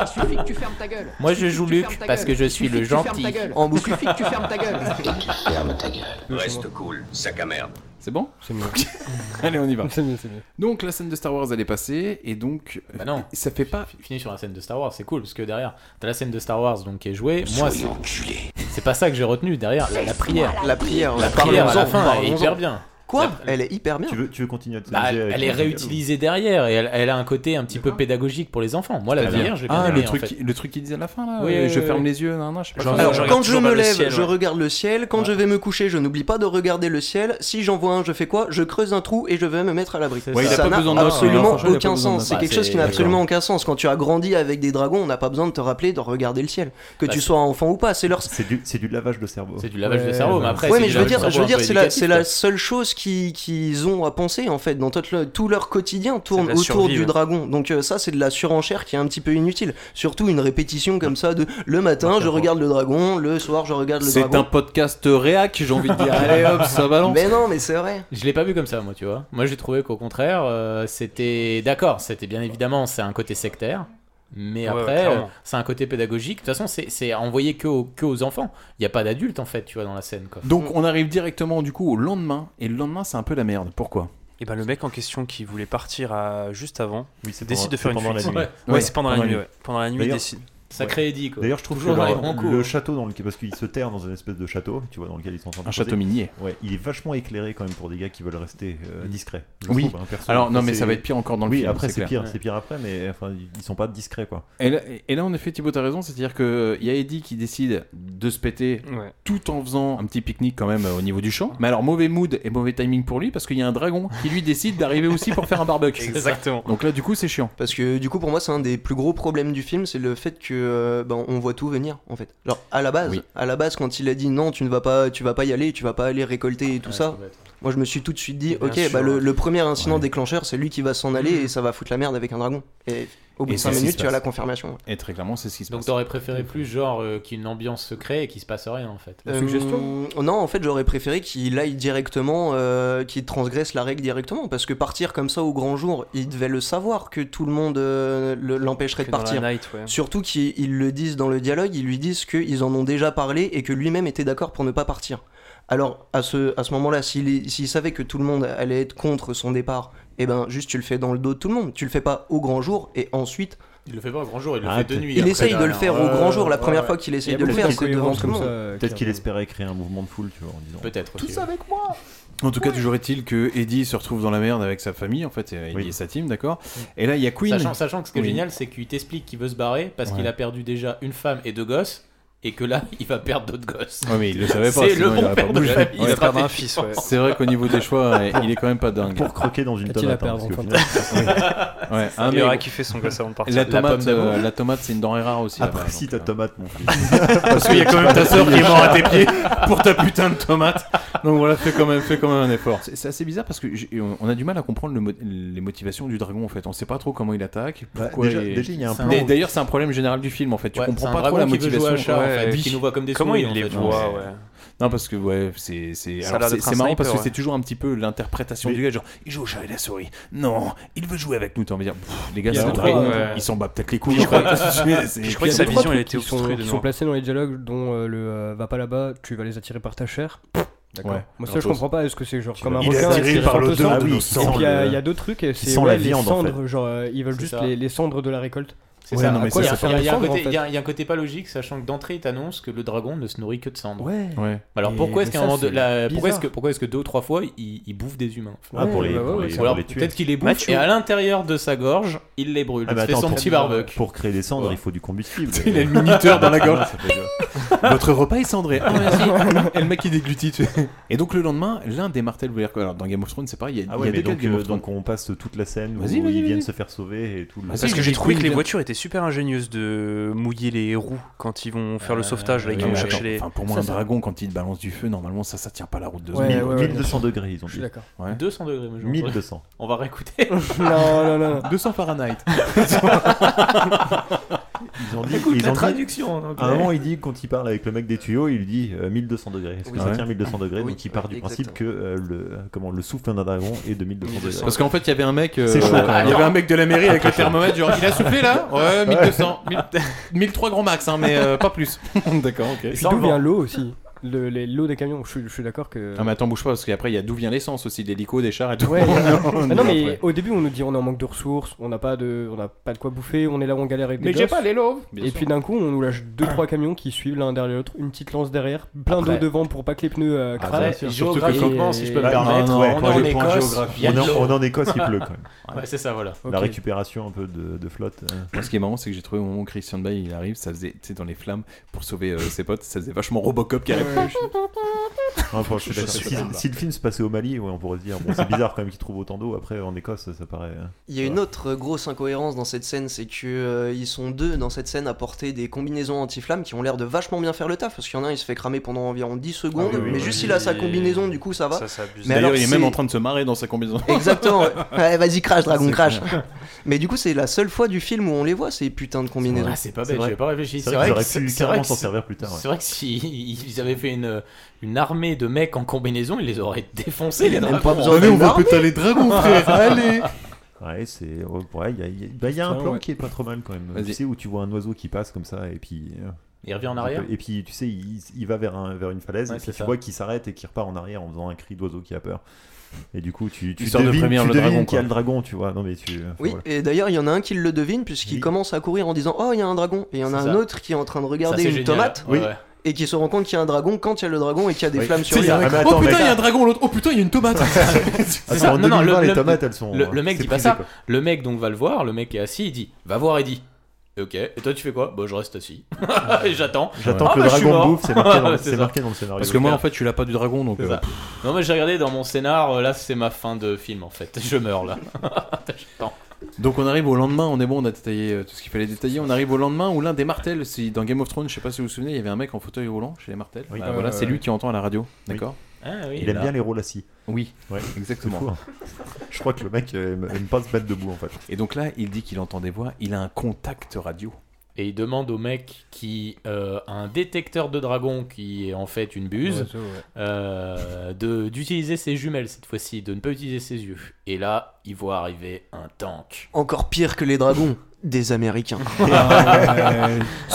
[SPEAKER 7] Il suffit que tu fermes ta gueule.
[SPEAKER 11] Moi je joue
[SPEAKER 7] Tu
[SPEAKER 11] Luc
[SPEAKER 7] fermes ta
[SPEAKER 11] parce
[SPEAKER 7] gueule.
[SPEAKER 11] que je
[SPEAKER 7] Il
[SPEAKER 11] suis
[SPEAKER 7] suffit que
[SPEAKER 11] le
[SPEAKER 7] tu fermes
[SPEAKER 11] gentil.
[SPEAKER 7] ta gueule.
[SPEAKER 11] En boucle.
[SPEAKER 7] Il suffit que tu fermes ta gueule.
[SPEAKER 3] Ferme ta gueule. Reste cool, sac à merde.
[SPEAKER 2] C'est bon
[SPEAKER 6] C'est mieux.
[SPEAKER 2] Allez, on y va.
[SPEAKER 6] C'est mieux, c'est mieux.
[SPEAKER 2] Donc la scène de Star Wars elle est passée et donc euh,
[SPEAKER 11] Bah non.
[SPEAKER 2] ça fait pas
[SPEAKER 11] fini sur la scène de Star Wars, c'est cool parce que derrière, t'as la scène de Star Wars donc qui est jouée. Moi,
[SPEAKER 2] Soyons
[SPEAKER 11] c'est c'est pas ça que j'ai retenu derrière la, la prière.
[SPEAKER 13] La prière,
[SPEAKER 11] la
[SPEAKER 13] ouais.
[SPEAKER 11] prière à la
[SPEAKER 13] Parlons-en,
[SPEAKER 11] fin elle est
[SPEAKER 13] parlons-en.
[SPEAKER 11] hyper bien.
[SPEAKER 13] Quoi Elle est hyper bien.
[SPEAKER 10] Tu veux, tu veux continuer à te
[SPEAKER 11] Bah,
[SPEAKER 10] s'amuser
[SPEAKER 11] elle,
[SPEAKER 10] avec
[SPEAKER 11] elle est
[SPEAKER 10] le-
[SPEAKER 11] réutilisée derrière et elle, elle a un côté un petit peu pédagogique pour les enfants. Moi, la
[SPEAKER 2] C'est-à-dire
[SPEAKER 11] prière, je l'ai bien
[SPEAKER 2] Ah,
[SPEAKER 11] aimée,
[SPEAKER 2] le
[SPEAKER 11] en
[SPEAKER 2] truc,
[SPEAKER 11] fait.
[SPEAKER 2] le truc qu'il disait à la fin là.
[SPEAKER 11] Oui,
[SPEAKER 2] euh,
[SPEAKER 11] oui,
[SPEAKER 2] je
[SPEAKER 11] oui,
[SPEAKER 2] ferme
[SPEAKER 11] oui.
[SPEAKER 2] les yeux, non, non, je sais pas.
[SPEAKER 11] Genre,
[SPEAKER 2] quoi.
[SPEAKER 13] Alors, quand je me lève, je regarde le ciel. Quand je vais me coucher, je n'oublie pas de regarder le ciel. Si j'en vois un, je fais quoi Je creuse un trou et je vais me mettre à l'abri.
[SPEAKER 2] Ouais, il a
[SPEAKER 13] ça
[SPEAKER 2] pas
[SPEAKER 13] n'a
[SPEAKER 2] besoin d'un- non,
[SPEAKER 13] absolument
[SPEAKER 2] franchement, il a pas
[SPEAKER 13] aucun
[SPEAKER 2] besoin d'un-
[SPEAKER 13] sens. C'est
[SPEAKER 2] Bah,
[SPEAKER 13] quelque
[SPEAKER 2] c'est-
[SPEAKER 13] chose qui n'a absolument
[SPEAKER 2] d'accord.
[SPEAKER 13] aucun sens. Quand tu as grandi avec des dragons, on n'a pas besoin de te rappeler de regarder le ciel. Que
[SPEAKER 10] Bah,
[SPEAKER 13] tu
[SPEAKER 10] c'est-
[SPEAKER 13] sois enfant ou pas, c'est leur
[SPEAKER 10] C'est du, c'est du lavage de cerveau.
[SPEAKER 11] C'est du lavage de cerveau, mais après,
[SPEAKER 13] ouais,
[SPEAKER 11] c'est
[SPEAKER 13] mais
[SPEAKER 11] du
[SPEAKER 13] je veux
[SPEAKER 11] lavage de
[SPEAKER 13] dire, je
[SPEAKER 11] cerveau
[SPEAKER 13] veux
[SPEAKER 11] un
[SPEAKER 13] dire,
[SPEAKER 11] peu
[SPEAKER 13] c'est la,
[SPEAKER 11] éducatif,
[SPEAKER 13] c'est la
[SPEAKER 11] quoi.
[SPEAKER 13] seule chose qui- qu'ils ont à penser en fait. Dans tout leur, tout leur quotidien tourne
[SPEAKER 12] la
[SPEAKER 13] autour
[SPEAKER 12] survie,
[SPEAKER 13] du
[SPEAKER 12] ouais.
[SPEAKER 13] dragon. Donc euh, ça, c'est de la surenchère qui est un petit peu inutile. Surtout une répétition comme ça de le matin, je regarde le dragon, le soir, je regarde le
[SPEAKER 2] C'est un
[SPEAKER 13] dragon.
[SPEAKER 2] podcast euh, réac, j'ai envie de dire. Allez hop, ça balance.
[SPEAKER 13] Mais non, mais c'est vrai.
[SPEAKER 11] Je l'ai pas vu comme ça, moi, tu vois. Moi, j'ai trouvé qu'au contraire, euh, c'était. D'accord, c'était bien évidemment, c'est un côté sectaire. Mais
[SPEAKER 12] Ouais, ouais,
[SPEAKER 11] après,
[SPEAKER 12] clairement.
[SPEAKER 11] euh, c'est un côté pédagogique. De toute façon, c'est- c'est envoyé que aux, que aux enfants. Il n'y a pas d'adultes, en fait, tu vois, dans la scène. Quoi.
[SPEAKER 2] Donc on arrive directement du coup au lendemain et le lendemain c'est un peu la merde. Pourquoi
[SPEAKER 12] Et ben le mec en question qui voulait partir à- juste avant
[SPEAKER 10] Oui, c'est
[SPEAKER 12] décide
[SPEAKER 10] pendant-
[SPEAKER 12] de faire
[SPEAKER 10] c'est
[SPEAKER 12] une
[SPEAKER 10] pendant la
[SPEAKER 12] fuite.
[SPEAKER 10] nuit.
[SPEAKER 12] Ouais,
[SPEAKER 10] Ouais,
[SPEAKER 12] ouais, c'est pendant, la nuit. ouais. Pendant la nuit, il
[SPEAKER 10] D'ailleurs-
[SPEAKER 12] décide.
[SPEAKER 11] Sacré Eddie, quoi.
[SPEAKER 10] D'ailleurs, je trouve que
[SPEAKER 11] Toujours dans les
[SPEAKER 10] leur-
[SPEAKER 11] bons coups,
[SPEAKER 10] le
[SPEAKER 11] hein.
[SPEAKER 10] château dans lequel parce qu'ils se terrent dans une espèce de château, tu vois, dans lequel ils sont en train de
[SPEAKER 2] Un château
[SPEAKER 10] poser.
[SPEAKER 2] minier.
[SPEAKER 10] Ouais, il est vachement éclairé quand même pour des gars qui veulent rester euh, discrets. je
[SPEAKER 2] Oui.
[SPEAKER 10] trouve, hein, perso.
[SPEAKER 2] Alors, non, mais
[SPEAKER 10] C'est-
[SPEAKER 2] ça va être pire encore dans le
[SPEAKER 10] oui,
[SPEAKER 2] film,
[SPEAKER 10] Après,
[SPEAKER 2] c'est
[SPEAKER 10] c'est
[SPEAKER 2] clair.
[SPEAKER 10] pire,
[SPEAKER 2] Ouais. Euh,
[SPEAKER 10] c'est pire après, mais enfin, ils sont pas discrets quoi.
[SPEAKER 2] Et là, et là, en effet, Thibaut, t'as raison, c'est-à-dire qu'il y a Eddie qui décide de se péter
[SPEAKER 12] Ouais.
[SPEAKER 2] tout en faisant un petit pique-nique quand même euh, au niveau du champ. Mais alors, mauvais mood et mauvais timing pour lui parce qu'il y a un dragon qui lui décide d'arriver aussi pour faire un barbecue.
[SPEAKER 12] Exactement.
[SPEAKER 2] Donc là, du coup, c'est chiant.
[SPEAKER 13] Parce que du coup, pour moi, c'est un des plus gros problèmes du film, c'est le fait que euh, ben, on voit tout venir en fait. Alors à la base,
[SPEAKER 2] Oui.
[SPEAKER 13] à la base, quand il a dit non, tu ne vas pas, tu vas pas y aller, tu vas pas aller récolter et tout ça. Moi, je me suis tout de suite dit,
[SPEAKER 6] Bien
[SPEAKER 13] ok,
[SPEAKER 6] sûr.
[SPEAKER 13] bah, le, le premier incident déclencheur, c'est lui qui va s'en aller et ça va foutre la merde avec un dragon. Et au bout
[SPEAKER 2] Mm. Et
[SPEAKER 13] de
[SPEAKER 2] c'est
[SPEAKER 13] 5
[SPEAKER 2] ce qui
[SPEAKER 13] minutes,
[SPEAKER 2] se
[SPEAKER 13] tu as
[SPEAKER 2] passe.
[SPEAKER 13] la confirmation.
[SPEAKER 2] Et très clairement, c'est ce qui se
[SPEAKER 11] Donc,
[SPEAKER 2] passe.
[SPEAKER 11] t'aurais préféré plus, genre, euh, qu'une ambiance se crée et qu'il se passe rien, en fait.
[SPEAKER 13] Euh, Non, en fait, j'aurais préféré qu'il aille directement, euh, qu'il transgresse la règle directement, parce que partir comme ça au grand jour, il devait le savoir que tout le monde euh, le- l'empêcherait de
[SPEAKER 12] Que dans la
[SPEAKER 13] partir.
[SPEAKER 12] night, ouais.
[SPEAKER 13] Surtout qu'ils ils le disent dans le dialogue, ils lui disent qu'ils en ont déjà parlé et que lui-même était d'accord pour ne pas partir. Alors, à ce, à ce moment-là, s'il est- s'il savait que tout le monde allait être contre son départ, eh ben, juste tu le fais dans le dos de tout le monde. Tu le fais pas au grand jour et ensuite.
[SPEAKER 11] Il le fait pas au grand jour, il le
[SPEAKER 10] Ah,
[SPEAKER 11] fait de
[SPEAKER 10] peut-être.
[SPEAKER 11] nuit.
[SPEAKER 13] Il
[SPEAKER 11] après,
[SPEAKER 13] essaye de le
[SPEAKER 11] derrière.
[SPEAKER 13] faire au
[SPEAKER 11] Ouais,
[SPEAKER 13] grand jour. La
[SPEAKER 11] ouais,
[SPEAKER 13] première
[SPEAKER 11] ouais.
[SPEAKER 13] fois qu'il
[SPEAKER 11] Il y
[SPEAKER 13] essaye
[SPEAKER 11] a
[SPEAKER 13] de le
[SPEAKER 11] beaucoup
[SPEAKER 13] faire,
[SPEAKER 11] de
[SPEAKER 13] c'est devant
[SPEAKER 11] cohérence
[SPEAKER 13] tout le
[SPEAKER 11] comme
[SPEAKER 13] monde.
[SPEAKER 11] ça,
[SPEAKER 10] Peut-être qu'il
[SPEAKER 11] clairement.
[SPEAKER 10] espérait créer un mouvement de foule, tu vois, en disant.
[SPEAKER 11] Peut-être aussi. ouais.
[SPEAKER 13] avec moi
[SPEAKER 2] En tout cas, toujours est-il que Eddie se retrouve dans la merde avec sa famille, en fait, et, Eddie et sa team, d'accord Et là, il y a Queen.
[SPEAKER 11] Sachant, sachant que ce qui est
[SPEAKER 2] Oui.
[SPEAKER 11] génial, c'est qu'il t'explique qu'il veut se barrer parce
[SPEAKER 2] Ouais.
[SPEAKER 11] qu'il a perdu déjà une femme et deux gosses. Et que là, il va perdre d'autres gosses.
[SPEAKER 2] Ouais, mais il le savait pas.
[SPEAKER 11] C'est
[SPEAKER 2] sinon
[SPEAKER 11] le
[SPEAKER 2] il
[SPEAKER 11] bon
[SPEAKER 2] aurait
[SPEAKER 11] père de
[SPEAKER 2] bougé.
[SPEAKER 11] famille.
[SPEAKER 2] Ouais,
[SPEAKER 11] stratégiquement.
[SPEAKER 2] C'est vrai qu'au niveau des choix, euh, il est quand même pas dingue.
[SPEAKER 10] Pour croquer dans une
[SPEAKER 6] Qu'a-t-il
[SPEAKER 10] tomate.
[SPEAKER 6] à
[SPEAKER 10] hein, parce
[SPEAKER 6] perdre,
[SPEAKER 10] qu'au
[SPEAKER 6] enfin
[SPEAKER 10] final-
[SPEAKER 2] Ouais,
[SPEAKER 12] C'est ça.
[SPEAKER 2] hein,
[SPEAKER 12] Il
[SPEAKER 2] mais-
[SPEAKER 12] aurait kiffé son gosse avant de partir.
[SPEAKER 2] La
[SPEAKER 12] La
[SPEAKER 2] tomate,
[SPEAKER 12] pomme d'amour.
[SPEAKER 2] euh, la tomate, c'est une denrée rare aussi. là-bas,
[SPEAKER 10] Apprécie
[SPEAKER 2] donc,
[SPEAKER 10] ta
[SPEAKER 2] euh.
[SPEAKER 10] tomate, mon fils.
[SPEAKER 2] Parce qu'il y a quand même ta sœur qui est morte à tes pieds pour ta putain de tomate. Donc voilà, fais quand même, fais quand même un effort. C'est c'est assez bizarre parce que j'ai- on- on a du mal à comprendre le mo- les motivations du dragon en fait. On sait pas trop comment il attaque.
[SPEAKER 10] Bah,
[SPEAKER 2] pourquoi
[SPEAKER 10] déjà-
[SPEAKER 2] il-
[SPEAKER 10] déjà, il y a un
[SPEAKER 2] C'est
[SPEAKER 10] plan
[SPEAKER 2] D'a-
[SPEAKER 10] où-
[SPEAKER 2] D'ailleurs, c'est un problème général du film en fait. Tu
[SPEAKER 11] Ouais,
[SPEAKER 2] comprends
[SPEAKER 11] c'est un
[SPEAKER 2] pas trop la
[SPEAKER 11] dragon qui veut jouer
[SPEAKER 2] motivation.
[SPEAKER 11] à chat, en fait,
[SPEAKER 2] Oui.
[SPEAKER 11] qui nous voit comme des
[SPEAKER 12] Comment
[SPEAKER 11] souris,
[SPEAKER 12] il
[SPEAKER 11] en
[SPEAKER 12] les
[SPEAKER 11] fait,
[SPEAKER 12] voit,
[SPEAKER 11] ouais.
[SPEAKER 12] ouais.
[SPEAKER 2] Non parce que ouais c'est c'est
[SPEAKER 12] Ça a
[SPEAKER 2] alors,
[SPEAKER 12] l'air
[SPEAKER 2] c'est
[SPEAKER 12] d'être
[SPEAKER 2] c'est
[SPEAKER 12] un
[SPEAKER 2] marrant
[SPEAKER 12] sniper,
[SPEAKER 2] parce que
[SPEAKER 12] ouais.
[SPEAKER 2] c'est toujours un petit peu l'interprétation du gars genre il joue au chat et la souris non il veut jouer avec nous t'as envie de dire pff, les gars
[SPEAKER 6] Il y a
[SPEAKER 2] c'est le
[SPEAKER 6] un truc,
[SPEAKER 2] dragon
[SPEAKER 6] ouais.
[SPEAKER 2] il s'en bat peut-être les couilles
[SPEAKER 6] Puis je crois
[SPEAKER 2] C'est- c'est-
[SPEAKER 6] puis je
[SPEAKER 12] crois que sa
[SPEAKER 6] qu'il y
[SPEAKER 12] vision,
[SPEAKER 6] a deux, trois
[SPEAKER 12] elle
[SPEAKER 6] trucs
[SPEAKER 12] était
[SPEAKER 6] qui sont-
[SPEAKER 12] obstruée de
[SPEAKER 6] Qui
[SPEAKER 12] noir.
[SPEAKER 6] sont placés dans les dialogues, dont euh, le euh, va pas là-bas, tu vas les attirer par ta chair. D'accord.
[SPEAKER 10] Ouais.
[SPEAKER 6] Moi, ça,
[SPEAKER 10] Grand
[SPEAKER 6] je
[SPEAKER 10] chose.
[SPEAKER 6] comprends pas. Est-ce que c'est genre
[SPEAKER 10] Tu
[SPEAKER 6] comme
[SPEAKER 10] vas-
[SPEAKER 6] un
[SPEAKER 10] Il est
[SPEAKER 6] requin
[SPEAKER 10] attiré
[SPEAKER 6] qui
[SPEAKER 10] par
[SPEAKER 6] sort de
[SPEAKER 10] l'odeur de Ah
[SPEAKER 6] sang
[SPEAKER 10] nos
[SPEAKER 6] Et
[SPEAKER 10] sangs,
[SPEAKER 6] puis il y a-
[SPEAKER 10] le-
[SPEAKER 6] il y, a deux trucs,
[SPEAKER 10] Il
[SPEAKER 6] c'est
[SPEAKER 10] sent
[SPEAKER 6] ouais,
[SPEAKER 10] la
[SPEAKER 6] les
[SPEAKER 10] viande, en
[SPEAKER 6] cendres,
[SPEAKER 10] fait. Ah,
[SPEAKER 6] genre euh, ils veulent
[SPEAKER 11] C'est
[SPEAKER 6] juste
[SPEAKER 11] ça.
[SPEAKER 6] les, les cendres de la récolte.
[SPEAKER 11] C'est
[SPEAKER 6] Ouais,
[SPEAKER 11] ça.
[SPEAKER 6] à
[SPEAKER 11] Après,
[SPEAKER 6] quoi
[SPEAKER 11] Il y
[SPEAKER 6] ça
[SPEAKER 11] a-
[SPEAKER 6] sert
[SPEAKER 11] il y a-
[SPEAKER 6] les
[SPEAKER 11] il y a un
[SPEAKER 6] cendres,
[SPEAKER 11] côté-
[SPEAKER 6] en
[SPEAKER 11] il y
[SPEAKER 6] fait
[SPEAKER 11] a- il y a un côté pas logique, sachant que d'entrée, il t'annonce que le dragon ne se nourrit que de cendres.
[SPEAKER 6] Ouais.
[SPEAKER 2] Ouais.
[SPEAKER 11] Alors
[SPEAKER 6] Et-
[SPEAKER 11] pourquoi est-ce
[SPEAKER 6] mais
[SPEAKER 11] qu'à
[SPEAKER 6] ça,
[SPEAKER 11] un moment de-
[SPEAKER 6] c'est
[SPEAKER 11] la- pourquoi est-ce
[SPEAKER 6] bizarre.
[SPEAKER 11] que pourquoi est-ce que deux ou trois fois il, il bouffe des humains en fait
[SPEAKER 10] Ah, pour les- Ouais, pour ouais, les- ouais, pour
[SPEAKER 11] Ou alors
[SPEAKER 10] les tuer.
[SPEAKER 11] peut-être qu'il les bouffe
[SPEAKER 10] Macho.
[SPEAKER 11] et à l'intérieur de sa gorge il les brûle.
[SPEAKER 10] Ah,
[SPEAKER 11] il
[SPEAKER 10] mais
[SPEAKER 11] fait
[SPEAKER 10] attends,
[SPEAKER 11] son
[SPEAKER 10] pour-
[SPEAKER 11] petit barbecue.
[SPEAKER 10] Pour créer des cendres, il faut du combustible. Ah,
[SPEAKER 2] Il a le minuteur dans la gorge.
[SPEAKER 10] Ça fait dur.
[SPEAKER 2] Votre repas est cendré. Ah, merci. Et le mec il déglutit. tu sais. Et donc le lendemain, l'un des martels voulait Alors dans Game of Thrones, c'est pareil, il y a,
[SPEAKER 10] Ah
[SPEAKER 2] il y
[SPEAKER 10] ouais,
[SPEAKER 2] a
[SPEAKER 10] mais
[SPEAKER 2] des gars de
[SPEAKER 10] donc,
[SPEAKER 2] Game
[SPEAKER 10] euh,
[SPEAKER 2] of Thrones.
[SPEAKER 10] donc on passe toute la scène où
[SPEAKER 2] Vas-y, vas-y,
[SPEAKER 10] ils viennent
[SPEAKER 2] vas-y.
[SPEAKER 10] se faire sauver et tout. le-
[SPEAKER 2] Vas-y,
[SPEAKER 12] Parce que
[SPEAKER 2] vas-y,
[SPEAKER 12] j'ai trouvé que les
[SPEAKER 2] Queen.
[SPEAKER 12] voitures étaient super ingénieuses de mouiller les roues quand ils vont faire le sauvetage, là, ils
[SPEAKER 2] Non,
[SPEAKER 12] vont
[SPEAKER 2] mais
[SPEAKER 12] chercher
[SPEAKER 2] attends,
[SPEAKER 12] les.
[SPEAKER 2] enfin, pour moi,
[SPEAKER 12] Ça,
[SPEAKER 2] un
[SPEAKER 12] ça-
[SPEAKER 2] dragon, quand il te balance du feu, normalement, ça, ça tient pas la route de
[SPEAKER 6] Ouais,
[SPEAKER 2] mille-
[SPEAKER 6] ouais, ouais,
[SPEAKER 10] 1200 degrés, ils ont
[SPEAKER 6] Je suis
[SPEAKER 10] dit.
[SPEAKER 6] d'accord.
[SPEAKER 2] Ouais.
[SPEAKER 11] 200 Euh, degrés, moi, je
[SPEAKER 10] 1200.
[SPEAKER 11] On va réécouter.
[SPEAKER 6] non, non, non. non.
[SPEAKER 2] 200 Fahrenheit.
[SPEAKER 10] Ils ont dit,
[SPEAKER 11] Écoute
[SPEAKER 10] ils
[SPEAKER 11] la
[SPEAKER 10] ont dit-
[SPEAKER 11] traduction en anglais.
[SPEAKER 10] À un moment, il dit, quand il parle avec le mec des tuyaux, il lui dit euh, 1200 degrés. Est-ce que
[SPEAKER 13] Oui.
[SPEAKER 10] ça
[SPEAKER 2] Ouais.
[SPEAKER 10] tient 1200 degrés
[SPEAKER 13] Oui,
[SPEAKER 10] Donc il part
[SPEAKER 13] oui,
[SPEAKER 10] du principe que euh, le, comment, le souffle d'un dragon est de 1200 degrés.
[SPEAKER 2] Parce qu'en fait, il y avait un mec. euh,
[SPEAKER 10] C'est chaud, quand même.
[SPEAKER 2] Il y avait un mec de la mairie avec le thermomètre, genre, il a soufflé là Ouais, 1200. 1000 1003 grands max, hein, mais euh, pas plus. D'accord, ok.
[SPEAKER 6] Puis d'où vient l'eau aussi Le, les lots des camions, je, suis- je suis d'accord que.
[SPEAKER 2] Ah, mais attends, bouge pas, parce qu'après, il y a d'où vient l'essence aussi, de l'hélico, des chars et tout.
[SPEAKER 6] Ouais, il y a- Ah non, mais
[SPEAKER 2] après.
[SPEAKER 6] au début on nous dit on est en manque de ressources, on n'a pas de, on n'a pas de quoi bouffer, on est là on galère avec des
[SPEAKER 7] Mais j'ai
[SPEAKER 6] gosses.
[SPEAKER 7] pas les loaves. Bien
[SPEAKER 6] Et
[SPEAKER 7] sûr.
[SPEAKER 6] puis d'un coup on nous lâche deux trois camions qui suivent l'un derrière l'autre, une petite lance derrière, plein d'eau
[SPEAKER 11] Après-
[SPEAKER 6] devant pour pas que les pneus euh,
[SPEAKER 11] Ah,
[SPEAKER 6] crament.
[SPEAKER 11] bien sûr. Surtout que campement, si je peux me permettre, on est en Écosse, il y a
[SPEAKER 10] On est
[SPEAKER 11] de l'eau.
[SPEAKER 10] en- on est en Écosse, il pleut quand même.
[SPEAKER 11] Ouais, c'est ça, voilà.
[SPEAKER 10] La
[SPEAKER 11] Ok.
[SPEAKER 10] récupération un peu de, de flotte. euh.
[SPEAKER 2] Moi, ce qui est marrant, c'est que j'ai trouvé au moment où Christian Bay il arrive, ça faisait, tu sais, dans les flammes, pour sauver euh, ses potes, ça faisait vachement Robocop qui arrive.
[SPEAKER 6] Ouais, je-
[SPEAKER 10] Ah, franchement, je suis
[SPEAKER 2] Je
[SPEAKER 10] d'accord.
[SPEAKER 2] suis
[SPEAKER 10] Si-
[SPEAKER 2] d'accord.
[SPEAKER 10] Si le film se passait au Mali, ouais, on pourrait se dire, bon, c'est bizarre quand même qu'ils trouvent autant d'eau. Après, en Écosse, ça, ça paraît. euh,
[SPEAKER 13] Il y a une autre grosse incohérence dans cette scène, c'est que euh, ils sont deux dans cette scène à porter des combinaisons anti-flammes qui ont l'air de vachement bien faire le taf, parce qu'il y en a un il se fait cramer pendant environ 10 secondes,
[SPEAKER 2] Ah oui, oui,
[SPEAKER 13] mais
[SPEAKER 2] oui.
[SPEAKER 13] juste il a sa combinaison du coup ça va.
[SPEAKER 2] Ça, ça abuse.
[SPEAKER 13] Mais
[SPEAKER 2] D'ailleurs,
[SPEAKER 13] alors,
[SPEAKER 2] il est même
[SPEAKER 13] c'est-
[SPEAKER 2] en train de se marrer dans sa combinaison.
[SPEAKER 13] Exactement. ouais. Ouais, vas-y crash Dragon
[SPEAKER 2] C'est
[SPEAKER 13] crash.
[SPEAKER 2] clair.
[SPEAKER 13] Mais du coup c'est la seule fois du film où on les voit ces putains de combinaisons.
[SPEAKER 11] Ouais, c'est pas bête, j'avais pas réfléchi. C'est vrai, que c'est- c'est vrai que c'est- C'est vrai que s'ils ils avaient fait une, une armée de mecs en combinaison, ils les auraient défoncés, les dragons.
[SPEAKER 2] Ah,
[SPEAKER 10] Ouais, c'est. ouais, ouais, il y a, il y a- bah, il y a un
[SPEAKER 11] Putain,
[SPEAKER 10] plan
[SPEAKER 11] ouais.
[SPEAKER 10] qui est pas trop mal quand même.
[SPEAKER 11] Vas-y.
[SPEAKER 10] Tu sais, où tu vois un oiseau qui passe comme ça et puis. euh,
[SPEAKER 11] Il revient en arrière
[SPEAKER 10] Et puis, tu sais, il, il va vers, un- vers une falaise
[SPEAKER 11] Ouais,
[SPEAKER 10] et puis
[SPEAKER 11] c'est
[SPEAKER 10] tu
[SPEAKER 11] ça.
[SPEAKER 10] vois qu'il s'arrête et qu'il repart en arrière en faisant un cri d'oiseau qui a peur. Et du coup, tu, tu
[SPEAKER 2] Histoire de
[SPEAKER 10] devines,
[SPEAKER 2] prévenir
[SPEAKER 10] tu
[SPEAKER 2] le
[SPEAKER 10] devines
[SPEAKER 2] dragon,
[SPEAKER 10] qu'il y
[SPEAKER 2] quoi.
[SPEAKER 10] a le dragon, tu vois. Non, mais tu. enfin,
[SPEAKER 13] Oui,
[SPEAKER 10] voilà.
[SPEAKER 13] et d'ailleurs, il y en a un qui le devine, puisqu'il commence à courir en disant Oh, il y a un dragon. Et il y en a
[SPEAKER 10] C'est
[SPEAKER 13] un
[SPEAKER 10] ça.
[SPEAKER 13] autre qui est en train de regarder
[SPEAKER 10] Ça,
[SPEAKER 13] une
[SPEAKER 10] c'est génial.
[SPEAKER 13] tomate.
[SPEAKER 10] Oui. Ah,
[SPEAKER 13] Et qui se rend compte qu'il y a un dragon quand il y a le dragon et qu'il y a des
[SPEAKER 10] Oui.
[SPEAKER 13] flammes sur
[SPEAKER 10] C'est
[SPEAKER 13] lui.
[SPEAKER 10] ça. Ah, mais attends,
[SPEAKER 2] Oh putain,
[SPEAKER 10] mais-
[SPEAKER 2] il y a un dragon, l'autre. Oh putain, il y a une tomate.
[SPEAKER 10] Attends, en 2020, les tomates, elles sont,
[SPEAKER 11] Le,
[SPEAKER 10] euh,
[SPEAKER 11] le mec
[SPEAKER 10] c'est
[SPEAKER 11] dit pas
[SPEAKER 10] privé,
[SPEAKER 11] ça.
[SPEAKER 10] quoi.
[SPEAKER 11] Le mec donc va le voir, le mec est assis, il dit Va voir Eddie. Ok, et toi tu fais quoi Bah je reste assis. et j'attends.
[SPEAKER 10] J'attends
[SPEAKER 11] Ah,
[SPEAKER 10] que le
[SPEAKER 11] bah, je suis
[SPEAKER 10] dragon
[SPEAKER 11] mort.
[SPEAKER 10] bouffe, c'est marqué dans- c'est
[SPEAKER 11] ça.
[SPEAKER 10] marqué dans le scénario.
[SPEAKER 2] Parce que moi, en fait, je suis la patte du dragon, donc.
[SPEAKER 11] C'est
[SPEAKER 2] euh,
[SPEAKER 11] ça. Non, moi j'ai regardé dans mon scénar, euh, là c'est ma fin de film en fait. Je meurs là. J'attends.
[SPEAKER 2] Donc on arrive au lendemain, on est bon, on a détaillé euh, tout ce qu'il fallait détailler. On arrive au lendemain où l'un des Martels, si dans Game of Thrones, je sais pas si vous vous souvenez, il y avait un mec en fauteuil roulant chez les Martels.
[SPEAKER 10] Oui.
[SPEAKER 2] Bah,
[SPEAKER 10] Euh,
[SPEAKER 2] voilà, c'est
[SPEAKER 10] ouais.
[SPEAKER 2] lui qui entend à la radio, d'accord
[SPEAKER 11] Ah oui,
[SPEAKER 10] il aime
[SPEAKER 11] là.
[SPEAKER 10] bien les rôles assis.
[SPEAKER 2] Oui,
[SPEAKER 10] Ouais.
[SPEAKER 2] exactement.
[SPEAKER 10] C'est fou, hein. Je crois que le mec euh, aime, aime pas se mettre debout en fait.
[SPEAKER 2] Et donc là, il dit qu'il entend des voix, il a un contact radio.
[SPEAKER 11] Et il demande au mec qui euh, a un détecteur de dragon qui est en fait une buse
[SPEAKER 6] Ouais, ça, ouais.
[SPEAKER 11] euh, de- d'utiliser ses jumelles cette fois-ci, de ne pas utiliser ses yeux. Et là, il voit arriver un tank.
[SPEAKER 13] Encore pire que les dragons, des Américains.
[SPEAKER 11] Ah,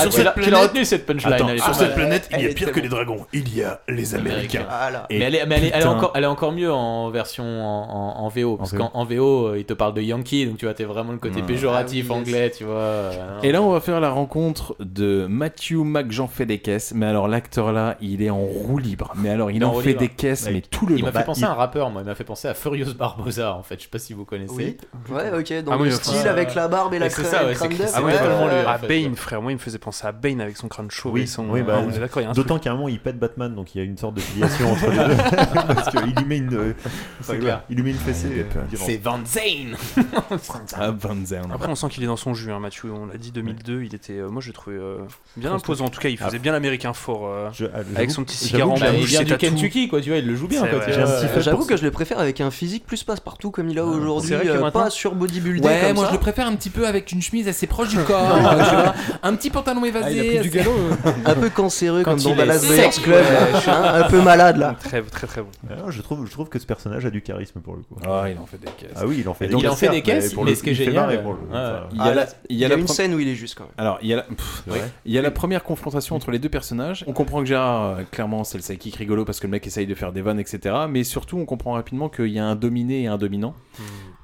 [SPEAKER 11] tu l'as- tu l'as retenu cette punchline
[SPEAKER 2] Attends,
[SPEAKER 11] elle est
[SPEAKER 2] sur
[SPEAKER 11] pas
[SPEAKER 2] cette
[SPEAKER 11] mal.
[SPEAKER 2] planète, il y a
[SPEAKER 11] Elle est
[SPEAKER 2] pire que
[SPEAKER 11] tellement-
[SPEAKER 2] les dragons, il y a les Américains.
[SPEAKER 13] Voilà.
[SPEAKER 11] Mais, elle est, mais elle, est, elle est
[SPEAKER 2] putain.
[SPEAKER 11] encore, elle est encore mieux en version en, en- en VO. Parce
[SPEAKER 2] En
[SPEAKER 11] qu'en en VO, euh, ils te parlent de Yankee, donc tu vois, t'es vraiment le côté
[SPEAKER 2] Ouais.
[SPEAKER 11] péjoratif anglais, tu vois. euh,
[SPEAKER 2] Et là, on va faire la rencontre de Matthew McJean fait des caisses. Mais alors, l'acteur là, il est en roue libre. Mais alors, il en
[SPEAKER 11] Roue
[SPEAKER 2] fait
[SPEAKER 11] libre.
[SPEAKER 2] des caisses, mais tout le
[SPEAKER 11] Il
[SPEAKER 2] long.
[SPEAKER 11] m'a fait
[SPEAKER 2] Bah,
[SPEAKER 11] penser
[SPEAKER 2] il-
[SPEAKER 11] à un rappeur, moi. Il m'a fait penser à Furious Barbosa, en fait. Je sais pas si vous connaissez.
[SPEAKER 13] Oui. Ouais, ok, dans
[SPEAKER 12] Ah
[SPEAKER 13] le
[SPEAKER 12] oui,
[SPEAKER 13] style
[SPEAKER 12] enfin,
[SPEAKER 13] avec la barbe et la
[SPEAKER 11] c'est
[SPEAKER 13] crème.
[SPEAKER 11] ça,
[SPEAKER 13] et
[SPEAKER 11] ouais,
[SPEAKER 13] le crâne
[SPEAKER 11] c'est-
[SPEAKER 13] d'œuf.
[SPEAKER 11] c'est
[SPEAKER 12] Ah ouais,
[SPEAKER 11] totalement lui, en
[SPEAKER 12] à
[SPEAKER 11] fait,
[SPEAKER 12] Bane, frère, moi il me faisait penser à Bane avec son crâne chaud et son.
[SPEAKER 10] oui, bah,
[SPEAKER 12] Ah, on est d'accord, il y a un
[SPEAKER 10] D'autant
[SPEAKER 12] truc.
[SPEAKER 10] qu'il y a un moment, il pète Batman, donc il y a une sorte de filiation entre les deux. Parce qu'il lui met une. euh,
[SPEAKER 11] C'est
[SPEAKER 10] enfin,
[SPEAKER 11] clair.
[SPEAKER 10] ouais, Il lui met une fessée. euh, violente.
[SPEAKER 11] C'est Van Zane
[SPEAKER 2] Ah, Van Zane.
[SPEAKER 12] Après, on sent qu'il est dans son jus, hein, Mathieu. On l'a dit 2002, il était. euh, moi, je l'ai trouvé euh, bien imposant. En tout cas, il faisait bien l'américain fort. euh, avec son petit cigare en
[SPEAKER 11] Bah, il
[SPEAKER 12] bouche,
[SPEAKER 11] vient
[SPEAKER 12] ses
[SPEAKER 11] du
[SPEAKER 12] tatous.
[SPEAKER 11] Kentucky, quoi. Tu vois, il le joue bien,
[SPEAKER 12] C'est
[SPEAKER 11] quoi.
[SPEAKER 12] vrai.
[SPEAKER 11] tu
[SPEAKER 12] J'ai un
[SPEAKER 11] vois.
[SPEAKER 12] petit
[SPEAKER 11] Ouais.
[SPEAKER 12] fait
[SPEAKER 13] J'avoue que je le préfère avec un physique plus passe-partout comme il a aujourd'hui,
[SPEAKER 11] c'est vrai que
[SPEAKER 13] euh,
[SPEAKER 11] maintenant-
[SPEAKER 13] pas sur bodybuildé
[SPEAKER 2] Ouais,
[SPEAKER 13] comme
[SPEAKER 2] moi
[SPEAKER 13] ça. Ah,
[SPEAKER 2] je le préfère un petit peu avec une chemise assez proche du corps. tu vois. Un petit pantalon évasé. assez-
[SPEAKER 13] un peu cancéreux
[SPEAKER 2] Quand
[SPEAKER 13] comme dans
[SPEAKER 2] il est
[SPEAKER 13] Dallas
[SPEAKER 2] sec,
[SPEAKER 13] Buyers Club,
[SPEAKER 2] ouais, je-
[SPEAKER 13] hein, un peu malade là.
[SPEAKER 12] Très, très, très bon.
[SPEAKER 10] Ah, je, trouve, je trouve que ce personnage a du charisme pour le coup.
[SPEAKER 2] Ah, il en fait des caisses.
[SPEAKER 10] Ah oui, il en fait
[SPEAKER 2] Et
[SPEAKER 10] des
[SPEAKER 2] donc,
[SPEAKER 10] caisses.
[SPEAKER 2] il en fait des
[SPEAKER 10] certes, mais
[SPEAKER 2] caisses,
[SPEAKER 10] pour
[SPEAKER 2] mais
[SPEAKER 10] le
[SPEAKER 2] ce
[SPEAKER 10] coup,
[SPEAKER 2] que
[SPEAKER 10] il fait
[SPEAKER 2] j'ai-
[SPEAKER 10] marrer
[SPEAKER 2] ouais,
[SPEAKER 10] pour le-
[SPEAKER 2] ouais.
[SPEAKER 10] enfin,
[SPEAKER 2] Il y
[SPEAKER 13] Ah,
[SPEAKER 2] a
[SPEAKER 13] là,
[SPEAKER 2] la- il
[SPEAKER 13] il
[SPEAKER 2] y
[SPEAKER 13] y
[SPEAKER 2] a
[SPEAKER 13] a,
[SPEAKER 2] la
[SPEAKER 13] une
[SPEAKER 2] pre-
[SPEAKER 13] scène où il est juste quand même.
[SPEAKER 2] Alors, il y a la, pff,
[SPEAKER 13] Ouais.
[SPEAKER 2] ouais. Il y a la première confrontation entre les deux personnages. On comprend que Gérard, euh, clairement, c'est le psychique rigolo parce que le mec essaye de faire des vannes, etc. Mais surtout, on comprend rapidement qu'il y a un dominé et un dominant.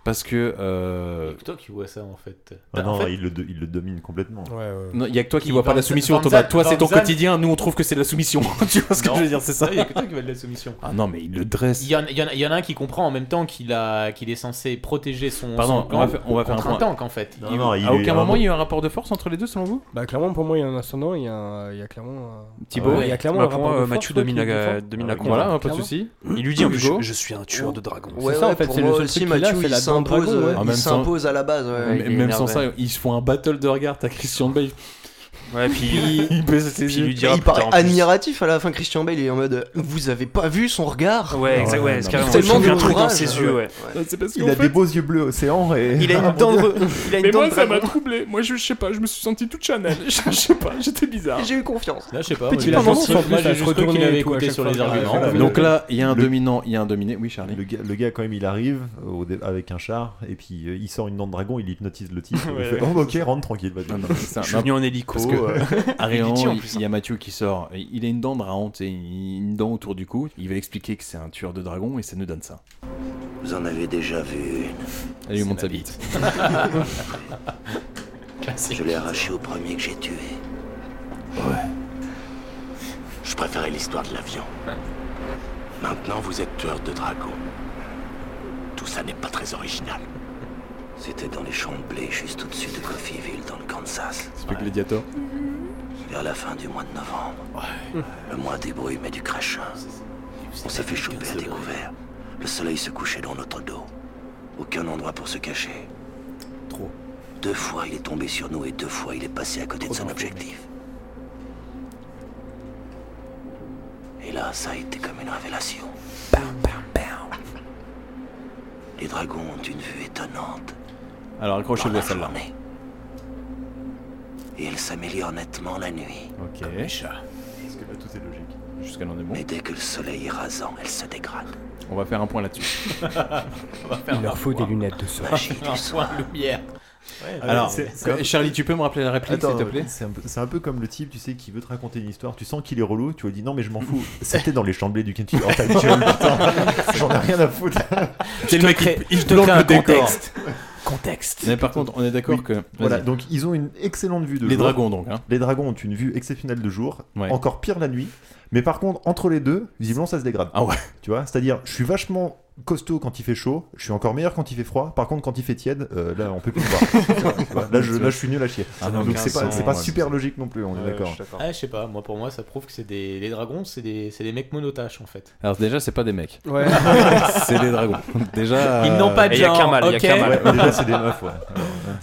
[SPEAKER 2] Parce que. euh,
[SPEAKER 11] C'est toi qui vois ça, en fait.
[SPEAKER 10] Ah
[SPEAKER 11] En
[SPEAKER 10] non,
[SPEAKER 11] fait,
[SPEAKER 10] il le, do- il le domine complètement.
[SPEAKER 2] non, Il y a que toi qui
[SPEAKER 11] Il-
[SPEAKER 2] vois pas
[SPEAKER 11] Van-
[SPEAKER 2] la soumission,
[SPEAKER 11] Van
[SPEAKER 2] Thomas.
[SPEAKER 11] Zandt-
[SPEAKER 2] Toi, c'est
[SPEAKER 11] Van
[SPEAKER 2] ton
[SPEAKER 11] Zandt-
[SPEAKER 2] quotidien. Nous, on trouve que c'est de la soumission. tu vois ce que
[SPEAKER 11] Non.
[SPEAKER 2] je veux dire C'est ça
[SPEAKER 11] Il y a que toi qui vois de la soumission.
[SPEAKER 2] Ah non, mais il le dresse.
[SPEAKER 11] Il y, en, il y en a- il y en a un qui comprend en même temps qu'il a qu'il est censé protéger son.
[SPEAKER 2] Pardon,
[SPEAKER 11] son
[SPEAKER 2] on va
[SPEAKER 11] gang
[SPEAKER 2] faire, on va faire un
[SPEAKER 11] contre
[SPEAKER 2] point.
[SPEAKER 11] tank en fait. Il-
[SPEAKER 2] à aucun moment, il y a eu un rapport de force entre les deux, selon vous
[SPEAKER 6] Bah clairement pour moi il y a un ascendant, il y a, un- il y a clairement. un-
[SPEAKER 2] Thibaut
[SPEAKER 6] Ouais, il y a clairement
[SPEAKER 12] Bah,
[SPEAKER 6] un
[SPEAKER 12] pour
[SPEAKER 6] rapport
[SPEAKER 12] moi,
[SPEAKER 6] de
[SPEAKER 12] euh,
[SPEAKER 6] force,
[SPEAKER 12] Mathieu
[SPEAKER 6] ouais,
[SPEAKER 12] domine
[SPEAKER 6] qui- qui
[SPEAKER 12] la,
[SPEAKER 6] est Ah fort.
[SPEAKER 12] domine la
[SPEAKER 6] Ouais,
[SPEAKER 12] combat.
[SPEAKER 2] Voilà, pas de souci. Ah,
[SPEAKER 12] Il lui dit en plus
[SPEAKER 2] Hugo
[SPEAKER 12] je, je suis un tueur de dragons.
[SPEAKER 13] Ouais,
[SPEAKER 6] ça, en
[SPEAKER 13] ouais,
[SPEAKER 6] fait,
[SPEAKER 13] pour
[SPEAKER 6] c'est le
[SPEAKER 13] moi
[SPEAKER 6] seul
[SPEAKER 13] aussi,
[SPEAKER 6] truc qu'il a,
[SPEAKER 13] Mathieu,
[SPEAKER 6] c'est
[SPEAKER 13] il
[SPEAKER 6] la dent de dragon,
[SPEAKER 13] s'impose,
[SPEAKER 6] ouais.
[SPEAKER 13] euh,
[SPEAKER 2] Ah,
[SPEAKER 13] il
[SPEAKER 2] même sans-
[SPEAKER 13] s'impose à la base. ouais,
[SPEAKER 2] Mais-
[SPEAKER 13] il est
[SPEAKER 2] Même sans ça,
[SPEAKER 13] énervé.
[SPEAKER 2] ils se font un battle de regard. T'as Christian Bale.
[SPEAKER 12] Ouais, puis
[SPEAKER 2] il baisse ses
[SPEAKER 12] puis il
[SPEAKER 2] yeux.
[SPEAKER 12] lui dira
[SPEAKER 13] il paraît
[SPEAKER 12] putain, en plus.
[SPEAKER 13] admiratif à la fin. Christian Bale, il est en mode euh, Vous avez pas vu son regard
[SPEAKER 12] Ouais, exact, ouais, c'est carrément.
[SPEAKER 13] Tellement
[SPEAKER 12] Il y a un truc dans
[SPEAKER 13] d'ouvrage.
[SPEAKER 12] ses yeux, ouais.
[SPEAKER 10] Il a des beaux yeux bleus océan et.
[SPEAKER 12] Il a une dent de- il a une
[SPEAKER 5] Mais
[SPEAKER 12] dent
[SPEAKER 5] moi,
[SPEAKER 12] de
[SPEAKER 5] ça m'a
[SPEAKER 12] dragon.
[SPEAKER 5] troublé. Moi, je je sais pas, je me suis senti toute Chanel. Je sais pas, j'étais bizarre.
[SPEAKER 13] J'ai eu confiance.
[SPEAKER 11] Là, je sais pas.
[SPEAKER 5] Petit
[SPEAKER 11] moi, j'ai
[SPEAKER 5] pendant,
[SPEAKER 11] juste-
[SPEAKER 5] en
[SPEAKER 11] moi,
[SPEAKER 5] plus,
[SPEAKER 11] j'ai
[SPEAKER 5] à
[SPEAKER 11] juste
[SPEAKER 5] se
[SPEAKER 11] cru qu'il
[SPEAKER 5] retourner
[SPEAKER 11] avait
[SPEAKER 5] et tout,
[SPEAKER 11] écouté
[SPEAKER 5] à chaque
[SPEAKER 11] sur les
[SPEAKER 5] fois.
[SPEAKER 11] arguments.
[SPEAKER 10] Ouais, ouais,
[SPEAKER 2] Donc
[SPEAKER 10] Le-
[SPEAKER 2] là, il y a un
[SPEAKER 10] Ah, le-
[SPEAKER 2] dominant, il y a un dominé. Oui, Charlie.
[SPEAKER 10] Le gars, le gars, quand même, il arrive au dé- avec un char et puis euh, il sort une dent de dragon, il hypnotise le type. il
[SPEAKER 12] Ouais, ouais.
[SPEAKER 10] fait, oh, bah, ok, rentre tranquille, vas-y.
[SPEAKER 2] Non, non, c'est ça.
[SPEAKER 12] Je suis
[SPEAKER 2] Non,
[SPEAKER 12] venu en hélico,
[SPEAKER 2] Parce que
[SPEAKER 10] euh,
[SPEAKER 2] Arian,
[SPEAKER 10] Diti, en
[SPEAKER 2] il
[SPEAKER 10] plus,
[SPEAKER 2] il y a Mathieu qui sort. Il a une dent de Raon, tu sais, une dent autour du cou. Il va expliquer que c'est un tueur de dragon et ça nous donne ça.
[SPEAKER 4] Vous en avez déjà vu une.
[SPEAKER 2] Elle lui montre sa bite.
[SPEAKER 4] Je l'ai arraché au premier que j'ai tué.
[SPEAKER 14] Je préférais l'histoire de l'avion. Maintenant, vous êtes tueur de dragons. Tout ça n'est pas très original.
[SPEAKER 4] C'était dans les champs de blé juste au-dessus de Coffeeville dans le Kansas.
[SPEAKER 10] Gladiator.
[SPEAKER 4] Vers la fin du mois de novembre. Le mois des brumes et du crachin. On s'est fait choper à découvert. Le soleil se couchait dans notre dos. Aucun endroit pour se cacher. Trop. Deux fois il est tombé sur nous et deux fois il est passé à côté de son objectif. Et là, ça a été comme une révélation. Les dragons ont une vue étonnante
[SPEAKER 2] Alors accrochez-vous à celle-là.
[SPEAKER 4] et ils s'améliorent nettement la nuit.
[SPEAKER 2] Ok.
[SPEAKER 10] Parce que là, tout est logique.
[SPEAKER 2] Jusqu'à l'en est bon.
[SPEAKER 4] Mais dès que le soleil est rasant, elle se dégrade.
[SPEAKER 2] On va faire un point là-dessus.
[SPEAKER 6] Il leur faut des lunettes de soleil.
[SPEAKER 11] lumière.
[SPEAKER 2] Alors, c'est- Charlie, tu peux me rappeler la réplique,
[SPEAKER 10] Attends,
[SPEAKER 2] s'il te plaît
[SPEAKER 10] C'est un, peu- c'est un peu comme le type, tu sais, qui veut te raconter une histoire. Tu sens qu'il est relou, tu lui dis non, mais je m'en fous. C'était dans les chamblés du Kentucky. Oh, ta gueule, putain. J'en ai rien à foutre.
[SPEAKER 11] C'est le mec qui il te crée un contexte. Contexte.
[SPEAKER 2] Mais par contre, on est d'accord
[SPEAKER 10] Oui.
[SPEAKER 2] que.
[SPEAKER 10] Voilà,
[SPEAKER 2] Vas-y.
[SPEAKER 10] donc ils ont une excellente vue de
[SPEAKER 2] Les
[SPEAKER 10] jour.
[SPEAKER 2] dragons, donc, hein.
[SPEAKER 10] Les dragons ont une vue exceptionnelle de jour,
[SPEAKER 2] Ouais.
[SPEAKER 10] encore pire la nuit. Mais par contre, entre les deux, visiblement ça se dégrade.
[SPEAKER 2] Ah ouais.
[SPEAKER 10] Tu vois, c'est-à-dire, je suis vachement costaud quand il fait chaud, je suis encore meilleur quand il fait froid. Par contre, quand il fait tiède, euh, là on peut plus me voir. Tu vois, là, je, là, je suis nul à chier.
[SPEAKER 11] Ah non,
[SPEAKER 10] donc
[SPEAKER 11] aucun
[SPEAKER 10] c'est pas,
[SPEAKER 11] sens,
[SPEAKER 10] c'est pas
[SPEAKER 11] ouais.
[SPEAKER 10] super logique non plus, on est d'accord.
[SPEAKER 11] Ah, je sais pas, moi pour moi ça prouve que c'est des les dragons, c'est des c'est des mecs monotaches en fait.
[SPEAKER 2] Alors, déjà, c'est pas des mecs.
[SPEAKER 11] Ouais.
[SPEAKER 2] c'est des dragons. Déjà.
[SPEAKER 11] Ils n'ont pas de Et y a genre, qu'un mâle, y a ok. qu'un mâle.
[SPEAKER 10] Ouais, déjà, c'est des meufs, ouais.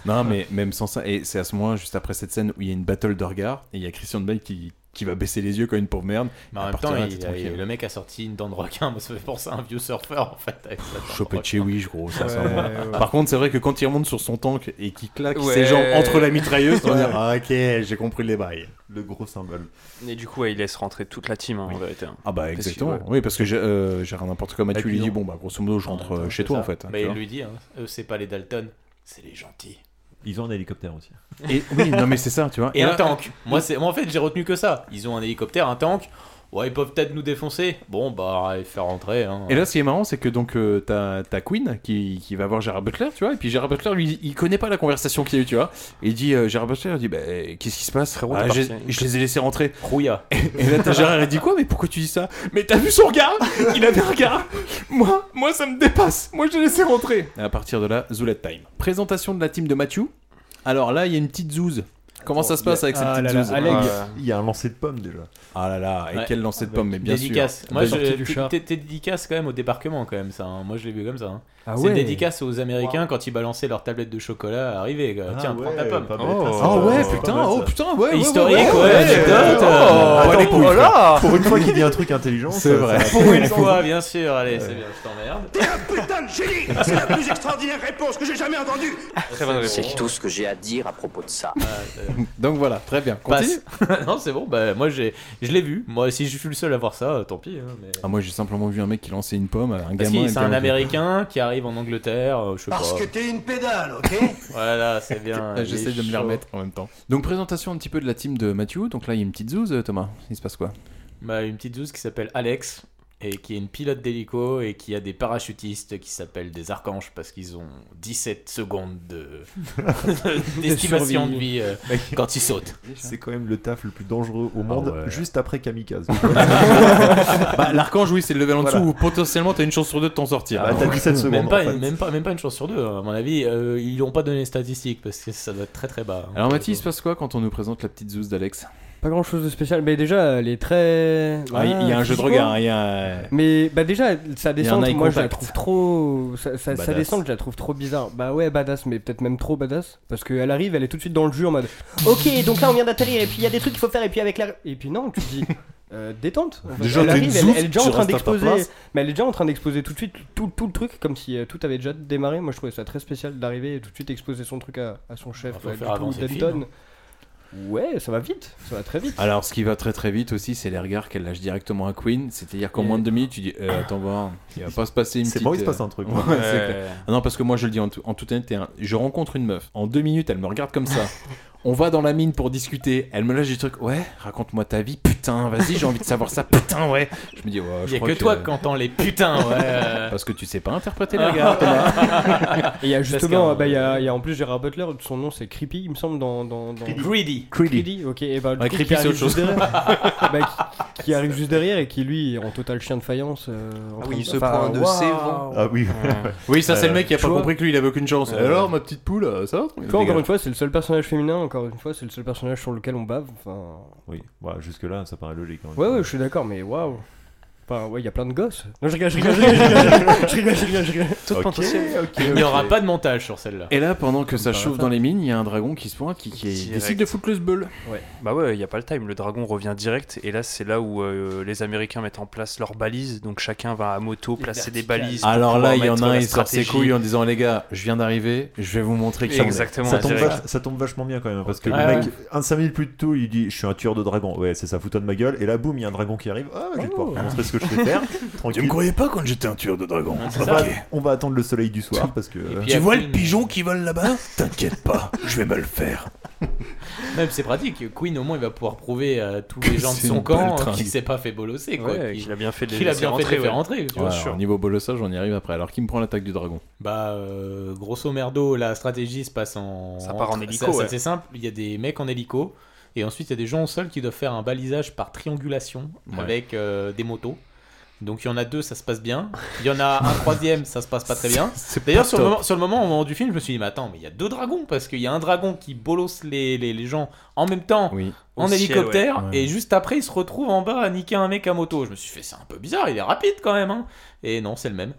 [SPEAKER 2] Non, mais même sans ça. Et c'est à ce moment, juste après cette scène où il y a une battle de regard et il y a Christian Bale qui, qui va baisser les yeux comme une pauvre merde.
[SPEAKER 11] Mais en
[SPEAKER 2] À
[SPEAKER 11] même
[SPEAKER 2] partir
[SPEAKER 11] temps,
[SPEAKER 2] de là,
[SPEAKER 11] il-
[SPEAKER 2] t'es tranquille.
[SPEAKER 11] il- le mec a sorti une dent de requin, moi ça fait penser à un vieux surfeur en fait. avec sa dent de
[SPEAKER 2] Chopé de
[SPEAKER 11] requin.
[SPEAKER 2] chez Wish, gros. sincèrement.
[SPEAKER 11] Ouais, ouais.
[SPEAKER 2] Par contre, c'est vrai que quand il remonte sur son tank et qu'il claque
[SPEAKER 12] Ouais.
[SPEAKER 2] ses jambes entre la mitrailleuse, on va dire
[SPEAKER 12] Ouais.
[SPEAKER 2] Ah, ok, j'ai compris les bails.
[SPEAKER 10] Le gros symbole.
[SPEAKER 12] Et du coup, ouais, il laisse rentrer toute la team hein, en vérité. hein.
[SPEAKER 2] Ah, bah,
[SPEAKER 12] Parce que,
[SPEAKER 2] exactement.
[SPEAKER 12] ouais.
[SPEAKER 2] Oui, parce que j'ai euh, j'ai rien n'importe quoi. Mathieu
[SPEAKER 12] puis
[SPEAKER 2] lui dit
[SPEAKER 12] non.
[SPEAKER 2] Bon, bah, grosso modo, je rentre euh, chez toi, en fait. hein,
[SPEAKER 11] Mais
[SPEAKER 2] tu
[SPEAKER 11] il
[SPEAKER 2] vois.
[SPEAKER 11] lui dit, hein, eux c'est pas les Dalton, c'est les gentils.
[SPEAKER 10] Ils ont un hélicoptère aussi.
[SPEAKER 2] Et- oui, non, mais c'est ça, tu vois.
[SPEAKER 11] Et,
[SPEAKER 2] Et
[SPEAKER 11] un
[SPEAKER 2] là-
[SPEAKER 11] tank. Moi, c'est, moi, en fait, j'ai retenu que ça. Ils ont un hélicoptère, un tank. Ouais, ils peuvent peut-être nous défoncer. Bon, bah, il faire rentrer. hein.
[SPEAKER 2] Et là, ce qui est marrant, c'est que donc euh, t'as t'as Queen qui, qui va voir Gérard Butler, tu vois, et puis Gérard Butler, lui, il connaît pas la conversation qu'il y a eu, tu vois. Et il dit, euh, Gérard Butler, il dit, bah, qu'est-ce qui se passe
[SPEAKER 11] Frérot,
[SPEAKER 2] Ah,
[SPEAKER 11] t'es
[SPEAKER 2] j'ai-
[SPEAKER 11] parti.
[SPEAKER 2] Je les ai laissés rentrer.
[SPEAKER 11] Rouilla.
[SPEAKER 2] Et, et là, t'as Gérard, il dit quoi Mais pourquoi tu dis ça Mais t'as vu son regard Il avait un regard Moi, moi, ça me dépasse. Moi, je l'ai laissé rentrer. Et à partir de là, Zoulette Time. Présentation de la team de Mathieu. Alors là, il y a une petite zouze. Comment ça se passe avec cette petite zouze
[SPEAKER 10] Il y a un lancer de pommes déjà.
[SPEAKER 2] Ah là là, et
[SPEAKER 11] Ouais.
[SPEAKER 2] quel lancer de pommes, mais bien
[SPEAKER 11] dédicace.
[SPEAKER 2] sûr.
[SPEAKER 11] Moi,
[SPEAKER 2] Belle
[SPEAKER 11] je,
[SPEAKER 2] sortie du
[SPEAKER 11] t'es-
[SPEAKER 2] chat.
[SPEAKER 11] t'es- t'es dédicace quand même au débarquement, quand même, ça. hein. Moi, je l'ai vu comme ça. hein.
[SPEAKER 2] Ah
[SPEAKER 11] C'est
[SPEAKER 2] ouais.
[SPEAKER 11] dédicace aux Américains quand ils balançaient leur tablette de chocolat à arriver. quoi.
[SPEAKER 10] Ah
[SPEAKER 11] Tiens, prends ta
[SPEAKER 10] ouais,
[SPEAKER 11] pomme.
[SPEAKER 10] pas bête,
[SPEAKER 11] Oh.
[SPEAKER 10] ça,
[SPEAKER 2] Ah ouais,
[SPEAKER 10] c'est pas
[SPEAKER 2] putain,
[SPEAKER 10] mal,
[SPEAKER 2] oh
[SPEAKER 10] ça.
[SPEAKER 2] putain, ouais, ouais,
[SPEAKER 11] Historique,
[SPEAKER 2] ouais, ouais,
[SPEAKER 10] Eh,
[SPEAKER 11] ouais,
[SPEAKER 2] ouais,
[SPEAKER 11] anecdote,
[SPEAKER 2] ouais,
[SPEAKER 11] euh,
[SPEAKER 2] ouais,
[SPEAKER 11] pas
[SPEAKER 2] ouais,
[SPEAKER 11] les
[SPEAKER 2] ouais, ouais,
[SPEAKER 10] Oh
[SPEAKER 11] couilles,
[SPEAKER 14] oh,
[SPEAKER 11] quoi.
[SPEAKER 2] voilà.
[SPEAKER 10] Pour une fois qu'il dit un truc intelligent,
[SPEAKER 2] C'est
[SPEAKER 10] ça-
[SPEAKER 2] vrai.
[SPEAKER 10] ça-
[SPEAKER 11] Pour une fois, bien sûr. Allez, c'est bien, je t'emmerde.
[SPEAKER 9] Putain de génie C'est la plus extraordinaire réponse que j'ai jamais entendue
[SPEAKER 1] C'est tout ce que j'ai à dire à propos de ça.
[SPEAKER 2] Donc voilà, très bien. Continue.
[SPEAKER 11] bah, euh, Passe. non, c'est bon. Bah, moi, j'ai, je l'ai vu. Moi, si je suis le seul à voir ça, euh, tant pis. hein, mais-
[SPEAKER 2] Ah, moi j'ai simplement vu un mec qui lançait une pomme, un
[SPEAKER 11] Parce
[SPEAKER 2] gamin.
[SPEAKER 11] que
[SPEAKER 2] et
[SPEAKER 11] c'est
[SPEAKER 2] gamin
[SPEAKER 11] un
[SPEAKER 2] qui-
[SPEAKER 11] américain qui arrive en Angleterre, euh, je sais
[SPEAKER 9] Parce
[SPEAKER 11] pas.
[SPEAKER 9] que t'es une pédale, ok
[SPEAKER 11] Voilà, c'est bien.
[SPEAKER 2] Ah, J'essaie
[SPEAKER 11] il est
[SPEAKER 2] de me les
[SPEAKER 11] chaud.
[SPEAKER 2] remettre en même temps. Donc présentation un petit peu de la team de Mathieu. Donc là il y a une petite zouze, euh, Thomas. Il se passe quoi
[SPEAKER 11] Bah, une petite douce qui s'appelle Alex et qui est une pilote d'hélico et qui a des parachutistes qui s'appellent des archanges parce qu'ils ont 17 secondes de d'estimation de vie euh,
[SPEAKER 10] Mec,
[SPEAKER 11] quand ils sautent.
[SPEAKER 10] C'est quand même le taf le plus dangereux au monde, juste après Kamikaze. Ah,
[SPEAKER 2] Bah, L'archange, oui, c'est le level en dessous
[SPEAKER 10] Voilà.
[SPEAKER 2] où potentiellement t'as une chance sur deux de t'en sortir.
[SPEAKER 10] Ah, t'as 17 secondes,
[SPEAKER 11] Même pas,
[SPEAKER 10] en fait.
[SPEAKER 11] une- même, pas, même pas une chance sur deux, à mon avis. Euh, ils n'ont pas donné les statistiques parce que ça doit être très très bas. hein.
[SPEAKER 2] Alors Mathieu, il se passe quoi quand on nous présente la petite zouze d'Alex
[SPEAKER 6] Pas grand chose de spécial, mais déjà elle est très.
[SPEAKER 2] Ah, il- il y a un jeu de
[SPEAKER 6] physiquement.
[SPEAKER 2] regard, hein, il y a-
[SPEAKER 6] Mais bah déjà sa
[SPEAKER 2] Il y a
[SPEAKER 6] descente,
[SPEAKER 2] un eye
[SPEAKER 6] moi je la
[SPEAKER 2] contact.
[SPEAKER 6] trouve trop. Sa, sa- sa
[SPEAKER 2] Badass.
[SPEAKER 6] descente, je la trouve trop bizarre. Bah ouais, badass, mais peut-être même trop badass. Parce qu'elle arrive, elle est tout de suite dans le jeu en mode. Ok, donc là on vient d'atterrir, et puis il y a des trucs qu'il faut faire, et puis avec la. Et puis non, tu te dis. euh, détente. en fait.
[SPEAKER 10] Déjà,
[SPEAKER 6] elle
[SPEAKER 10] t'es
[SPEAKER 6] arrive,
[SPEAKER 10] une
[SPEAKER 6] elle,
[SPEAKER 10] zouf,
[SPEAKER 6] elle est déjà
[SPEAKER 10] tu
[SPEAKER 6] en train
[SPEAKER 10] restes à ta
[SPEAKER 6] d'exposer.
[SPEAKER 10] place.
[SPEAKER 6] Mais elle est déjà en train d'exposer tout de suite tout, tout le truc, comme si euh, tout avait déjà démarré. Moi je trouvais ça très spécial d'arriver et tout de suite exposer son truc à, à son chef,
[SPEAKER 11] Ah, Faut
[SPEAKER 6] euh,
[SPEAKER 11] faire
[SPEAKER 6] du coup,
[SPEAKER 11] avancer le film,
[SPEAKER 6] Denton. Ouais, ça va vite, ça va très vite.
[SPEAKER 2] Alors ce qui va très très vite aussi, c'est les regards qu'elle lâche directement à Queen. C'est-à-dire qu'en
[SPEAKER 6] Et-
[SPEAKER 2] moins de deux minutes, tu dis euh, attends voir, il va pas se passer une
[SPEAKER 10] C'est
[SPEAKER 2] petite.
[SPEAKER 10] bon, il se
[SPEAKER 2] euh,
[SPEAKER 10] passe un truc.
[SPEAKER 2] ouais,
[SPEAKER 10] Ouais.
[SPEAKER 2] c'est clair. Ah non parce que moi je le dis en, tout- en toute honnêteté, hein, je rencontre une meuf. En deux minutes, elle me regarde comme ça. On va dans la mine pour discuter. Elle me lâche du truc. Ouais, raconte-moi ta vie. Putain, vas-y, j'ai envie de savoir ça. Putain, ouais. Je me dis, ouais, je
[SPEAKER 11] Il y a
[SPEAKER 2] crois
[SPEAKER 11] que toi qui entends les putains, ouais. euh.
[SPEAKER 2] Parce que tu sais pas interpréter les
[SPEAKER 11] Ah.
[SPEAKER 2] regards, Thomas.
[SPEAKER 6] Et il y a justement,
[SPEAKER 11] Parce qu'en-
[SPEAKER 6] bah, il y, a, il y a en plus Gérard Butler, son nom c'est Creepy, il me semble, dans. dans, dans...
[SPEAKER 11] Creedy.
[SPEAKER 6] Creedy. ok. Et bah, du
[SPEAKER 2] Ouais,
[SPEAKER 6] coup,
[SPEAKER 2] Creepy,
[SPEAKER 6] qui
[SPEAKER 2] c'est
[SPEAKER 6] arrive
[SPEAKER 2] autre chose.
[SPEAKER 6] juste derrière- bah, qui, qui arrive juste derrière et qui lui est en total chien de faïence. euh, en
[SPEAKER 13] Ah
[SPEAKER 6] train
[SPEAKER 13] oui,
[SPEAKER 6] de-
[SPEAKER 13] il se
[SPEAKER 6] enfin,
[SPEAKER 13] prend un de
[SPEAKER 6] waouh.
[SPEAKER 13] ses vents.
[SPEAKER 10] Ah oui.
[SPEAKER 2] Oui, ça, c'est le
[SPEAKER 6] Euh,
[SPEAKER 2] mec qui a
[SPEAKER 6] tu
[SPEAKER 2] pas
[SPEAKER 6] vois.
[SPEAKER 2] compris que lui, il avait aucune chance.
[SPEAKER 6] Euh,
[SPEAKER 2] Alors, ma petite poule, ça va
[SPEAKER 6] Tu vois, encore une fois, c'est le seul personnage féminin, encore une fois, c'est le seul personnage sur lequel on bave. Enfin...
[SPEAKER 10] Oui, voilà, jusque-là, ça paraît logique. hein. quand même.
[SPEAKER 6] Ouais, ouais, je suis d'accord, mais waouh. Enfin, ouais, il y a plein de gosses. Non, je rigole, je rigole, je rigole, je rigole, je rigole, je rigole.
[SPEAKER 11] Toute potentielle. Il n'y aura pas de montage sur celle-là.
[SPEAKER 2] Et là, pendant que
[SPEAKER 11] Comme
[SPEAKER 2] ça
[SPEAKER 11] par
[SPEAKER 2] chauffe
[SPEAKER 11] hasard.
[SPEAKER 2] dans les mines, il y a un dragon qui se pointe, qui, qui décide de foutre le bull.
[SPEAKER 12] Ouais. Bah ouais, il n'y a pas le time, le dragon revient direct, et là c'est là où euh, les Américains mettent en place leurs balises, donc chacun va à moto placer des balises. pour
[SPEAKER 2] Alors
[SPEAKER 12] pouvoir
[SPEAKER 2] là, il y en
[SPEAKER 12] mettre
[SPEAKER 2] a un,
[SPEAKER 12] la
[SPEAKER 2] il sort ses
[SPEAKER 12] stratégie.
[SPEAKER 2] couilles en disant les gars, je viens d'arriver, je vais vous montrer qui on est.
[SPEAKER 12] Exactement,
[SPEAKER 10] Ça tombe,
[SPEAKER 12] direct.
[SPEAKER 10] vach- ça tombe vachement bien quand même, parce que
[SPEAKER 2] Ouais,
[SPEAKER 10] le mec, un 5000 plus tôt, il dit Je suis un tueur de dragon. Ouais, c'est ça, fous-toi de ma gueule. Et là, boum, il y a un dragon qui arrive. Ah, je vais pouvoir vous montrer ce que je sais faire.
[SPEAKER 9] Tu
[SPEAKER 10] Tranquille.
[SPEAKER 9] me croyais pas quand j'étais un tueur de dragon.
[SPEAKER 10] On
[SPEAKER 9] C'est
[SPEAKER 10] va,
[SPEAKER 9] ça.
[SPEAKER 10] on va attendre le soleil du soir parce que. euh,
[SPEAKER 9] Tu vois le pigeon qui vole là-bas T'inquiète pas, je vais me le faire.
[SPEAKER 11] Même c'est pratique. Queen, au moins, il va pouvoir prouver à tous les gens de
[SPEAKER 2] C'est
[SPEAKER 11] son
[SPEAKER 2] une belle
[SPEAKER 11] camp euh,
[SPEAKER 2] traque.
[SPEAKER 11] qu'il s'est pas fait bolosser. quoi,
[SPEAKER 12] Ouais,
[SPEAKER 11] qu'il-
[SPEAKER 12] qu'il a bien fait de les
[SPEAKER 11] qu'il a
[SPEAKER 12] laisser
[SPEAKER 11] bien fait de
[SPEAKER 12] rentrer,
[SPEAKER 11] les faire
[SPEAKER 12] ouais.
[SPEAKER 11] rentrer. tu vois.
[SPEAKER 2] Ouais, alors, niveau bolossage, on y arrive après. Alors, qui me prend l'attaque du dragon
[SPEAKER 11] Bah, euh, grosso merdo, la stratégie se passe en.
[SPEAKER 12] Ça part en hélico,
[SPEAKER 11] ça- ça-
[SPEAKER 12] ouais.
[SPEAKER 11] C'est simple, il y a des mecs en hélico. Et ensuite, il y a des gens seuls qui doivent faire un balisage par triangulation
[SPEAKER 2] Ouais.
[SPEAKER 11] avec euh, des motos. Donc, il y en a deux, ça se passe bien. Il y en a un troisième, ça se passe pas très bien.
[SPEAKER 2] C'est
[SPEAKER 11] D'ailleurs,
[SPEAKER 2] pas
[SPEAKER 11] sur le,
[SPEAKER 2] top.
[SPEAKER 11] moment, sur le moment, au moment du film, je me suis dit, mais attends, mais il y a deux dragons. Parce qu'il y a un dragon qui bolosse les, les, les gens en même temps, en
[SPEAKER 12] Au ciel,
[SPEAKER 11] hélicoptère.
[SPEAKER 12] ouais.
[SPEAKER 11] Et juste après, il se retrouve en bas à niquer un mec à moto. Je me suis fait, c'est un peu bizarre, il est rapide quand même. hein. Et non, c'est le même.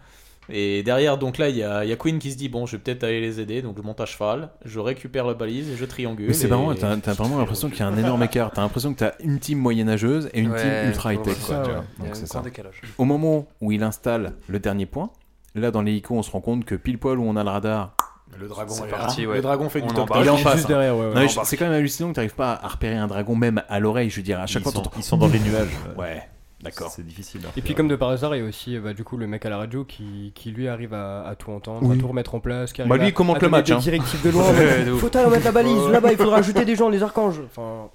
[SPEAKER 11] Et derrière, donc là, il y, a il y a Queen qui se dit Bon, je vais peut-être aller les aider, donc je monte à cheval, je récupère la balise, je triangule.
[SPEAKER 2] Mais c'est
[SPEAKER 11] et-
[SPEAKER 2] marrant, t'as t'as vraiment l'impression qu'il y a un énorme écart. T'as l'impression que t'as une team moyenâgeuse et une
[SPEAKER 12] Ouais,
[SPEAKER 2] team ultra
[SPEAKER 12] ouais,
[SPEAKER 2] high-tech.
[SPEAKER 12] c'est
[SPEAKER 2] quoi,
[SPEAKER 12] ça,
[SPEAKER 2] tu
[SPEAKER 12] ouais.
[SPEAKER 2] vois.
[SPEAKER 12] Il y a un
[SPEAKER 2] Donc, c'est
[SPEAKER 12] grand
[SPEAKER 2] ça.
[SPEAKER 12] décalage.
[SPEAKER 2] Au moment où il installe le dernier point, là dans l'hélico, on se rend compte que pile poil où on a le radar.
[SPEAKER 11] Le dragon
[SPEAKER 12] C'est
[SPEAKER 11] est
[SPEAKER 12] parti,
[SPEAKER 11] là.
[SPEAKER 12] ouais.
[SPEAKER 11] Le dragon fait du
[SPEAKER 12] On
[SPEAKER 11] top
[SPEAKER 12] embarque.
[SPEAKER 2] Il est en
[SPEAKER 12] Juste
[SPEAKER 2] face. hein.
[SPEAKER 12] derrière, ouais, ouais.
[SPEAKER 2] Non, mais je-
[SPEAKER 12] Embarque.
[SPEAKER 2] C'est quand même hallucinant que t'arrives pas à repérer un dragon, même à l'oreille, je veux dire. À chaque
[SPEAKER 10] Ils
[SPEAKER 2] fois,
[SPEAKER 10] sont-
[SPEAKER 2] t'entends-
[SPEAKER 10] ils sont dans les nuages.
[SPEAKER 2] Ouais, d'accord.
[SPEAKER 10] C'est difficile. à
[SPEAKER 6] Et puis
[SPEAKER 10] faire.
[SPEAKER 6] comme de par hasard, il y a aussi euh, bah, du coup le mec à la radio qui, qui lui arrive à, à tout entendre,
[SPEAKER 2] Oui.
[SPEAKER 6] à tout remettre en place, qui
[SPEAKER 2] Bah,
[SPEAKER 6] arrive
[SPEAKER 2] lui,
[SPEAKER 6] à-
[SPEAKER 2] il commente
[SPEAKER 6] à
[SPEAKER 2] le
[SPEAKER 6] donner
[SPEAKER 2] match,
[SPEAKER 6] des
[SPEAKER 2] hein.
[SPEAKER 6] directives de loin. en
[SPEAKER 2] Ouais,
[SPEAKER 6] mode,
[SPEAKER 2] de ouf.
[SPEAKER 6] faut aller mettre la balise
[SPEAKER 2] Ouais.
[SPEAKER 6] là-bas, il faudra ajouter des gens, les archanges. Enfin,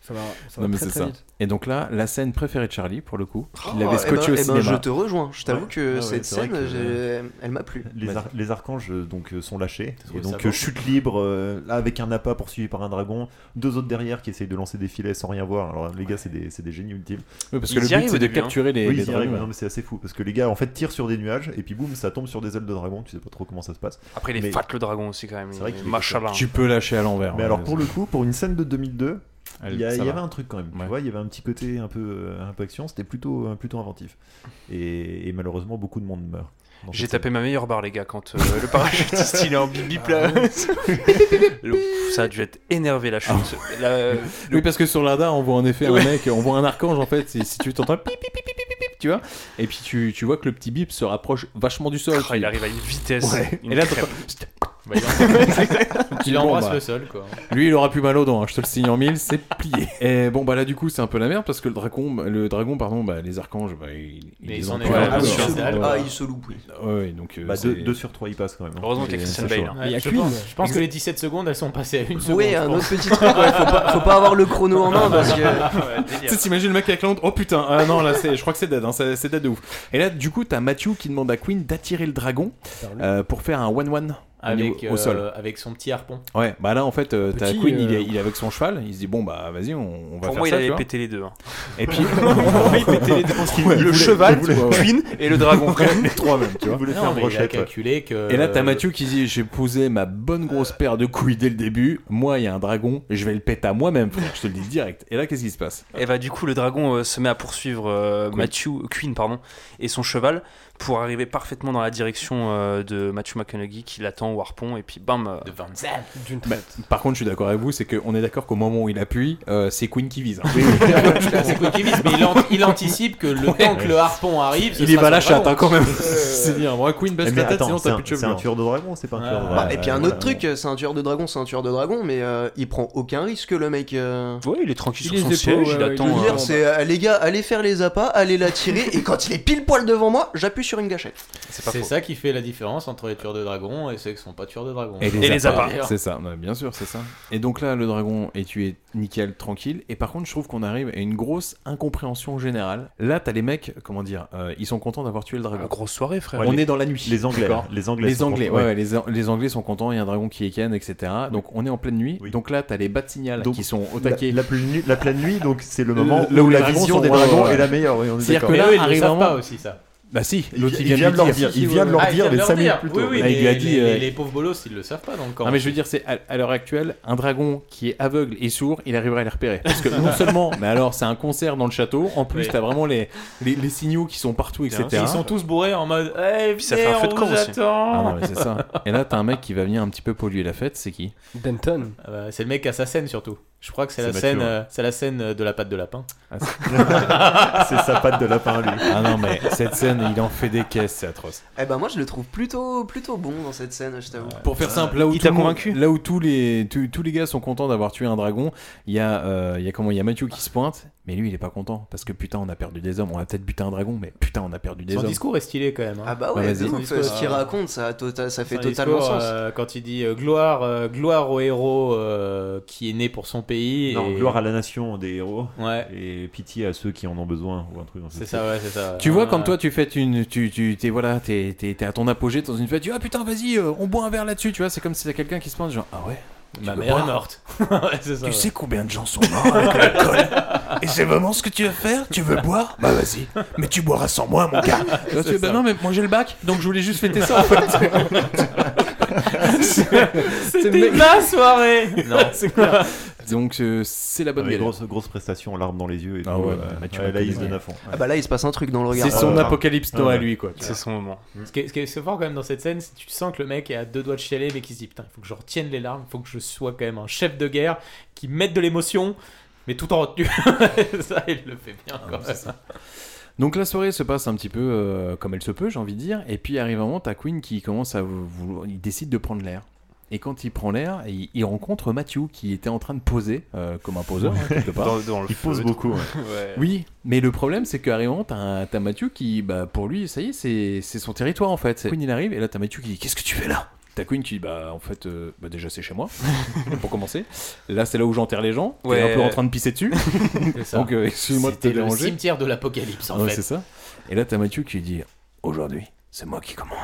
[SPEAKER 6] ça va, ça va
[SPEAKER 2] Non, mais
[SPEAKER 6] très
[SPEAKER 2] c'est
[SPEAKER 6] très
[SPEAKER 2] ça.
[SPEAKER 6] vite.
[SPEAKER 2] Et donc là, la scène préférée de Charlie, pour le coup,
[SPEAKER 13] Oh,
[SPEAKER 2] il avait
[SPEAKER 13] eh ben-
[SPEAKER 2] scotché au
[SPEAKER 13] eh ben,
[SPEAKER 2] cinéma.
[SPEAKER 13] je te rejoins, je t'avoue que
[SPEAKER 10] Ouais, ouais,
[SPEAKER 13] cette
[SPEAKER 10] c'est vrai
[SPEAKER 13] scène,
[SPEAKER 10] que-
[SPEAKER 13] j'ai- elle m'a plu.
[SPEAKER 10] Les, ar- les archanges euh, donc euh, sont lâchés
[SPEAKER 13] Parce
[SPEAKER 10] et
[SPEAKER 13] que
[SPEAKER 10] donc
[SPEAKER 13] ça
[SPEAKER 10] euh, chute libre euh, là avec un appât poursuivi par un dragon deux autres derrière qui essayent de lancer des filets sans rien voir alors les gars c'est des, c'est des génies ultimes
[SPEAKER 2] Oui, parce que Ils le y but, arrivent c'est au de début, hein. capturer les-
[SPEAKER 10] Oui,
[SPEAKER 2] les
[SPEAKER 10] ils y
[SPEAKER 2] dragons,
[SPEAKER 10] arrivent,
[SPEAKER 2] ouais.
[SPEAKER 10] non, mais c'est assez fou parce que les gars en fait tirent sur des nuages et puis boum ça tombe sur des ailes de dragon tu sais pas trop comment ça se passe
[SPEAKER 12] Après, il est
[SPEAKER 10] Mais-
[SPEAKER 12] fat, le dragon, aussi, quand même.
[SPEAKER 10] c'est vrai
[SPEAKER 12] Il-
[SPEAKER 10] qu'il est-
[SPEAKER 12] Machallah.
[SPEAKER 2] Tu peux lâcher à l'envers.
[SPEAKER 10] mais
[SPEAKER 2] hein,
[SPEAKER 10] alors
[SPEAKER 2] mais
[SPEAKER 10] pour
[SPEAKER 2] ça-
[SPEAKER 10] le coup pour une scène de 2002
[SPEAKER 2] Elle-
[SPEAKER 10] il y, a-
[SPEAKER 2] ça
[SPEAKER 10] il y
[SPEAKER 2] va.
[SPEAKER 10] avait un truc quand même, tu vois, il y avait un petit côté un peu, euh, un peu action, c'était plutôt, euh, plutôt inventif. Et, et malheureusement, beaucoup de monde meurt. dans cette
[SPEAKER 12] J'ai
[SPEAKER 10] scène.
[SPEAKER 12] tapé ma meilleure barre, les gars, quand euh, le parachutiste il est en bip bip là. Le- Ça a dû être énervé la chute. La-
[SPEAKER 2] Oui, parce que sur l'ADA, on voit en effet
[SPEAKER 12] Ouais.
[SPEAKER 2] un mec, on voit un archange en fait. et Si tu t'entends pip, pip, pip, pip, pip, pip, tu vois, et puis tu, tu vois que le petit bip se rapproche vachement du sol.
[SPEAKER 12] il arrive à une vitesse,
[SPEAKER 2] Ouais.
[SPEAKER 12] une
[SPEAKER 2] et là,
[SPEAKER 12] crêpe.
[SPEAKER 11] Bah, il-
[SPEAKER 2] Tu
[SPEAKER 11] il
[SPEAKER 2] dis, bon,
[SPEAKER 11] embrasse
[SPEAKER 2] bah,
[SPEAKER 11] le sol, quoi.
[SPEAKER 2] Lui, il aura plus mal aux dents, hein, je te le signe en mille, c'est plié. Et bon, bah là, du coup, c'est un peu la merde parce que le dragon, le dragon pardon, bah, les archanges, bah, ils,
[SPEAKER 11] Mais ils
[SPEAKER 2] les
[SPEAKER 11] s'en
[SPEAKER 2] ont
[SPEAKER 11] éloignent,
[SPEAKER 2] plus.
[SPEAKER 11] bien
[SPEAKER 2] Ouais, ouais.
[SPEAKER 11] sûr.
[SPEAKER 13] Ah, ils se loupent, oui.
[SPEAKER 2] Ouais, ouais, donc, euh,
[SPEAKER 10] Bah,
[SPEAKER 2] c'est-
[SPEAKER 10] deux- deux sur trois, ils passent quand même, hein.
[SPEAKER 12] Heureusement qu'il y a
[SPEAKER 2] C'est-
[SPEAKER 12] Christian
[SPEAKER 2] c'est
[SPEAKER 12] Bale,
[SPEAKER 2] chaud.
[SPEAKER 12] hein.
[SPEAKER 11] Ouais,
[SPEAKER 12] Il y a
[SPEAKER 11] je,
[SPEAKER 12] Queen.
[SPEAKER 11] pense, je pense que les 17 secondes, elles sont passées à une seconde.
[SPEAKER 13] Oui,
[SPEAKER 11] je
[SPEAKER 13] un
[SPEAKER 11] pense.
[SPEAKER 13] autre petit truc, ouais, faut pas, faut pas avoir le chrono en main bah. parce que.
[SPEAKER 2] Tu sais, t'imagines le mec avec la honte, oh putain, ah non, là, c'est- je crois que c'est dead, hein, c'est c'est dead de ouf. Et là, du coup, t'as Matthew qui demande à Queen d'attirer le dragon euh, pour faire un one-one au
[SPEAKER 11] Avec,
[SPEAKER 2] niveau- au sol.
[SPEAKER 11] euh, avec son petit harpon.
[SPEAKER 2] Ouais, bah là en fait, euh, t'as
[SPEAKER 11] Petit,
[SPEAKER 2] Queen,
[SPEAKER 11] euh,
[SPEAKER 2] il, est, il est avec son cheval, il se dit bon bah vas-y, on, on va
[SPEAKER 12] Pour
[SPEAKER 2] faire
[SPEAKER 12] moi, il
[SPEAKER 2] ça.
[SPEAKER 12] allait
[SPEAKER 2] tu vois.
[SPEAKER 12] péter les deux, hein.
[SPEAKER 2] Et puis,
[SPEAKER 12] Il pétait les deux.
[SPEAKER 2] Ouais, il
[SPEAKER 12] Le
[SPEAKER 2] voulait-
[SPEAKER 12] cheval,
[SPEAKER 2] il voulait- ouais, ouais.
[SPEAKER 12] Queen et le dragon.
[SPEAKER 2] les trois même, tu vois.
[SPEAKER 12] Il voulait faire
[SPEAKER 11] Non, mais il a brochette, ouais. calculé que-
[SPEAKER 2] Et là, t'as Mathieu qui dit j'ai posé ma bonne grosse paire de couilles dès le début. Moi, il y a un dragon, je vais le péter à moi-même, frère, je te le dis direct. Et là, qu'est-ce qui se passe
[SPEAKER 12] Et bah du coup le dragon euh, se met à poursuivre euh, Matthew Queen pardon et son cheval pour arriver parfaitement dans la direction euh, de Matthew McConaughey qui l'attend au harpon et puis bam euh,
[SPEAKER 6] D'une
[SPEAKER 2] Bah, Par contre, je suis d'accord avec vous, c'est qu'on est d'accord qu'au moment où il appuie, euh, c'est Queen qui vise. hein.
[SPEAKER 11] C'est quoi qui vise, mais il, ant- il anticipe que le temps que le harpon arrive, ce
[SPEAKER 2] Il est
[SPEAKER 11] sera
[SPEAKER 2] pas la
[SPEAKER 11] son dragon.
[SPEAKER 2] chatte hein, quand même. c'est dire, moi, Queen baisse
[SPEAKER 10] Eh Mais
[SPEAKER 2] la tête,
[SPEAKER 10] attends,
[SPEAKER 2] sinon
[SPEAKER 10] c'est
[SPEAKER 2] t'as
[SPEAKER 10] un-
[SPEAKER 2] plus de cheveux. hein.
[SPEAKER 10] c'est un
[SPEAKER 2] blancs.
[SPEAKER 10] tueur de dragon, c'est pas un tueur de
[SPEAKER 2] Ah.
[SPEAKER 10] dragon.
[SPEAKER 13] Bah, et puis un
[SPEAKER 10] Voilà.
[SPEAKER 13] autre truc, c'est un tueur de dragon, c'est un tueur de dragon, mais euh, il prend aucun risque le mec. euh.
[SPEAKER 12] ouais il est tranquille
[SPEAKER 13] Il
[SPEAKER 12] sur son
[SPEAKER 13] les
[SPEAKER 12] siège
[SPEAKER 13] épaule,
[SPEAKER 12] il
[SPEAKER 13] ouais, ouais,
[SPEAKER 12] attend
[SPEAKER 13] je veux
[SPEAKER 12] euh,
[SPEAKER 13] dire, c'est euh, les gars, allez faire les appâts, allez la tirer, et quand il est pile poil devant moi, j'appuie s'appuie sur une gâchette.
[SPEAKER 11] C'est ça qui fait la différence entre les tueurs de dragons et ceux qui sont pas tueurs de dragons.
[SPEAKER 2] appâts, C'est ça, ouais, bien sûr, c'est ça. Et donc là, le dragon est tué nickel, tranquille. Et par contre, je trouve qu'on arrive à une grosse incompréhension générale. Là, t'as les mecs, comment dire, euh, ils sont contents d'avoir tué le dragon.
[SPEAKER 12] grosse soirée, frère.
[SPEAKER 2] On
[SPEAKER 10] Les-
[SPEAKER 2] est dans la nuit.
[SPEAKER 10] les Anglais,
[SPEAKER 2] D'accord.
[SPEAKER 10] les Anglais
[SPEAKER 2] Les
[SPEAKER 10] sont
[SPEAKER 2] Anglais,
[SPEAKER 10] contents,
[SPEAKER 2] ouais,
[SPEAKER 10] ouais.
[SPEAKER 2] ouais, les, les Anglais sont contents, il y a un dragon qui éken, etc. Donc on est en pleine nuit. Donc là, t'as les bats de signal
[SPEAKER 10] Donc,
[SPEAKER 2] qui sont au
[SPEAKER 10] la-
[SPEAKER 2] taquet.
[SPEAKER 10] la pleine nuit- la pleine nuit, donc, c'est le moment où
[SPEAKER 2] les
[SPEAKER 10] la
[SPEAKER 2] dragons
[SPEAKER 10] vision
[SPEAKER 2] sont-
[SPEAKER 10] des
[SPEAKER 2] ouais,
[SPEAKER 10] dragons
[SPEAKER 2] ouais, ouais.
[SPEAKER 10] est la meilleure, oui, on est
[SPEAKER 2] C'est-à-dire
[SPEAKER 10] d'accord.
[SPEAKER 2] que
[SPEAKER 10] Mais
[SPEAKER 2] là,
[SPEAKER 10] eux, ils le
[SPEAKER 2] arrive
[SPEAKER 10] savent
[SPEAKER 2] vraiment-
[SPEAKER 10] pas
[SPEAKER 11] aussi, ça.
[SPEAKER 2] Bah si,
[SPEAKER 10] Il-
[SPEAKER 2] l'autre
[SPEAKER 10] il
[SPEAKER 2] il vient
[SPEAKER 10] vient
[SPEAKER 2] de lui
[SPEAKER 10] de leur
[SPEAKER 2] dire.
[SPEAKER 10] dire, il vient de leur
[SPEAKER 11] Ah, il
[SPEAKER 10] dire
[SPEAKER 11] vient de
[SPEAKER 10] les
[SPEAKER 11] leur
[SPEAKER 10] cinq minutes
[SPEAKER 11] dire.
[SPEAKER 10] plus tôt.
[SPEAKER 11] Oui, oui,
[SPEAKER 2] Ah, il
[SPEAKER 11] mais
[SPEAKER 2] lui a dit,
[SPEAKER 11] les-
[SPEAKER 2] euh,
[SPEAKER 11] les- les pauvres bolos, ils le savent pas dans le camp.
[SPEAKER 2] Non mais je veux dire c'est à, à l'heure actuelle un dragon qui est aveugle et sourd il arrivera à les repérer parce que non seulement mais alors c'est un concert dans le château en plus
[SPEAKER 11] Oui.
[SPEAKER 2] t'as vraiment les, les, les signaux qui sont partout etc
[SPEAKER 11] Ils sont tous bourrés en mode. Eh,
[SPEAKER 12] ça fait un feu de camp aussi.
[SPEAKER 2] Ah non, mais c'est ça et là t'as un mec qui va venir un petit peu polluer la fête c'est qui
[SPEAKER 6] Denton.
[SPEAKER 11] Ah bah, c'est le mec à sa scène surtout. Je crois que c'est
[SPEAKER 2] C'est
[SPEAKER 11] la
[SPEAKER 2] Mathieu,
[SPEAKER 11] scène,
[SPEAKER 2] ouais.
[SPEAKER 11] euh, c'est la scène euh, de la patte de lapin.
[SPEAKER 10] C'est sa patte de lapin, lui.
[SPEAKER 2] ah non mais cette scène il en fait des caisses c'est atroce
[SPEAKER 13] Eh ben moi je le trouve plutôt plutôt bon dans cette scène, je t'avoue.
[SPEAKER 2] pour faire simple, là où,
[SPEAKER 13] il
[SPEAKER 2] tout
[SPEAKER 13] t'a
[SPEAKER 2] le monde-
[SPEAKER 13] convaincu
[SPEAKER 2] là où tous les tous, tous les gars sont contents d'avoir tué un dragon, il y a euh, il y a comment il y a Mathieu qui se pointe, mais lui il est pas content parce que putain on a perdu des hommes, on a peut-être buté un dragon, mais putain on a perdu des
[SPEAKER 11] Son
[SPEAKER 2] hommes.
[SPEAKER 11] discours est stylé quand même. hein.
[SPEAKER 13] Ah bah ouais, de ouf, ce qu'il raconte, ça, a tota- ça fait
[SPEAKER 11] Son
[SPEAKER 13] totalement
[SPEAKER 11] discours,
[SPEAKER 13] sens.
[SPEAKER 11] euh, quand il dit euh, gloire, euh, gloire au héros euh, qui est né pour son pays.
[SPEAKER 10] Non,
[SPEAKER 11] et-
[SPEAKER 10] gloire à la nation des héros
[SPEAKER 11] Ouais.
[SPEAKER 10] et pitié à ceux qui en ont besoin ou un truc dans ce
[SPEAKER 11] C'est
[SPEAKER 10] style.
[SPEAKER 11] ça, ouais, c'est ça.
[SPEAKER 2] Tu vois, comme
[SPEAKER 11] Ouais.
[SPEAKER 2] toi, tu fais une, tu, tu, t'es voilà, t'es, t'es, t'es à ton apogée dans une fête. Tu dis, ah putain, vas-y, euh, on boit un verre là-dessus. Tu vois, c'est comme si t'as quelqu'un qui se pense genre, ah ouais. tu
[SPEAKER 11] Ma
[SPEAKER 2] veux
[SPEAKER 11] mère est
[SPEAKER 2] boire
[SPEAKER 11] morte. Ouais, c'est ça,
[SPEAKER 2] tu
[SPEAKER 11] ouais.
[SPEAKER 2] sais combien de gens sont morts avec l'alcool Et c'est vraiment ce que tu veux faire Tu veux boire Bah vas-y. Mais tu boiras sans moi, mon gars. Tu vois, tu
[SPEAKER 11] C'est
[SPEAKER 2] fais, bah
[SPEAKER 11] ça.
[SPEAKER 2] non, mais moi j'ai le bac, donc je voulais juste fêter ça en fait.
[SPEAKER 11] C'était ma soirée
[SPEAKER 2] Non, c'est clair. Donc euh, c'est la bonne
[SPEAKER 10] Avec
[SPEAKER 2] galère.
[SPEAKER 10] Ah grosse, grosse prestation, larmes dans les yeux et
[SPEAKER 2] Ah
[SPEAKER 10] tout.
[SPEAKER 2] ouais,
[SPEAKER 10] euh,
[SPEAKER 2] bah, tu
[SPEAKER 10] ouais,
[SPEAKER 2] m'as
[SPEAKER 10] là, il se
[SPEAKER 2] connu,
[SPEAKER 10] donne
[SPEAKER 2] ouais.
[SPEAKER 10] à fond.
[SPEAKER 13] Ah bah là il se passe un truc dans le regard.
[SPEAKER 2] C'est son
[SPEAKER 10] Ouais.
[SPEAKER 2] apocalypse Now
[SPEAKER 10] Ouais.
[SPEAKER 2] à lui, quoi.
[SPEAKER 12] C'est son moment.
[SPEAKER 11] Ce qui, est, ce qui est- c'est fort quand même dans cette scène, c'est que tu sens que le mec est à deux doigts de chialer, mais qui se dit putain, il faut que je retienne les larmes, il faut que je sois quand même un chef de guerre qui mette de l'émotion, mais tout en retenue. ça, il le fait
[SPEAKER 2] Ah,
[SPEAKER 11] bien. quoi.
[SPEAKER 2] Donc la soirée se passe un petit peu euh, comme elle se peut, j'ai envie de dire. Et puis arrive un moment, t'as Queen qui commence à vou- vouloir, il décide de prendre l'air. Et quand il prend l'air, il, il rencontre Mathieu qui était en train de poser euh, comme un poseur
[SPEAKER 10] Ouais.
[SPEAKER 2] hein, quelque part.
[SPEAKER 10] Dans- dans le Il pose feutre. beaucoup, ouais. Ouais.
[SPEAKER 2] Oui, mais le problème c'est qu'arrive un moment, t'as un- t'as Mathieu qui, bah, pour lui, ça y est, c'est c'est son territoire en fait. Queen il arrive et là t'as Mathieu qui dit qu'est-ce que tu fais là T'as Queen qui dit bah en fait euh, bah, déjà c'est chez moi pour commencer. Là c'est là où j'enterre les gens. T'es
[SPEAKER 11] Ouais.
[SPEAKER 2] un peu en train de pisser dessus.
[SPEAKER 11] C'est ça.
[SPEAKER 2] Donc euh, excuse-moi de te
[SPEAKER 11] C'était le
[SPEAKER 2] déranger.
[SPEAKER 11] cimetière de l'apocalypse en
[SPEAKER 2] Ouais,
[SPEAKER 11] fait.
[SPEAKER 2] c'est ça. Et là, t'as Mathieu qui dit Aujourd'hui, c'est moi qui commande.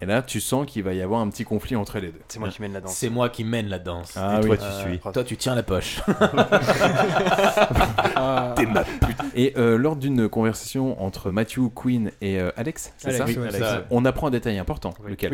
[SPEAKER 2] Et là, tu sens qu'il va y avoir un petit conflit entre les deux.
[SPEAKER 12] C'est moi qui mène la danse.
[SPEAKER 11] C'est moi qui mène la danse.
[SPEAKER 2] Ah
[SPEAKER 11] Et
[SPEAKER 2] oui.
[SPEAKER 11] toi,
[SPEAKER 2] Euh,
[SPEAKER 11] tu suis. Toi, tu tiens la poche.
[SPEAKER 2] T'es ma pute. Et euh, lors d'une conversation entre Mathieu, Queen et euh, Alex, c'est ça
[SPEAKER 6] Alex, oui, Alex, ouais.
[SPEAKER 2] On apprend un détail important. lequel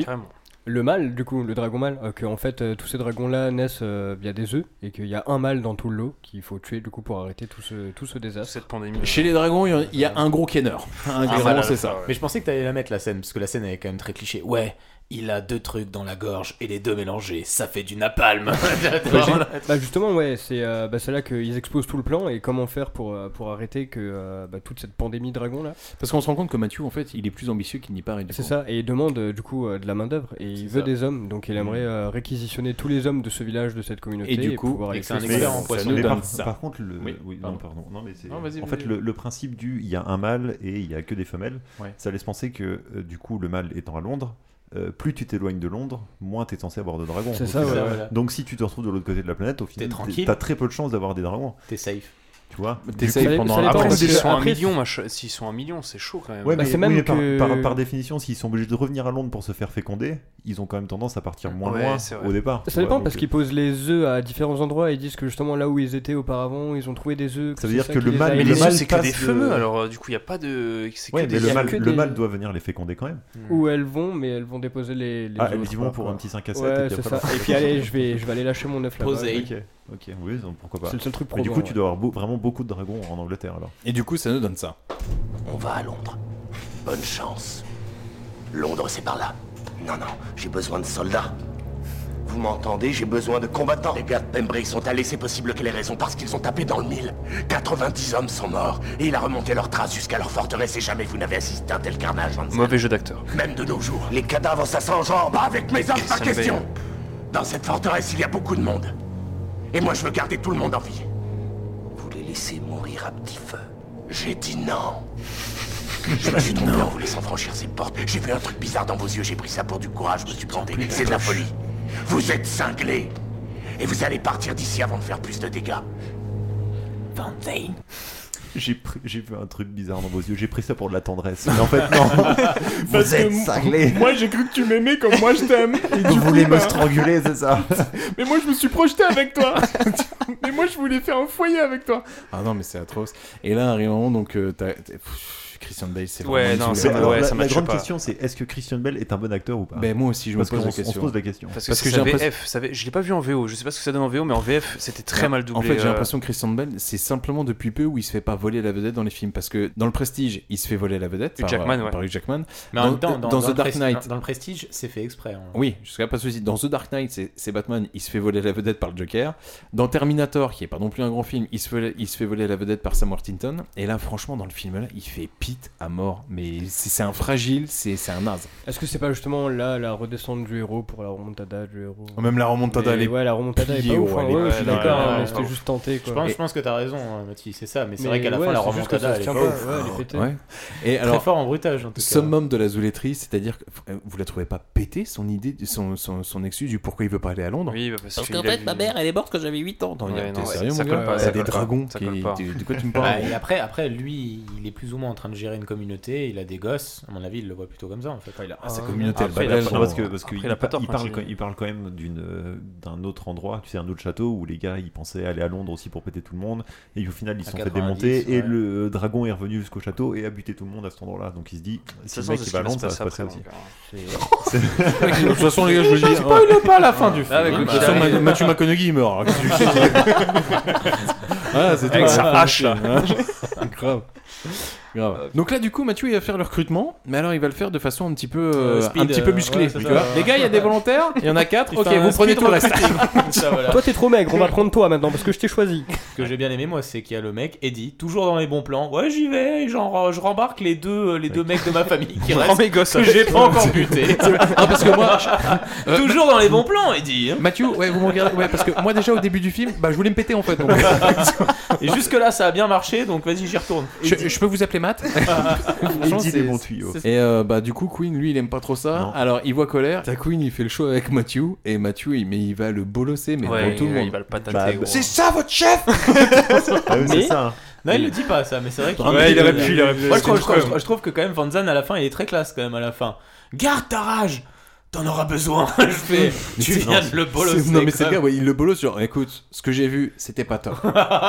[SPEAKER 6] Le mâle, du coup, le dragon mâle, euh, que en fait euh, tous ces dragons-là naissent euh, via des œufs et qu'il y a un mâle dans tout le lot qu'il faut tuer du coup pour arrêter tout ce, tout ce désastre.
[SPEAKER 12] Cette pandémie.
[SPEAKER 2] Chez les dragons, il y a- il y, a un gros kenneur. Un gros,
[SPEAKER 11] voilà.
[SPEAKER 2] c'est ça.
[SPEAKER 11] Mais je pensais que t'allais la mettre la scène, parce que la scène elle est quand même très cliché. Ouais, il a deux trucs dans la gorge et les deux mélangés, ça fait du napalm.
[SPEAKER 6] Bah, j'ai- bah, justement, ouais, c'est euh, bah, c'est là qu'ils exposent tout le plan et comment faire pour, euh, pour arrêter que euh, bah, toute cette pandémie dragon là.
[SPEAKER 2] Parce qu'on se rend compte que Mathieu, en fait, il est plus ambitieux qu'il n'y paraît. du
[SPEAKER 6] C'est
[SPEAKER 2] coup.
[SPEAKER 6] ça, et il demande euh, du coup euh, de la main-d'œuvre et il veut
[SPEAKER 2] ça.
[SPEAKER 6] des hommes, donc il aimerait euh, réquisitionner tous les hommes de ce village, de cette communauté.
[SPEAKER 2] Et du coup,
[SPEAKER 6] pouvoir
[SPEAKER 2] et
[SPEAKER 6] les
[SPEAKER 2] que c'est un
[SPEAKER 6] faire-
[SPEAKER 10] Mais
[SPEAKER 2] expert
[SPEAKER 10] ça
[SPEAKER 2] en
[SPEAKER 10] nous
[SPEAKER 2] poisson.
[SPEAKER 10] donne-
[SPEAKER 2] Par-
[SPEAKER 10] Par,
[SPEAKER 2] par
[SPEAKER 10] contre, le,
[SPEAKER 2] Oui,
[SPEAKER 10] oui, non,
[SPEAKER 2] pardon.
[SPEAKER 10] pardon. Non, mais c'est-
[SPEAKER 2] Non, vas-y,
[SPEAKER 10] en
[SPEAKER 2] vas-y,
[SPEAKER 10] fait,
[SPEAKER 2] vas-y.
[SPEAKER 10] le, le principe du il y a un mâle et il y a que des femelles,
[SPEAKER 2] Ouais.
[SPEAKER 10] ça laisse penser que euh, du coup, le mâle étant à Londres, euh, plus tu t'éloignes de Londres, moins t'es censé avoir de dragons.
[SPEAKER 6] C'est
[SPEAKER 10] Au
[SPEAKER 6] ça,
[SPEAKER 10] final.
[SPEAKER 6] ouais, voilà.
[SPEAKER 10] Donc si tu te retrouves de l'autre côté de la planète, au final,
[SPEAKER 11] tranquille.
[SPEAKER 10] t'as très peu de chances d'avoir des dragons.
[SPEAKER 11] T'es safe.
[SPEAKER 10] Tu vois
[SPEAKER 2] T'es
[SPEAKER 10] Du
[SPEAKER 2] safe
[SPEAKER 10] coup-
[SPEAKER 2] pendant Ça
[SPEAKER 10] la
[SPEAKER 2] dépend,
[SPEAKER 10] pandémie.
[SPEAKER 2] parce
[SPEAKER 12] S'ils
[SPEAKER 2] que
[SPEAKER 12] sont, un
[SPEAKER 2] après,
[SPEAKER 12] million, mach- s'ils sont un million, c'est chaud quand même.
[SPEAKER 6] Bah,
[SPEAKER 10] Ouais, mais,
[SPEAKER 12] c'est
[SPEAKER 10] oui, mais par, par- par définition, s'ils sont obligés de revenir à Londres pour se faire féconder, ils ont quand même tendance à partir moins
[SPEAKER 12] Ouais,
[SPEAKER 10] loin
[SPEAKER 12] c'est vrai.
[SPEAKER 10] au départ.
[SPEAKER 6] Ça dépend parce qu'ils posent les œufs à différents endroits et ils disent que justement là où ils étaient auparavant, ils ont trouvé des œufs. que
[SPEAKER 10] Ça veut
[SPEAKER 6] c'est
[SPEAKER 10] dire que
[SPEAKER 6] qui
[SPEAKER 10] le
[SPEAKER 6] les a
[SPEAKER 10] mâle-
[SPEAKER 12] Mais
[SPEAKER 6] aidés.
[SPEAKER 10] le
[SPEAKER 12] les
[SPEAKER 10] mâle
[SPEAKER 12] œufs, c'est que
[SPEAKER 10] passe
[SPEAKER 12] des
[SPEAKER 10] de-
[SPEAKER 12] fumeux, alors euh, du coup, il n'y a pas de. c'est que
[SPEAKER 10] Ouais,
[SPEAKER 12] des-
[SPEAKER 10] mais
[SPEAKER 12] y
[SPEAKER 10] le
[SPEAKER 12] a
[SPEAKER 10] mâle,
[SPEAKER 12] que
[SPEAKER 10] le
[SPEAKER 12] des-
[SPEAKER 10] mâle doit venir les féconder quand même.
[SPEAKER 6] Où elles vont, mais elles vont déposer les. les
[SPEAKER 10] Ah,
[SPEAKER 6] œufs
[SPEAKER 10] elles y
[SPEAKER 6] autre
[SPEAKER 10] vont
[SPEAKER 6] part,
[SPEAKER 10] pour
[SPEAKER 6] quoi.
[SPEAKER 10] un petit 5 à 7,
[SPEAKER 6] Ouais,
[SPEAKER 10] et puis
[SPEAKER 6] c'est
[SPEAKER 10] après,
[SPEAKER 6] ça.
[SPEAKER 10] on
[SPEAKER 6] Et
[SPEAKER 10] fait
[SPEAKER 6] puis
[SPEAKER 10] autre
[SPEAKER 6] allez,
[SPEAKER 10] chose.
[SPEAKER 6] je vais, je vais aller lâcher mon œuf là-bas.
[SPEAKER 11] Posez.
[SPEAKER 10] Ok, euh, ok, oui, donc pourquoi pas.
[SPEAKER 6] C'est le seul truc
[SPEAKER 10] Mais du
[SPEAKER 6] probant,
[SPEAKER 10] coup, tu
[SPEAKER 6] ouais.
[SPEAKER 10] dois avoir beau- vraiment beaucoup de dragons en Angleterre alors.
[SPEAKER 2] Et du coup, ça nous donne ça.
[SPEAKER 14] On va à Londres. Bonne chance. Londres, c'est par là. Non, non, j'ai besoin de soldats. Vous m'entendez J'ai besoin de combattants. Les gars de Pembrey sont allés, c'est possible que les raisons parce qu'ils ont tapé dans le mille. 90 hommes sont morts, et il a remonté leurs traces jusqu'à leur forteresse, et jamais vous n'avez assisté à un tel carnage, Hansel.
[SPEAKER 12] Mauvais jeu d'acteur.
[SPEAKER 14] Même de nos jours, les cadavres ça s'enjambe avec mes hommes, pas
[SPEAKER 12] Christian Bale.
[SPEAKER 14] question Dans cette forteresse, il y a beaucoup de monde. Et moi, je veux garder tout le monde en vie. Vous les laissez mourir à petit feu J'ai dit non Je me suis trompé en vous laissant franchir ces portes. J'ai vu un truc bizarre dans vos yeux, j'ai pris ça pour du courage, Ah, je me suis planté. C'est de la folie. Vous êtes cinglés. Et vous allez partir d'ici avant de faire plus de dégâts. Van
[SPEAKER 10] J'ai pris- j'ai vu un truc bizarre dans vos yeux, j'ai pris ça pour de la tendresse. Mais en fait, non.
[SPEAKER 5] Parce
[SPEAKER 10] vous
[SPEAKER 5] que
[SPEAKER 10] êtes
[SPEAKER 5] m-
[SPEAKER 10] cinglés.
[SPEAKER 5] Moi j'ai cru que tu m'aimais comme moi je t'aime. Et du
[SPEAKER 10] Vous
[SPEAKER 5] coup,
[SPEAKER 10] voulez me
[SPEAKER 5] bah,
[SPEAKER 10] stranguler, c'est ça
[SPEAKER 5] Mais moi je me suis projeté avec toi. mais moi je voulais faire un foyer avec toi.
[SPEAKER 2] Ah non, mais c'est atroce. Et là, arrive un moment, donc, euh, t'as- t'es- pff, Christian Bale, c'est
[SPEAKER 12] Ouais,
[SPEAKER 2] vraiment
[SPEAKER 12] non,
[SPEAKER 2] isolé.
[SPEAKER 12] c'est- Alors, ouais,
[SPEAKER 10] la,
[SPEAKER 12] ça
[SPEAKER 10] la
[SPEAKER 12] matche
[SPEAKER 10] grande
[SPEAKER 12] pas.
[SPEAKER 10] question, c'est est-ce que Christian Bell est un bon acteur ou pas
[SPEAKER 2] Ben, moi aussi, je me
[SPEAKER 10] Parce
[SPEAKER 2] pose la
[SPEAKER 10] qu'on s-
[SPEAKER 2] question.
[SPEAKER 10] On se pose la question.
[SPEAKER 12] Parce que,
[SPEAKER 2] Parce que
[SPEAKER 12] ça
[SPEAKER 2] j'ai
[SPEAKER 12] VF,
[SPEAKER 2] l'impression-
[SPEAKER 12] ça avait- je l'ai pas vu en VO, je sais pas ce que ça donne en VO, mais en VF c'était très mal doublé.
[SPEAKER 2] En fait, j'ai
[SPEAKER 12] euh,
[SPEAKER 2] l'impression que Christian Bale, c'est simplement depuis peu où il se fait pas voler la vedette dans les films. Parce que dans Le Prestige, il se fait voler la vedette
[SPEAKER 11] Hugh
[SPEAKER 2] par,
[SPEAKER 11] Jackman,
[SPEAKER 2] euh,
[SPEAKER 11] ouais.
[SPEAKER 2] par Hugh Jackman.
[SPEAKER 11] Mais en même temps,
[SPEAKER 2] dans
[SPEAKER 11] dans, dans
[SPEAKER 2] The
[SPEAKER 11] le
[SPEAKER 2] Dark
[SPEAKER 11] Presti-
[SPEAKER 2] Knight.
[SPEAKER 11] dans- dans le Prestige, c'est fait exprès. hein.
[SPEAKER 2] Oui, jusqu'à pas de souci. Dans The Dark Knight, c'est c'est Batman, il se fait voler la vedette par le Joker. Dans Terminator, qui est pas non plus un grand film, il se fait, il se fait voler la vedette par Sam Worthington. Et là, franchement, dans le film-là, il fait pite à mort. Mais c'est c'est un fragile, c'est c'est un naze.
[SPEAKER 6] Est-ce que c'est pas justement là la redescende du héros pour la remontada du héros
[SPEAKER 2] Ah, Même la remontada,
[SPEAKER 6] Mais
[SPEAKER 2] elle est
[SPEAKER 6] Ouais, la remontada elle est pas
[SPEAKER 2] pire,
[SPEAKER 6] ouf. hein,
[SPEAKER 2] elle est
[SPEAKER 6] ouais, je suis
[SPEAKER 2] pire.
[SPEAKER 6] d'accord,
[SPEAKER 2] Ouais,
[SPEAKER 6] hein,
[SPEAKER 2] ouais,
[SPEAKER 6] mais
[SPEAKER 2] ouais,
[SPEAKER 6] c'était
[SPEAKER 2] ouais.
[SPEAKER 6] juste tenté quoi.
[SPEAKER 11] Je pense, je
[SPEAKER 6] Et-
[SPEAKER 11] pense que t'as raison, hein, Mathis, c'est ça. Mais c'est
[SPEAKER 6] Mais
[SPEAKER 11] vrai qu'à la
[SPEAKER 6] ouais,
[SPEAKER 11] fin, la
[SPEAKER 6] c'est juste que
[SPEAKER 11] remontada,
[SPEAKER 6] ça
[SPEAKER 11] elle est
[SPEAKER 6] tient
[SPEAKER 11] pas
[SPEAKER 6] pas,
[SPEAKER 11] ouf.
[SPEAKER 6] ouais, elle est pétée.
[SPEAKER 2] Ouais. Et alors,
[SPEAKER 11] très fort en bruitage, en tout cas.
[SPEAKER 2] Summum de la zouletterie, c'est-à-dire que euh, vous la trouvez pas pété son idée, son, son, son excuse du pourquoi il veut pas aller à Londres
[SPEAKER 12] Oui, bah, parce
[SPEAKER 2] Parce
[SPEAKER 12] que
[SPEAKER 2] qu'en
[SPEAKER 12] il a
[SPEAKER 2] fait,
[SPEAKER 12] vu-
[SPEAKER 2] ma mère, elle est morte quand j'avais 8 ans. Attends,
[SPEAKER 12] Ouais,
[SPEAKER 2] t'es
[SPEAKER 12] non,
[SPEAKER 2] sérieux,
[SPEAKER 12] ça
[SPEAKER 2] mon
[SPEAKER 12] colle
[SPEAKER 2] gars
[SPEAKER 12] pas,
[SPEAKER 2] T'as
[SPEAKER 12] ça
[SPEAKER 2] des
[SPEAKER 12] colle pas,
[SPEAKER 2] dragons
[SPEAKER 12] ça
[SPEAKER 2] qui.
[SPEAKER 12] colle pas.
[SPEAKER 2] tu- De quoi tu me
[SPEAKER 11] Bah,
[SPEAKER 2] parles
[SPEAKER 11] et après, après, lui, il est plus ou moins en train de gérer une communauté, il a des gosses, à mon avis, il le voit plutôt comme ça en fait.
[SPEAKER 2] a- Ah, sa communauté, elle
[SPEAKER 10] Après,
[SPEAKER 2] babelle,
[SPEAKER 10] il a-
[SPEAKER 2] son-
[SPEAKER 10] non, Bah, parce que parce que
[SPEAKER 12] Après,
[SPEAKER 10] il,
[SPEAKER 12] il a pas
[SPEAKER 10] pa-
[SPEAKER 12] tort
[SPEAKER 10] il
[SPEAKER 12] quand
[SPEAKER 10] parle
[SPEAKER 12] il-
[SPEAKER 10] quand- il parle quand même d'une euh, d'un autre endroit, tu sais, un autre château où les gars ils pensaient aller à Londres aussi pour péter tout le monde et au final ils se
[SPEAKER 12] À
[SPEAKER 10] sont
[SPEAKER 12] 90,
[SPEAKER 10] fait démonter et
[SPEAKER 12] ouais.
[SPEAKER 10] le euh, dragon est revenu jusqu'au château et a buté tout le monde à cet endroit-là. Donc il se dit si le
[SPEAKER 12] façon,
[SPEAKER 10] mec
[SPEAKER 12] c'est
[SPEAKER 10] il
[SPEAKER 12] ce
[SPEAKER 10] va à
[SPEAKER 12] qui va
[SPEAKER 10] Londres
[SPEAKER 12] se
[SPEAKER 10] ça va se passer
[SPEAKER 12] passer hein.
[SPEAKER 10] aussi.
[SPEAKER 12] après,
[SPEAKER 10] C'est-
[SPEAKER 2] De toute façon, les gars, je vous le dis.
[SPEAKER 11] spoil
[SPEAKER 2] hein.
[SPEAKER 11] pas la fin du film.
[SPEAKER 2] Ah, mais écoute, De
[SPEAKER 12] Bah,
[SPEAKER 2] toute façon,
[SPEAKER 11] j'arrive.
[SPEAKER 2] Ma- Matthew McConaughey meurt. alors, hein, qu'est-ce que tu fais Ah, c'est
[SPEAKER 12] Avec
[SPEAKER 2] toi,
[SPEAKER 12] sa
[SPEAKER 2] hein,
[SPEAKER 12] hache, là.
[SPEAKER 2] hein. Grave. Grave. Donc là, du coup, Mathieu il va faire le recrutement, mais alors il va le faire de façon un petit peu, euh,
[SPEAKER 11] Euh,
[SPEAKER 2] un
[SPEAKER 11] speed,
[SPEAKER 2] petit peu
[SPEAKER 11] euh,
[SPEAKER 2] musclée.
[SPEAKER 11] ouais, c'est
[SPEAKER 2] tu
[SPEAKER 11] ça.
[SPEAKER 2] vois. Les gars, il y a des volontaires, il y en a 4
[SPEAKER 11] Il
[SPEAKER 2] Ok,
[SPEAKER 11] fait un
[SPEAKER 2] vous prenez
[SPEAKER 11] speed
[SPEAKER 2] tout le reste.
[SPEAKER 11] recruiting. Ça, voilà.
[SPEAKER 6] Toi t'es trop maigre, on va prendre toi maintenant parce que je t'ai choisi.
[SPEAKER 11] Ce que j'ai bien aimé, moi, c'est qu'il y a le mec, Eddie, toujours dans les bons plans. Ouais, j'y vais, genre, euh, je rembarque les deux, euh, les deux mecs de ma famille qui
[SPEAKER 12] Je
[SPEAKER 11] restent.
[SPEAKER 12] prends mes gosses
[SPEAKER 11] que
[SPEAKER 12] avec.
[SPEAKER 11] j'ai pas encore buté.
[SPEAKER 2] Ah, parce que moi,
[SPEAKER 11] toujours dans les bons plans, Eddie. hein.
[SPEAKER 2] Mathieu, ouais, vous me regardez. Ouais, parce que moi, déjà au début du film, bah, je voulais me péter en fait. donc.
[SPEAKER 11] Et jusque-là, ça a bien marché, donc vas-y, j'y retourne.
[SPEAKER 2] je, je peux vous appeler Matt Franchement,
[SPEAKER 10] dit
[SPEAKER 2] c'est-
[SPEAKER 10] les bons tuyaux.
[SPEAKER 2] c'est- Et euh, bah, du coup, Queen, lui, il aime pas trop ça.
[SPEAKER 10] Non.
[SPEAKER 2] Alors, il voit colère. Ta Queen, il fait le show avec Mathieu. Et Mathieu, il, mais il va le bolosser, mais
[SPEAKER 12] Ouais,
[SPEAKER 2] devant tout
[SPEAKER 12] il-
[SPEAKER 2] le monde.
[SPEAKER 12] il va le patater,
[SPEAKER 2] Bah,
[SPEAKER 12] Ah, gros.
[SPEAKER 2] c'est ça votre chef
[SPEAKER 10] Ah oui, c'est
[SPEAKER 11] Mais-
[SPEAKER 10] ça.
[SPEAKER 11] Non, il le dit pas ça, mais c'est vrai qu'il.
[SPEAKER 12] Ouais, il aurait pu, il aurait pu.
[SPEAKER 11] Moi, je trouve,
[SPEAKER 12] C'était une
[SPEAKER 11] je trouve- je trouve que quand même, Van Zandt, à la fin, il est très classe quand même à la fin. Garde ta rage T'en auras besoin Je fais. Tu
[SPEAKER 2] Mais c'est-
[SPEAKER 11] viens de le bolosser.
[SPEAKER 2] c'est- Non, mais c'est
[SPEAKER 11] quand
[SPEAKER 2] le gars, ouais, il le bolosse. Genre, écoute, ce que j'ai vu, c'était pas top.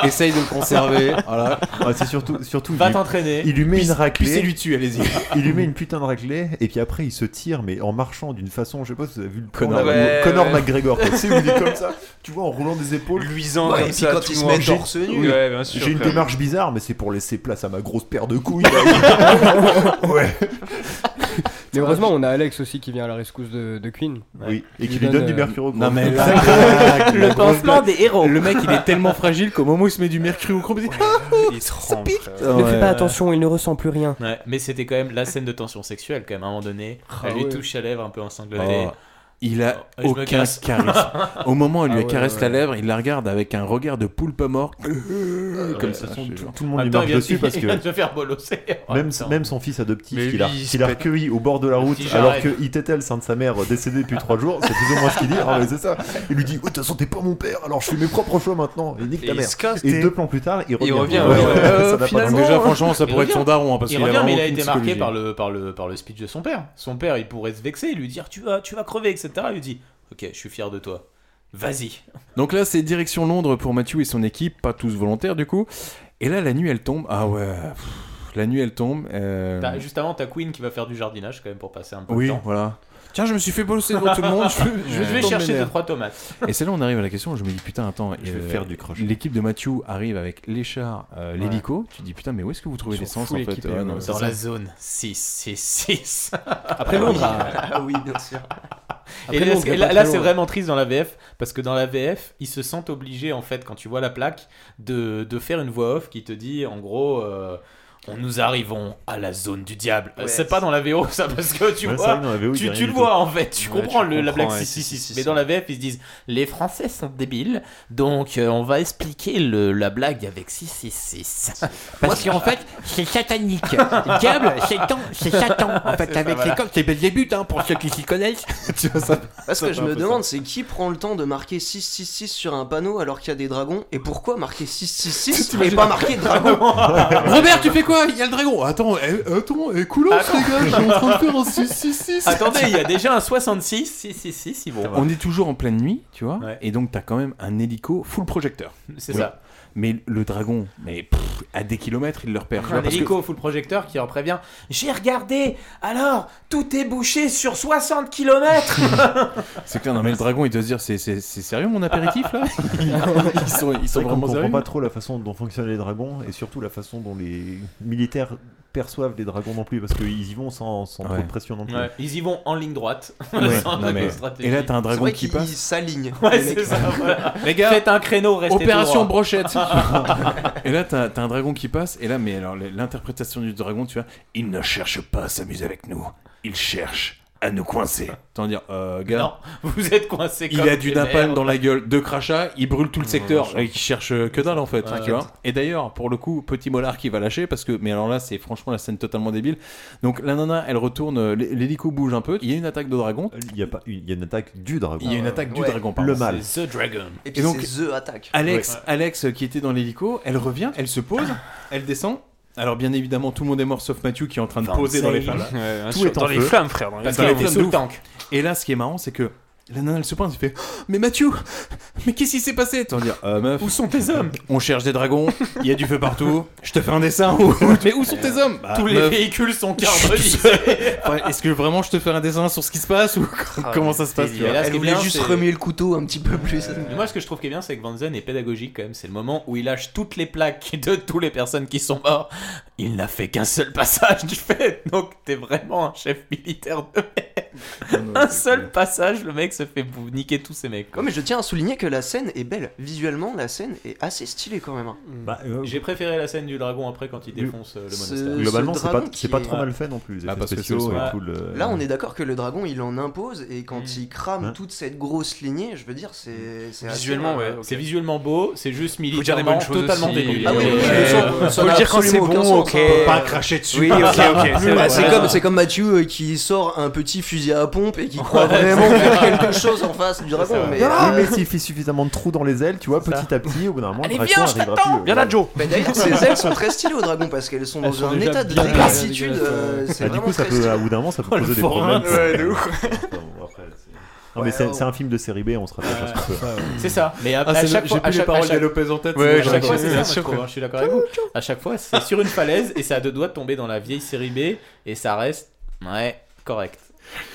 [SPEAKER 2] Essaye de le conserver. Voilà.
[SPEAKER 10] Ah, c'est surtout, surtout.
[SPEAKER 11] Va
[SPEAKER 10] il lui-
[SPEAKER 11] t'entraîner.
[SPEAKER 10] Il lui met une
[SPEAKER 2] Pisse-
[SPEAKER 10] raclée.
[SPEAKER 2] pissez-lui dessus, allez-y.
[SPEAKER 10] Il lui met une putain de raclée, et puis après il se tire, mais en marchant d'une façon, je sais pas si vous avez vu le plan,
[SPEAKER 2] Connor.
[SPEAKER 10] là,
[SPEAKER 12] Ouais,
[SPEAKER 10] où Connor
[SPEAKER 12] ouais.
[SPEAKER 10] McGregor, quoi. tu sais, où il est comme ça, tu vois, en roulant des épaules.
[SPEAKER 12] Luisant comme
[SPEAKER 10] Ouais, et puis
[SPEAKER 12] ça,
[SPEAKER 10] quand
[SPEAKER 12] tout
[SPEAKER 10] il se
[SPEAKER 12] en
[SPEAKER 10] met
[SPEAKER 12] torse nu.
[SPEAKER 10] Oui.
[SPEAKER 12] Ouais, bien sûr,
[SPEAKER 10] J'ai une
[SPEAKER 12] frère.
[SPEAKER 10] démarche bizarre, mais c'est pour laisser place à ma grosse paire de couilles. là. ouais.
[SPEAKER 6] Mais heureusement on a Alex aussi qui vient à la rescousse de, de Queen.
[SPEAKER 10] Oui, et qui lui donne du mercure au
[SPEAKER 2] Non, mais là,
[SPEAKER 6] Le
[SPEAKER 2] la grosse
[SPEAKER 6] pansement
[SPEAKER 2] blague.
[SPEAKER 6] des héros.
[SPEAKER 2] Le mec, il est tellement fragile qu'au moment où il se met du mercure au chrome, il dit
[SPEAKER 12] Il tremble. frère.
[SPEAKER 6] Ne fais
[SPEAKER 2] Ouais.
[SPEAKER 6] pas attention, il ne ressent plus rien.
[SPEAKER 11] Ouais, mais c'était quand même la scène de tension sexuelle quand même à un moment donné.
[SPEAKER 6] Ah
[SPEAKER 11] elle lui
[SPEAKER 6] ouais.
[SPEAKER 11] touche la lèvre un peu ensanglantée.
[SPEAKER 2] Oh, il a
[SPEAKER 11] Oh, je me
[SPEAKER 2] aucun
[SPEAKER 11] casse.
[SPEAKER 2] charisme. Au moment où il lui
[SPEAKER 11] Ah ouais,
[SPEAKER 2] caresse
[SPEAKER 11] ouais.
[SPEAKER 2] la lèvre, il la regarde avec un regard de poulpe mort. Comme
[SPEAKER 12] Ah,
[SPEAKER 2] ça,
[SPEAKER 10] façon,
[SPEAKER 2] je-
[SPEAKER 10] tout, tout le monde
[SPEAKER 11] En
[SPEAKER 10] lui
[SPEAKER 11] même temps,
[SPEAKER 10] marche
[SPEAKER 11] il vient de-
[SPEAKER 10] dessus parce
[SPEAKER 11] il
[SPEAKER 10] que
[SPEAKER 11] vient de se faire bolosser. Oh, en
[SPEAKER 10] même,
[SPEAKER 11] temps.
[SPEAKER 10] même son fils adoptif
[SPEAKER 12] Mais
[SPEAKER 10] qu'il a,
[SPEAKER 12] lui, il se
[SPEAKER 10] qu'il a
[SPEAKER 12] pète.
[SPEAKER 10] recueilli au bord de la route
[SPEAKER 11] petit
[SPEAKER 10] alors
[SPEAKER 11] Jared.
[SPEAKER 10] qu'il tétait le sein de sa mère décédée depuis 3 jours, c'est plus ou moins ce qu'il dit. Ah, mais c'est ça. Il lui dit Oh, de toute façon, t'es pas mon père, alors je fais mes propres choix maintenant. Et nique
[SPEAKER 12] Et
[SPEAKER 10] ta
[SPEAKER 12] il
[SPEAKER 10] mère.
[SPEAKER 12] se casse,
[SPEAKER 10] et
[SPEAKER 12] t'es-
[SPEAKER 10] deux plans plus tard, il revient.
[SPEAKER 12] Il revient,
[SPEAKER 10] Ouais,
[SPEAKER 12] ouais, ouais.
[SPEAKER 10] ouais, ça n'a
[SPEAKER 2] Euh,
[SPEAKER 10] pas de
[SPEAKER 2] finalement,
[SPEAKER 10] sens.
[SPEAKER 2] déjà, franchement, ça
[SPEAKER 11] Il
[SPEAKER 2] pourrait être son
[SPEAKER 11] revient.
[SPEAKER 2] daron, hein, parce
[SPEAKER 11] euh, il
[SPEAKER 2] qu'il a
[SPEAKER 11] revient, mais
[SPEAKER 2] vraiment
[SPEAKER 11] il a
[SPEAKER 2] aucune
[SPEAKER 11] été marqué
[SPEAKER 2] psychologie.
[SPEAKER 11] par le, par, le, par le speech de son père. Son père, il pourrait se vexer, lui dire tu vas, tu vas crever, etc. Il lui dit Ok, je suis fier de toi. Vas-y.
[SPEAKER 2] Donc là, c'est direction Londres pour Mathieu et son équipe, pas tous volontaires du coup. Et là, la nuit, elle tombe. Ah ouais. pff, La nuit, elle tombe. euh,
[SPEAKER 11] T'as- Bah, Juste avant, t'as Queen qui va faire du jardinage quand même pour passer un peu
[SPEAKER 2] Oui,
[SPEAKER 11] de temps.
[SPEAKER 2] voilà. Tiens, je me suis fait bosser devant tout le monde. Je,
[SPEAKER 11] Je vais chercher deux trois tomates.
[SPEAKER 2] Et c'est là où on arrive à la question où je me dis putain attends euh,
[SPEAKER 10] Je vais faire du crochet.
[SPEAKER 2] l'équipe de Mathieu arrive avec les chars euh, l'hélico tu te dis putain mais où est-ce que vous trouvez
[SPEAKER 6] Ils sont
[SPEAKER 2] l'essence
[SPEAKER 6] fous,
[SPEAKER 2] en fait
[SPEAKER 6] l'équipe,
[SPEAKER 2] Ouais,
[SPEAKER 6] hein,
[SPEAKER 2] non, mais
[SPEAKER 11] euh, Dans
[SPEAKER 2] c'est
[SPEAKER 11] la
[SPEAKER 2] ça.
[SPEAKER 11] zone 6, 6, 6.
[SPEAKER 6] Après Londres, à-
[SPEAKER 13] Ah oui, bien sûr.
[SPEAKER 11] Et
[SPEAKER 6] après
[SPEAKER 11] là,
[SPEAKER 6] Londres,
[SPEAKER 11] c'est-
[SPEAKER 6] c'est
[SPEAKER 11] là,
[SPEAKER 6] pas
[SPEAKER 11] là,
[SPEAKER 6] très
[SPEAKER 11] c'est
[SPEAKER 2] hein.
[SPEAKER 6] loin.
[SPEAKER 11] vraiment triste dans la VF parce que dans la VF, ils se sentent obligés en fait quand tu vois la plaque de, de faire une voix off qui te dit en gros euh, on nous arrivons à la zone du diable. Euh,
[SPEAKER 12] Ouais.
[SPEAKER 11] C'est pas dans la VO ça parce que tu
[SPEAKER 12] Ouais, c'est
[SPEAKER 11] vois,
[SPEAKER 12] vrai que dans la VO, il dit
[SPEAKER 11] tu,
[SPEAKER 12] rien
[SPEAKER 11] tu
[SPEAKER 12] du
[SPEAKER 11] le
[SPEAKER 12] tout.
[SPEAKER 11] vois en fait, tu
[SPEAKER 12] Ouais,
[SPEAKER 11] comprends
[SPEAKER 12] tu
[SPEAKER 11] le- la
[SPEAKER 12] comprends,
[SPEAKER 11] blague
[SPEAKER 12] ouais,
[SPEAKER 11] 666. Mais dans la VF ils se disent les Français sont débiles, donc euh, on va expliquer le- la blague avec 666. Parce qu'en fait c'est satanique.
[SPEAKER 15] Diable, c'est Satan, c'est Satan. En
[SPEAKER 11] C'est
[SPEAKER 15] fait,
[SPEAKER 11] ça,
[SPEAKER 15] avec
[SPEAKER 11] voilà.
[SPEAKER 15] les codes, c'est Belzébuth, hein, pour ceux qui s'y connaissent.
[SPEAKER 13] Parce que
[SPEAKER 15] ça
[SPEAKER 13] je
[SPEAKER 15] fait
[SPEAKER 13] me
[SPEAKER 15] un peu
[SPEAKER 13] demande, c'est qui prend le temps de marquer 666 sur un panneau alors qu'il y a des dragons Et pourquoi marquer 666 et pas marquer dragon
[SPEAKER 2] Robert, tu fais quoi Il y a le dragon. Attends, eh, attends, eh, coulos,
[SPEAKER 11] Ah,
[SPEAKER 2] les gars, je suis en train de faire un 666.
[SPEAKER 11] Attendez, il y a déjà un 66, 666, ils vont.
[SPEAKER 2] On est toujours en pleine nuit, tu vois, et donc t'as quand même un hélico full projecteur.
[SPEAKER 11] C'est
[SPEAKER 2] Tu
[SPEAKER 11] ça.
[SPEAKER 2] vois. Mais le dragon, mais pff, à des kilomètres, il le repère. tu vois,
[SPEAKER 11] Un
[SPEAKER 2] parce que-
[SPEAKER 11] hélico full projecteur qui en prévient J'ai regardé, alors tout est bouché sur 60 km
[SPEAKER 2] C'est clair, non mais le dragon, il doit se dire, c'est- c'est c'est sérieux mon apéritif là Ils sont, ils sont
[SPEAKER 10] C'est vrai qu'on
[SPEAKER 2] vraiment
[SPEAKER 10] comprend
[SPEAKER 2] sérieux.
[SPEAKER 10] pas trop la façon dont fonctionnent les dragons et surtout la façon dont les militaires perçoivent les dragons non plus parce qu'ils y vont sans, sans trop
[SPEAKER 2] Ouais.
[SPEAKER 10] de pression non plus.
[SPEAKER 11] Ouais, Ils y vont en ligne droite.
[SPEAKER 10] Ouais,
[SPEAKER 11] Sans
[SPEAKER 10] non,
[SPEAKER 11] la
[SPEAKER 10] mais-
[SPEAKER 11] grosse stratégie.
[SPEAKER 10] et là, t'as un dragon
[SPEAKER 13] C'est vrai qui qu'ils passe. s'alignent. Les
[SPEAKER 11] Ouais, Ah, c'est
[SPEAKER 13] mecs.
[SPEAKER 11] ça, voilà.
[SPEAKER 2] Les gars,
[SPEAKER 11] faites un créneau, restez
[SPEAKER 2] Opération
[SPEAKER 11] tout droit.
[SPEAKER 2] brochette. et là, t'as t'as un dragon qui passe. Et là, mais alors l'interprétation du dragon, tu vois, il ne cherche pas à s'amuser avec nous. Il cherche à nous coincer. T'en dire, euh, gars.
[SPEAKER 11] Non, vous êtes coincé.
[SPEAKER 2] Il a du napalm dans la gueule, deux crachats, il brûle tout le secteur. Et il cherche que dalle en fait,
[SPEAKER 11] Ouais.
[SPEAKER 2] tu vois. Et d'ailleurs, pour le coup, petit molard qui va lâcher parce que, mais alors là, c'est franchement la scène totalement débile. Donc la nana, elle retourne, euh, l'hé- l'hélico bouge un peu. Il y a une attaque de dragon.
[SPEAKER 10] Il y a pas, il y a une attaque du dragon.
[SPEAKER 2] Il y a une attaque du
[SPEAKER 10] Ouais.
[SPEAKER 2] dragon, pardon.
[SPEAKER 10] Le mâle.
[SPEAKER 11] The Dragon.
[SPEAKER 13] Et puis c'est The Attack.
[SPEAKER 2] Alex, Alex euh, qui était dans l'hélico, elle revient, elle se pose, elle descend. Alors bien évidemment, tout le monde est mort sauf Mathieu qui est en train de poser dans les flammes.
[SPEAKER 12] Ouais,
[SPEAKER 2] Tout
[SPEAKER 12] sur-
[SPEAKER 2] est en
[SPEAKER 12] dans les
[SPEAKER 2] feu.
[SPEAKER 12] flammes, frère, dans les
[SPEAKER 2] Parce
[SPEAKER 12] flammes.
[SPEAKER 2] qu'elle était
[SPEAKER 12] Flammes
[SPEAKER 2] sous
[SPEAKER 12] de
[SPEAKER 2] le tank. Et là, ce qui est marrant, c'est que la nana elle se pointe, elle fait Mais Mathieu, mais qu'est-ce qui s'est passé T'en dire euh, meuf,
[SPEAKER 11] Où sont tes hommes
[SPEAKER 2] On cherche des dragons, il y a du feu partout. Je te fais un dessin. ou- mais où sont tes hommes Bah,
[SPEAKER 11] Tous les
[SPEAKER 2] meuf,
[SPEAKER 11] véhicules sont
[SPEAKER 2] je suis
[SPEAKER 11] carbonisés.
[SPEAKER 2] tout seul. Ouais, Est-ce que vraiment je te fais un dessin sur ce qui se passe ou
[SPEAKER 11] Ah,
[SPEAKER 2] comment ça se passe tu vois
[SPEAKER 6] eh
[SPEAKER 13] Elle voulait juste remuer le couteau un petit peu plus.
[SPEAKER 6] Euh,
[SPEAKER 11] Mais moi, ce que je trouve qui est bien, c'est que Van Zen est pédagogique quand même. C'est le moment où il lâche toutes les plaques de toutes les personnes qui sont mortes. Il n'a fait qu'un seul passage du fait. Donc, t'es vraiment un chef militaire de merde. Un seul passage, le mec se fait bou- niquer tous ces mecs. quoi.
[SPEAKER 13] Ouais, mais je tiens à souligner que la scène est belle. Visuellement, la scène est assez stylée quand même. hein.
[SPEAKER 11] J'ai préféré la scène du dragon après quand il défonce euh, le
[SPEAKER 13] Ce-
[SPEAKER 11] monastère.
[SPEAKER 13] ce
[SPEAKER 10] Globalement, c'est
[SPEAKER 13] dragon
[SPEAKER 10] pas-
[SPEAKER 13] qui
[SPEAKER 10] c'est pas
[SPEAKER 13] est-
[SPEAKER 10] trop mal fait non plus, les Ah, effets parce que c'est spéciaux le et soir. tout le-
[SPEAKER 13] Là, on est d'accord que le dragon, il en impose et quand il crame toute cette grosse lignée, je veux dire, c'est c'est assez-
[SPEAKER 11] C'est visuellement beau, c'est juste militaire.
[SPEAKER 13] des bonnes choses
[SPEAKER 11] totalement
[SPEAKER 13] aussi.
[SPEAKER 11] débile.
[SPEAKER 13] Ah oui, oui, oui,
[SPEAKER 11] Euh,
[SPEAKER 13] ça- ça
[SPEAKER 11] faut
[SPEAKER 13] n'a
[SPEAKER 11] le dire quand c'est
[SPEAKER 13] absolument aucun
[SPEAKER 11] bon,
[SPEAKER 13] sens,
[SPEAKER 11] ok.
[SPEAKER 13] hein. Oui, ok, ok. C'est
[SPEAKER 11] vrai.
[SPEAKER 13] c'est comme, c'est comme Mathieu euh, qui sort un petit fusil à pompe et qui croit vraiment
[SPEAKER 10] c'est
[SPEAKER 13] faire
[SPEAKER 10] vrai.
[SPEAKER 13] quelque chose en face du dragon. Mais,
[SPEAKER 10] Ah,
[SPEAKER 13] euh,
[SPEAKER 10] mais s'il fait suffisamment de trous dans les ailes, tu vois, petit à petit, au bout d'un moment,
[SPEAKER 13] Allez,
[SPEAKER 10] le dragon
[SPEAKER 13] viens, je
[SPEAKER 10] arrivera
[SPEAKER 13] t'attends.
[SPEAKER 10] plus. euh, voilà.
[SPEAKER 13] Mais d'ailleurs, ces ailes sont très stylées au dragon parce qu'elles sont dans
[SPEAKER 10] sont
[SPEAKER 13] un
[SPEAKER 10] déjà
[SPEAKER 13] état de
[SPEAKER 10] bien
[SPEAKER 13] déclassitude.
[SPEAKER 10] dégueulasses,
[SPEAKER 13] euh,
[SPEAKER 10] ouais.
[SPEAKER 13] c'est
[SPEAKER 10] Ah, du
[SPEAKER 13] vraiment
[SPEAKER 10] coup, ça
[SPEAKER 13] très
[SPEAKER 10] peut,
[SPEAKER 13] stylé.
[SPEAKER 10] à bout d'un moment, ça peut
[SPEAKER 13] Oh, le
[SPEAKER 10] poser des
[SPEAKER 13] forain.
[SPEAKER 10] problèmes.
[SPEAKER 13] Ouais, de ouf.
[SPEAKER 10] Non, mais c'est c'est un film de série B, on se rappelle pas ce que-
[SPEAKER 11] C'est ça. Mais à,
[SPEAKER 10] Ah,
[SPEAKER 11] à
[SPEAKER 10] c'est-
[SPEAKER 11] chaque
[SPEAKER 10] j'ai
[SPEAKER 11] fois,
[SPEAKER 10] plus
[SPEAKER 11] à
[SPEAKER 10] les
[SPEAKER 11] chaque,
[SPEAKER 10] paroles
[SPEAKER 11] à chaque-
[SPEAKER 10] de Lopez en tête, sinon
[SPEAKER 11] Ouais, à chaque
[SPEAKER 10] j'aurais
[SPEAKER 11] fois,
[SPEAKER 10] compris.
[SPEAKER 11] c'est
[SPEAKER 10] Bien
[SPEAKER 11] ça.
[SPEAKER 10] sûr que-
[SPEAKER 11] moi, je, trouve, hein, je suis d'accord avec vous. À chaque fois, c'est sur une falaise et ça a deux doigts de tomber dans la vieille série B et ça reste ouais correct.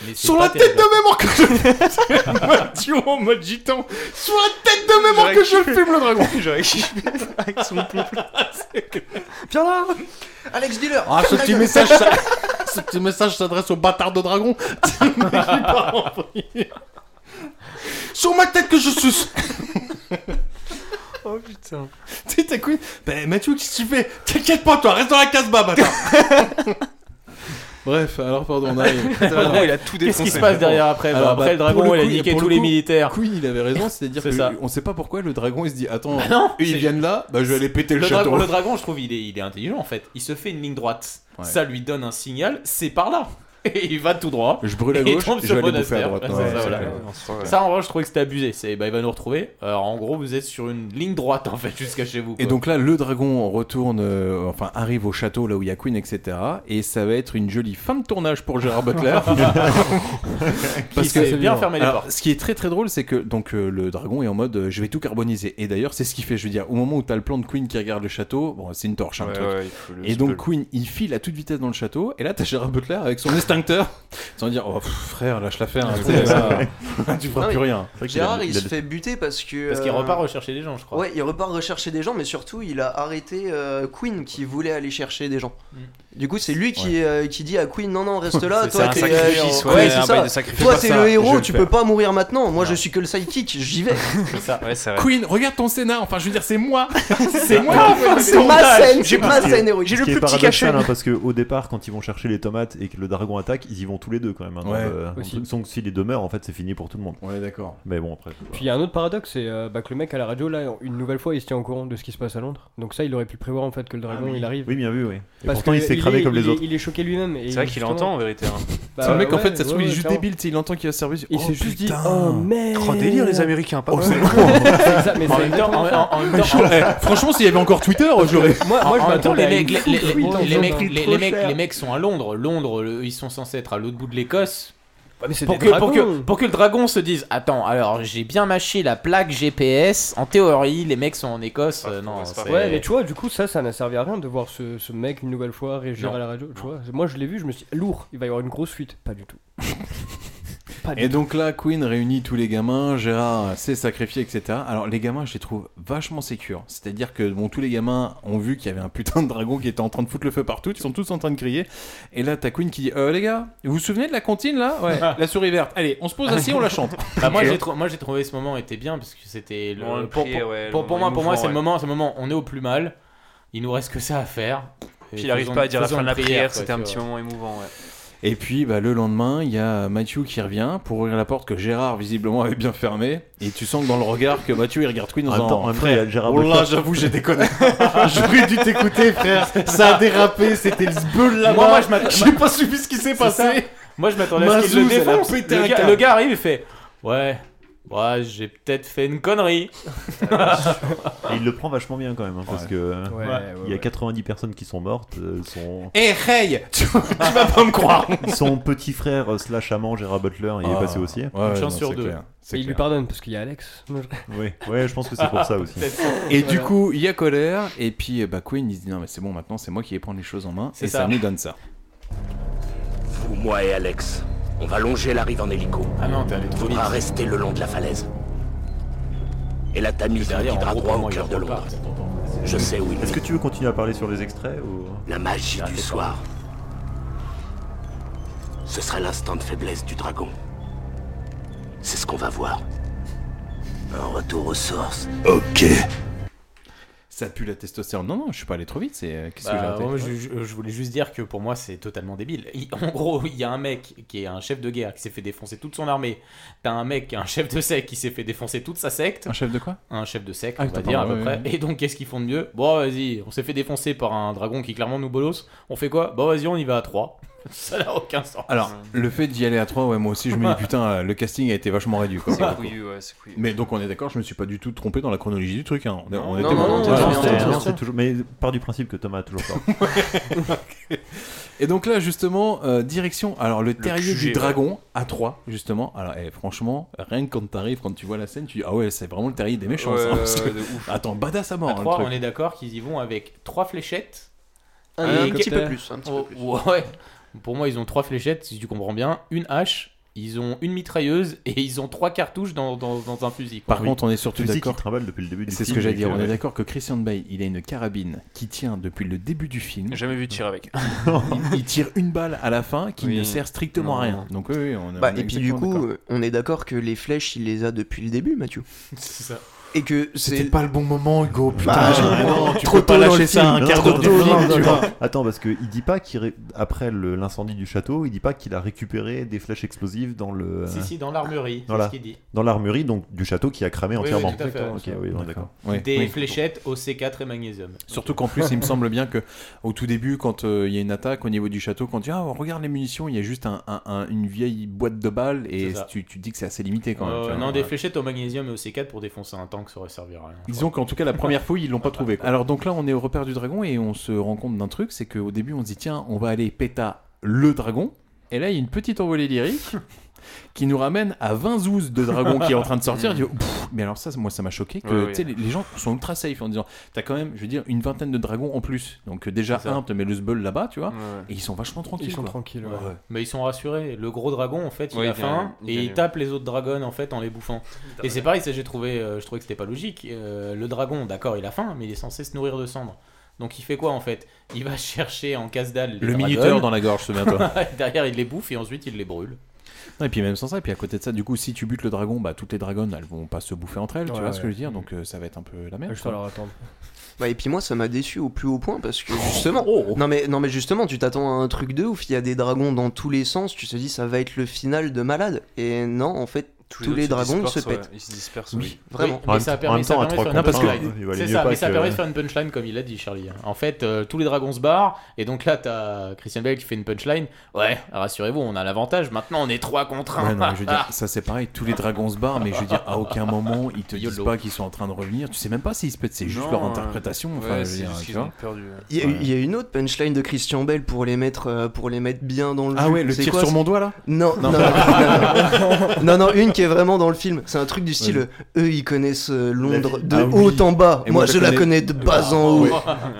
[SPEAKER 11] Mais c'est
[SPEAKER 5] Sur
[SPEAKER 11] pas
[SPEAKER 5] la tête
[SPEAKER 11] terrible.
[SPEAKER 5] de même encore Mathieu en mode gitan Sur la tête de même encore que je fume le dragon J'aurais kiffé avec son peuple
[SPEAKER 13] Viens là Alex Dealer
[SPEAKER 2] Ah, ce petit message, ça- ce petit message s'adresse au bâtard de dragon. Sur ma tête que je suce.
[SPEAKER 5] Oh putain
[SPEAKER 2] Tu sais, t'as quoi Ben Mathieu, qu'est-ce que tu fais T'inquiète pas, toi, reste dans la casse-bas, bâtard. Bref, alors pardon, on arrive.
[SPEAKER 11] Le dragon, il a tout défoncé. Qu'est-ce qui se passe derrière après Bon, après, le dragon,
[SPEAKER 2] pour
[SPEAKER 11] il a
[SPEAKER 2] coup,
[SPEAKER 11] niqué
[SPEAKER 2] pour
[SPEAKER 11] tous
[SPEAKER 2] le
[SPEAKER 11] les
[SPEAKER 2] coup,
[SPEAKER 11] militaires.
[SPEAKER 2] Queen, il avait raison, c'est-à-dire
[SPEAKER 11] C'est
[SPEAKER 2] que
[SPEAKER 11] ça.
[SPEAKER 2] on sait pas pourquoi le dragon il se dit Attends,
[SPEAKER 11] Bah non,
[SPEAKER 2] eux, ils viennent là, bah je vais aller péter le,
[SPEAKER 11] dra-
[SPEAKER 2] château.
[SPEAKER 11] le dragon, je trouve, il est, il est intelligent en fait. Il se fait une ligne droite.
[SPEAKER 2] Ouais.
[SPEAKER 11] Ça lui donne un signal, c'est par là. Et il va tout droit.
[SPEAKER 2] Je brûle à
[SPEAKER 11] Et
[SPEAKER 2] gauche,
[SPEAKER 11] il tombe
[SPEAKER 2] je
[SPEAKER 11] sur
[SPEAKER 2] vais aller
[SPEAKER 11] monastère.
[SPEAKER 2] bouffer à droite. Ouais,
[SPEAKER 11] Ouais, c'est ça,
[SPEAKER 2] hein. c'est
[SPEAKER 11] voilà.
[SPEAKER 2] clair.
[SPEAKER 11] Ça, en revanche, je trouvais que c'était abusé. C'est, bah, il va nous retrouver. Alors, en gros, vous êtes sur une ligne droite en fait jusqu'à chez vous.
[SPEAKER 2] Et
[SPEAKER 11] quoi.
[SPEAKER 2] donc là, le dragon retourne, euh, enfin arrive au château là où il y a Queen, etc. Et ça va être une jolie fin de tournage pour Gérard Butler.
[SPEAKER 11] Qui s'est bien fermé les
[SPEAKER 2] Alors,
[SPEAKER 11] portes.
[SPEAKER 2] Ce qui est très très drôle, c'est que donc euh, le dragon est en mode euh, je vais tout carboniser. Et d'ailleurs, c'est ce qu'il fait. Je veux dire, au moment où t'as le plan de Queen qui regarde le château, bon, c'est une torche, hein, le
[SPEAKER 12] Ouais,
[SPEAKER 2] truc.
[SPEAKER 12] ouais, il faut le-
[SPEAKER 2] et
[SPEAKER 12] il
[SPEAKER 2] donc
[SPEAKER 12] faut le-
[SPEAKER 2] Queen, il file à toute vitesse dans le château. Et là, t'as Gérard Butler avec son extincteur Sans dire, oh pff, frère, lâche l'affaire, hein,
[SPEAKER 10] C'est
[SPEAKER 2] tu sais,
[SPEAKER 10] ça,
[SPEAKER 2] là,
[SPEAKER 10] ouais.
[SPEAKER 2] tu feras
[SPEAKER 13] Non,
[SPEAKER 2] plus
[SPEAKER 13] mais
[SPEAKER 2] rien.
[SPEAKER 13] Gérard, il, se fait buter parce que.
[SPEAKER 11] Parce qu'il
[SPEAKER 13] euh,
[SPEAKER 11] repart rechercher des gens, je crois.
[SPEAKER 13] Ouais, il repart rechercher des gens, mais surtout, il a arrêté euh, Queen qui voulait aller chercher des gens. Du coup, c'est lui qui, euh, qui dit à Queen Non, non, reste là,
[SPEAKER 12] C'est
[SPEAKER 13] toi,
[SPEAKER 12] un
[SPEAKER 13] t'es
[SPEAKER 12] sacrifice,
[SPEAKER 13] euh,
[SPEAKER 12] ouais,
[SPEAKER 13] c'est
[SPEAKER 12] un
[SPEAKER 13] ça.
[SPEAKER 12] bail de sacrifice.
[SPEAKER 13] Toi,
[SPEAKER 12] Fais
[SPEAKER 13] t'es
[SPEAKER 12] pas ça,
[SPEAKER 13] le
[SPEAKER 12] je vais
[SPEAKER 13] héros,
[SPEAKER 12] le
[SPEAKER 13] tu
[SPEAKER 12] faire.
[SPEAKER 13] peux pas mourir maintenant. Moi, je suis que le sidekick, j'y vais.
[SPEAKER 12] Ouais, c'est vrai.
[SPEAKER 2] Queen, regarde ton scénar, enfin je veux dire, c'est moi C'est moi
[SPEAKER 12] Ah,
[SPEAKER 2] enfin,
[SPEAKER 13] C'est ma
[SPEAKER 2] montage.
[SPEAKER 13] scène, c'est ma scène héroïque.
[SPEAKER 10] Ce qui est paradoxal, hein, parce qu'au départ, quand ils vont chercher les tomates et que le dragon attaque, ils y vont tous les deux quand même. hein,
[SPEAKER 2] Ouais,
[SPEAKER 10] donc, euh,
[SPEAKER 2] aussi.
[SPEAKER 10] donc, donc, s'il les demeure, en fait, c'est fini pour tout le monde.
[SPEAKER 2] Ouais, d'accord.
[SPEAKER 10] Mais bon, après. c'est pas-
[SPEAKER 6] Puis il y a un autre paradoxe, c'est euh, bah, que le mec à la radio, là, une nouvelle fois, il se tient au courant de ce qui se passe à Londres. Donc ça, il aurait pu le prévoir en fait que le dragon
[SPEAKER 10] Ah oui.
[SPEAKER 6] il arrive.
[SPEAKER 10] Oui, bien vu, oui. Et
[SPEAKER 6] Parce
[SPEAKER 10] pourtant,
[SPEAKER 6] que
[SPEAKER 10] il s'est cramé
[SPEAKER 6] est-
[SPEAKER 10] comme les
[SPEAKER 6] il est-
[SPEAKER 10] autres.
[SPEAKER 6] Il est choqué lui-même. et
[SPEAKER 12] C'est vrai qu'il
[SPEAKER 6] justement-
[SPEAKER 12] entend, en vérité, hein.
[SPEAKER 6] Bah,
[SPEAKER 2] C'est un mec en
[SPEAKER 6] ouais,
[SPEAKER 2] fait, ça se trouve,
[SPEAKER 6] ouais,
[SPEAKER 2] il joue
[SPEAKER 6] clairement.
[SPEAKER 2] débile, tu sais, il entend qu'il va se servir.
[SPEAKER 6] Il
[SPEAKER 2] oh,
[SPEAKER 6] s'est juste dit
[SPEAKER 2] putain.
[SPEAKER 6] Oh merde
[SPEAKER 12] Grand délire, les Américains, pas
[SPEAKER 2] Oh,
[SPEAKER 12] mal.
[SPEAKER 2] c'est con.
[SPEAKER 6] C'est ça, mais
[SPEAKER 11] En
[SPEAKER 6] c'est
[SPEAKER 11] même temps, en- en- en même temps,
[SPEAKER 2] Eh, Franchement, s'il y avait encore Twitter, euh, j'aurais.
[SPEAKER 6] Moi,
[SPEAKER 11] En-
[SPEAKER 6] moi, je
[SPEAKER 11] en même temps,
[SPEAKER 6] m'attendais
[SPEAKER 11] les
[SPEAKER 6] à une
[SPEAKER 11] mecs, les, les-
[SPEAKER 6] foule, oui, dans
[SPEAKER 11] les
[SPEAKER 6] un
[SPEAKER 11] mecs,
[SPEAKER 6] truc
[SPEAKER 11] les,
[SPEAKER 6] trop
[SPEAKER 11] mecs,
[SPEAKER 6] cher.
[SPEAKER 11] les mecs sont à Londres. Londres, le- ils sont censés être à l'autre bout de l'Écosse.
[SPEAKER 6] mais c'est
[SPEAKER 11] Pour
[SPEAKER 6] des
[SPEAKER 11] que, pour,
[SPEAKER 6] dragons.
[SPEAKER 11] que, pour que le dragon se dise Attends, alors j'ai bien mâché la plaque GPS. En théorie, les mecs sont en
[SPEAKER 12] Ah,
[SPEAKER 11] Écosse. euh, non, c'est-
[SPEAKER 6] Ouais, mais tu vois, du coup, ça, ça n'a servi à rien de voir ce, ce mec une nouvelle fois réagir
[SPEAKER 11] Non.
[SPEAKER 6] à la radio. Tu vois, moi, je l'ai vu, je me suis dit, lourd, il va y avoir une grosse fuite. Pas du tout. Pas du
[SPEAKER 2] Et donc là, Queen réunit tous les gamins, Gérard euh, s'est sacrifié, etc. Alors les gamins, je les trouve vachement sécures. C'est-à-dire que bon, tous les gamins ont vu qu'il y avait un putain de dragon qui était en train de foutre le feu partout, ils sont tous en train de crier. Et là, t'as Queen qui dit euh, Les gars, vous vous souvenez de la comptine là Ouais, la souris verte. Allez, on se pose assis, on la chante.
[SPEAKER 11] Bah, moi, j'ai trou- moi, j'ai trouvé ce moment était bien parce que c'était le.
[SPEAKER 12] Bon, le
[SPEAKER 11] pour,
[SPEAKER 12] prix,
[SPEAKER 11] pour-
[SPEAKER 12] ouais, le
[SPEAKER 11] pour- pour
[SPEAKER 12] moment
[SPEAKER 11] moi, pour moi,
[SPEAKER 12] émouvant,
[SPEAKER 11] c'est le
[SPEAKER 12] ouais.
[SPEAKER 11] moment, c'est le moment. On est au plus mal. Il nous reste que ça à faire. Et
[SPEAKER 12] Puis il arrive
[SPEAKER 11] faisons-
[SPEAKER 12] pas à dire la
[SPEAKER 11] faisons
[SPEAKER 12] fin de la
[SPEAKER 11] une
[SPEAKER 12] prière,
[SPEAKER 11] quoi,
[SPEAKER 12] c'était un
[SPEAKER 11] tu
[SPEAKER 12] petit
[SPEAKER 11] vois.
[SPEAKER 12] moment émouvant, ouais.
[SPEAKER 2] Et puis bah, le lendemain, il y a Mathieu qui revient pour ouvrir la porte que Gérard visiblement avait bien fermée. Et tu sens que dans le regard que Mathieu il regarde Queen en
[SPEAKER 10] En même temps- en
[SPEAKER 2] disant
[SPEAKER 10] même temps, il y a
[SPEAKER 2] Frère,
[SPEAKER 10] Gérard
[SPEAKER 2] oh là,
[SPEAKER 10] Butler.
[SPEAKER 2] j'avoue, j'ai déconné. J'aurais dû t'écouter, frère. Ça a dérapé, c'était le zbeul là-bas.
[SPEAKER 11] Moi, moi, je m'attends-
[SPEAKER 2] J'ai pas suivi ce qui s'est
[SPEAKER 11] C'est ça.
[SPEAKER 2] passé.
[SPEAKER 11] Moi, je m'attendais à ce qu'il le
[SPEAKER 2] Mazouz, elle a
[SPEAKER 11] défonce.
[SPEAKER 2] pété un
[SPEAKER 11] Le gars,
[SPEAKER 2] câble.
[SPEAKER 11] le gars arrive et fait Ouais, ouais j'ai peut-être fait une connerie.
[SPEAKER 10] Et il le prend vachement bien quand même, hein, parce
[SPEAKER 11] Ouais.
[SPEAKER 10] que euh,
[SPEAKER 11] Ouais, ouais,
[SPEAKER 10] il y a 90 personnes qui sont mortes. euh, son...
[SPEAKER 2] Eh, hey tu, tu vas pas me croire.
[SPEAKER 10] son petit frère euh, slash amant Gérard Butler, il est
[SPEAKER 2] Ah.
[SPEAKER 10] passé aussi.
[SPEAKER 2] Ouais, Une ouais, chance non, sur c'est deux. clair, c'est
[SPEAKER 6] Et il lui
[SPEAKER 2] clair.
[SPEAKER 6] pardonne parce qu'il y a Alex. Non, je-
[SPEAKER 10] Oui, ouais, je pense que c'est pour ça aussi.
[SPEAKER 2] Et du coup, il y a colère. Et puis euh, bah, Queen il se dit non mais c'est bon maintenant, c'est moi qui vais prendre les choses en main.
[SPEAKER 14] C'est
[SPEAKER 2] Et ça.
[SPEAKER 14] ça.
[SPEAKER 2] nous donne ça.
[SPEAKER 14] Vous, moi et Alex, on va longer la rive en hélico.
[SPEAKER 11] Ah non, t'es allé trop
[SPEAKER 14] Faudra rester le long de la falaise. Et la Tamise nous guidera droit au cœur de Londres. Je sais où il
[SPEAKER 10] Est-ce
[SPEAKER 14] est.
[SPEAKER 10] que tu veux continuer à parler sur les extraits ou...
[SPEAKER 14] La magie du soir. Ce sera l'instant de faiblesse du dragon. C'est ce qu'on va voir. Un retour aux sources.
[SPEAKER 2] Ok. Ça pue la testostérone. Non non, je suis pas allé trop vite. C'est euh, qu'est-ce que j'ai
[SPEAKER 11] Bah,
[SPEAKER 2] raté
[SPEAKER 11] moi, je, je- je voulais juste dire que pour moi c'est totalement débile. Il- en gros, il y a un mec qui est un chef de guerre qui s'est fait défoncer toute son armée. T'as un mec qui est un chef de secte qui s'est fait défoncer toute sa secte.
[SPEAKER 2] Un chef de quoi
[SPEAKER 11] Un chef de secte,
[SPEAKER 2] Ah,
[SPEAKER 11] on va
[SPEAKER 2] pardon,
[SPEAKER 11] dire à
[SPEAKER 2] ouais,
[SPEAKER 11] peu près.
[SPEAKER 2] ouais.
[SPEAKER 11] Et donc qu'est-ce qu'ils font de mieux Bon, vas-y, on s'est fait défoncer par un dragon qui clairement nous bolosse. On fait quoi Bon, vas-y, on y va à 3. Ça n'a aucun sens.
[SPEAKER 2] Alors, le fait d'y aller à 3, ouais, moi aussi, je me dis putain, euh, le casting a été vachement réduit. quoi.
[SPEAKER 12] C'est couillu, ouais, c'est couillu.
[SPEAKER 2] Mais donc, on est d'accord, je me suis pas du tout trompé dans la chronologie du truc. Hein. On, on
[SPEAKER 12] Non,
[SPEAKER 2] était
[SPEAKER 12] non, non,
[SPEAKER 2] vraiment-
[SPEAKER 12] non,
[SPEAKER 2] Voilà.
[SPEAKER 12] non,
[SPEAKER 10] Non, c'est-
[SPEAKER 12] bien
[SPEAKER 10] non,
[SPEAKER 12] sûr.
[SPEAKER 10] c'est toujours... Mais part du principe que Thomas a toujours tort.
[SPEAKER 2] Et donc là, justement, euh, direction. Alors, le, terrier
[SPEAKER 10] QG,
[SPEAKER 2] du
[SPEAKER 10] ouais.
[SPEAKER 2] dragon à 3, justement. Alors, eh, franchement, rien que quand t'arrives, quand tu vois la scène, tu dis ah ouais, c'est vraiment le terrier des méchants.
[SPEAKER 11] Ouais,
[SPEAKER 2] ça, parce
[SPEAKER 11] ouais,
[SPEAKER 2] que-
[SPEAKER 11] de ouf.
[SPEAKER 2] Attends, badass à
[SPEAKER 11] À
[SPEAKER 2] mort. hein, le
[SPEAKER 11] trois,
[SPEAKER 2] truc.
[SPEAKER 11] on est d'accord qu'ils y vont avec trois fléchettes.
[SPEAKER 13] Un
[SPEAKER 11] Et-
[SPEAKER 13] hélicoptère. petit peu plus, un petit peu
[SPEAKER 11] Oh,
[SPEAKER 13] plus.
[SPEAKER 11] Ouais. Pour moi, ils ont trois fléchettes, si tu comprends bien, une hache, ils ont une mitrailleuse et ils ont trois cartouches dans, dans, dans un fusil. quoi.
[SPEAKER 2] Par contre, on est surtout
[SPEAKER 10] Fusil qui
[SPEAKER 2] d'accord.
[SPEAKER 10] trimballe depuis le début du
[SPEAKER 2] C'est ce
[SPEAKER 10] film
[SPEAKER 2] que
[SPEAKER 10] et
[SPEAKER 2] j'allais dire.
[SPEAKER 10] que-
[SPEAKER 2] On est d'accord que Christian Bale, il a une carabine qui tient depuis le début du film.
[SPEAKER 12] Jamais vu tirer avec.
[SPEAKER 2] il, il tire une balle à la fin qui
[SPEAKER 12] Oui.
[SPEAKER 2] ne sert strictement à
[SPEAKER 12] Non.
[SPEAKER 2] rien. Donc oui, oui, on,
[SPEAKER 13] Bah,
[SPEAKER 2] on est
[SPEAKER 13] et puis du
[SPEAKER 2] exactement
[SPEAKER 13] coup,
[SPEAKER 2] d'accord.
[SPEAKER 13] euh, on est d'accord que les flèches, il les a depuis le début, Mathieu.
[SPEAKER 11] C'est ça.
[SPEAKER 13] Et que c'est.
[SPEAKER 2] C'était pas le bon moment, Hugo.
[SPEAKER 13] putain,
[SPEAKER 10] euh,
[SPEAKER 13] je-
[SPEAKER 2] Ah,
[SPEAKER 10] tu
[SPEAKER 13] Trop
[SPEAKER 10] peux pas
[SPEAKER 13] tôt dans le
[SPEAKER 10] lâcher ça à
[SPEAKER 13] film,
[SPEAKER 10] un quart
[SPEAKER 13] trop
[SPEAKER 10] d'heure du
[SPEAKER 13] tôt,
[SPEAKER 10] film,
[SPEAKER 13] non,
[SPEAKER 10] tu
[SPEAKER 13] non,
[SPEAKER 10] vois.
[SPEAKER 13] non.
[SPEAKER 10] Attends, parce que il dit pas qu'il ré- après le- l'incendie du château, il dit pas qu'il a récupéré des flèches explosives dans
[SPEAKER 2] Euh,
[SPEAKER 10] le.
[SPEAKER 11] Si, si, dans l'armurerie, c'est
[SPEAKER 10] Voilà.
[SPEAKER 11] ce qu'il dit.
[SPEAKER 10] Dans l'armurerie, donc du château qui a cramé
[SPEAKER 11] Oui, oui,
[SPEAKER 10] entièrement.
[SPEAKER 11] tout à fait.
[SPEAKER 10] Ok, oui, bon, d'accord.
[SPEAKER 11] Des
[SPEAKER 2] Oui.
[SPEAKER 11] fléchettes au C4 et magnésium.
[SPEAKER 2] Surtout qu'en plus, il me semble bien que au tout début, quand euh, il y a une attaque au niveau du château, quand tu dis ah, regarde les munitions, il y a juste un- un- un- une vieille boîte de balles et
[SPEAKER 11] C'est ça.
[SPEAKER 2] tu, tu te dis que c'est assez limité quand même.
[SPEAKER 11] Euh,
[SPEAKER 2] tu vois.
[SPEAKER 11] non, des fléchettes au magnésium et au C4 pour défoncer un tank, ça aurait servi à rien.
[SPEAKER 2] Disons qu'en tout cas, la première fouille, ils l'ont pas trouvé. quoi. Alors donc là, on est au repère du dragon et on se rend compte d'un truc, c'est qu'au début, on se dit tiens, on va aller péta le dragon. Et là, il y a une petite envolée lyrique qui nous ramène à 20 zouz de Dragon qui est en train de sortir. Je dis, Pff, mais alors ça, moi, ça m'a choqué que
[SPEAKER 5] Oui, oui.
[SPEAKER 2] tu sais, les, les gens sont ultra safe en disant, t'as quand même, je veux dire, une vingtaine de dragons en plus. Donc euh, déjà
[SPEAKER 11] C'est ça.
[SPEAKER 2] un, te met le zbeul là-bas, tu vois. Et ils sont vachement tranquilles. quoi. Ouais.
[SPEAKER 11] Mais ils sont rassurés. Le gros dragon, en fait, il
[SPEAKER 2] Ouais,
[SPEAKER 11] a
[SPEAKER 2] il
[SPEAKER 11] faim
[SPEAKER 2] gagne, il
[SPEAKER 11] et
[SPEAKER 2] gagne,
[SPEAKER 11] il
[SPEAKER 2] ouais.
[SPEAKER 11] tape les autres dragons en fait en les bouffant. Et c'est pareil, ça j'ai trouvé, euh, je trouvais que c'était pas logique. Euh, le dragon, d'accord, il a faim, mais il est censé se nourrir de cendres. Donc il fait quoi en fait Il va chercher en casse dalle
[SPEAKER 2] Le minuteur dans la gorge, souviens-toi.
[SPEAKER 11] Derrière, il les bouffe et ensuite il les brûle.
[SPEAKER 2] Non, et puis même sans ça, et puis à côté de ça, du coup, si tu butes le dragon, bah toutes les dragonnes, elles vont pas se bouffer entre elles, tu
[SPEAKER 13] Ouais,
[SPEAKER 2] vois ce
[SPEAKER 13] ouais.
[SPEAKER 2] que je veux dire Donc euh, ça va être un peu la merde.
[SPEAKER 13] Je dois
[SPEAKER 2] quoi.
[SPEAKER 13] leur Bah, et puis moi ça m'a déçu au plus haut point parce que justement non mais non mais justement tu t'attends à un truc de ouf il y a des dragons dans tous les sens tu te dis ça va être le final de malade et non en fait tous,
[SPEAKER 12] les autres
[SPEAKER 13] les,
[SPEAKER 12] se
[SPEAKER 13] dragons ils se
[SPEAKER 12] dispersent, ouais,
[SPEAKER 13] pètent
[SPEAKER 12] ils se dispersent,
[SPEAKER 13] oui
[SPEAKER 12] oui.
[SPEAKER 13] vraiment
[SPEAKER 11] Oui, mais ça a permis, ça a permis de faire une punchline. C'est ça, mais ça permet de faire une punchline comme il a dit Charlie. En fait, euh, tous les dragons se barrent et donc là t'as Christian Bale qui fait une punchline. Ouais, rassurez-vous, on a l'avantage. Maintenant, on est 3 contre 1.
[SPEAKER 2] Ouais, non, mais je veux dire, ça c'est pareil, tous les dragons se barrent, mais je veux dire, à aucun moment ils te disent
[SPEAKER 11] YOLO.
[SPEAKER 2] pas qu'ils sont en train de revenir, tu sais même pas s'ils se pètent, c'est juste
[SPEAKER 11] Non,
[SPEAKER 2] leur
[SPEAKER 11] euh,
[SPEAKER 2] interprétation. enfin, je
[SPEAKER 11] ouais,
[SPEAKER 2] veux
[SPEAKER 11] c'est
[SPEAKER 2] dire,
[SPEAKER 11] juste
[SPEAKER 2] tu
[SPEAKER 11] qu'ils ont
[SPEAKER 12] hein.
[SPEAKER 2] vois.
[SPEAKER 11] peur du-
[SPEAKER 13] il y, a, il y a une autre punchline de Christian Bell pour les mettre euh, pour les mettre bien dans le
[SPEAKER 2] Ah
[SPEAKER 13] jus.
[SPEAKER 2] ouais, le
[SPEAKER 13] C'est
[SPEAKER 2] tir
[SPEAKER 13] quoi,
[SPEAKER 2] sur
[SPEAKER 13] c'est-
[SPEAKER 2] mon doigt, là
[SPEAKER 13] Non,
[SPEAKER 2] Non.
[SPEAKER 13] non, non, non, non, non, une qui est vraiment dans le film. C'est un truc du style,
[SPEAKER 2] Ouais.
[SPEAKER 13] euh, eux ils connaissent euh, Londres de
[SPEAKER 10] Ah oui.
[SPEAKER 13] haut en bas.
[SPEAKER 10] Et
[SPEAKER 13] moi, je la connais de bas en
[SPEAKER 11] Oh.
[SPEAKER 13] haut.
[SPEAKER 10] Ouais.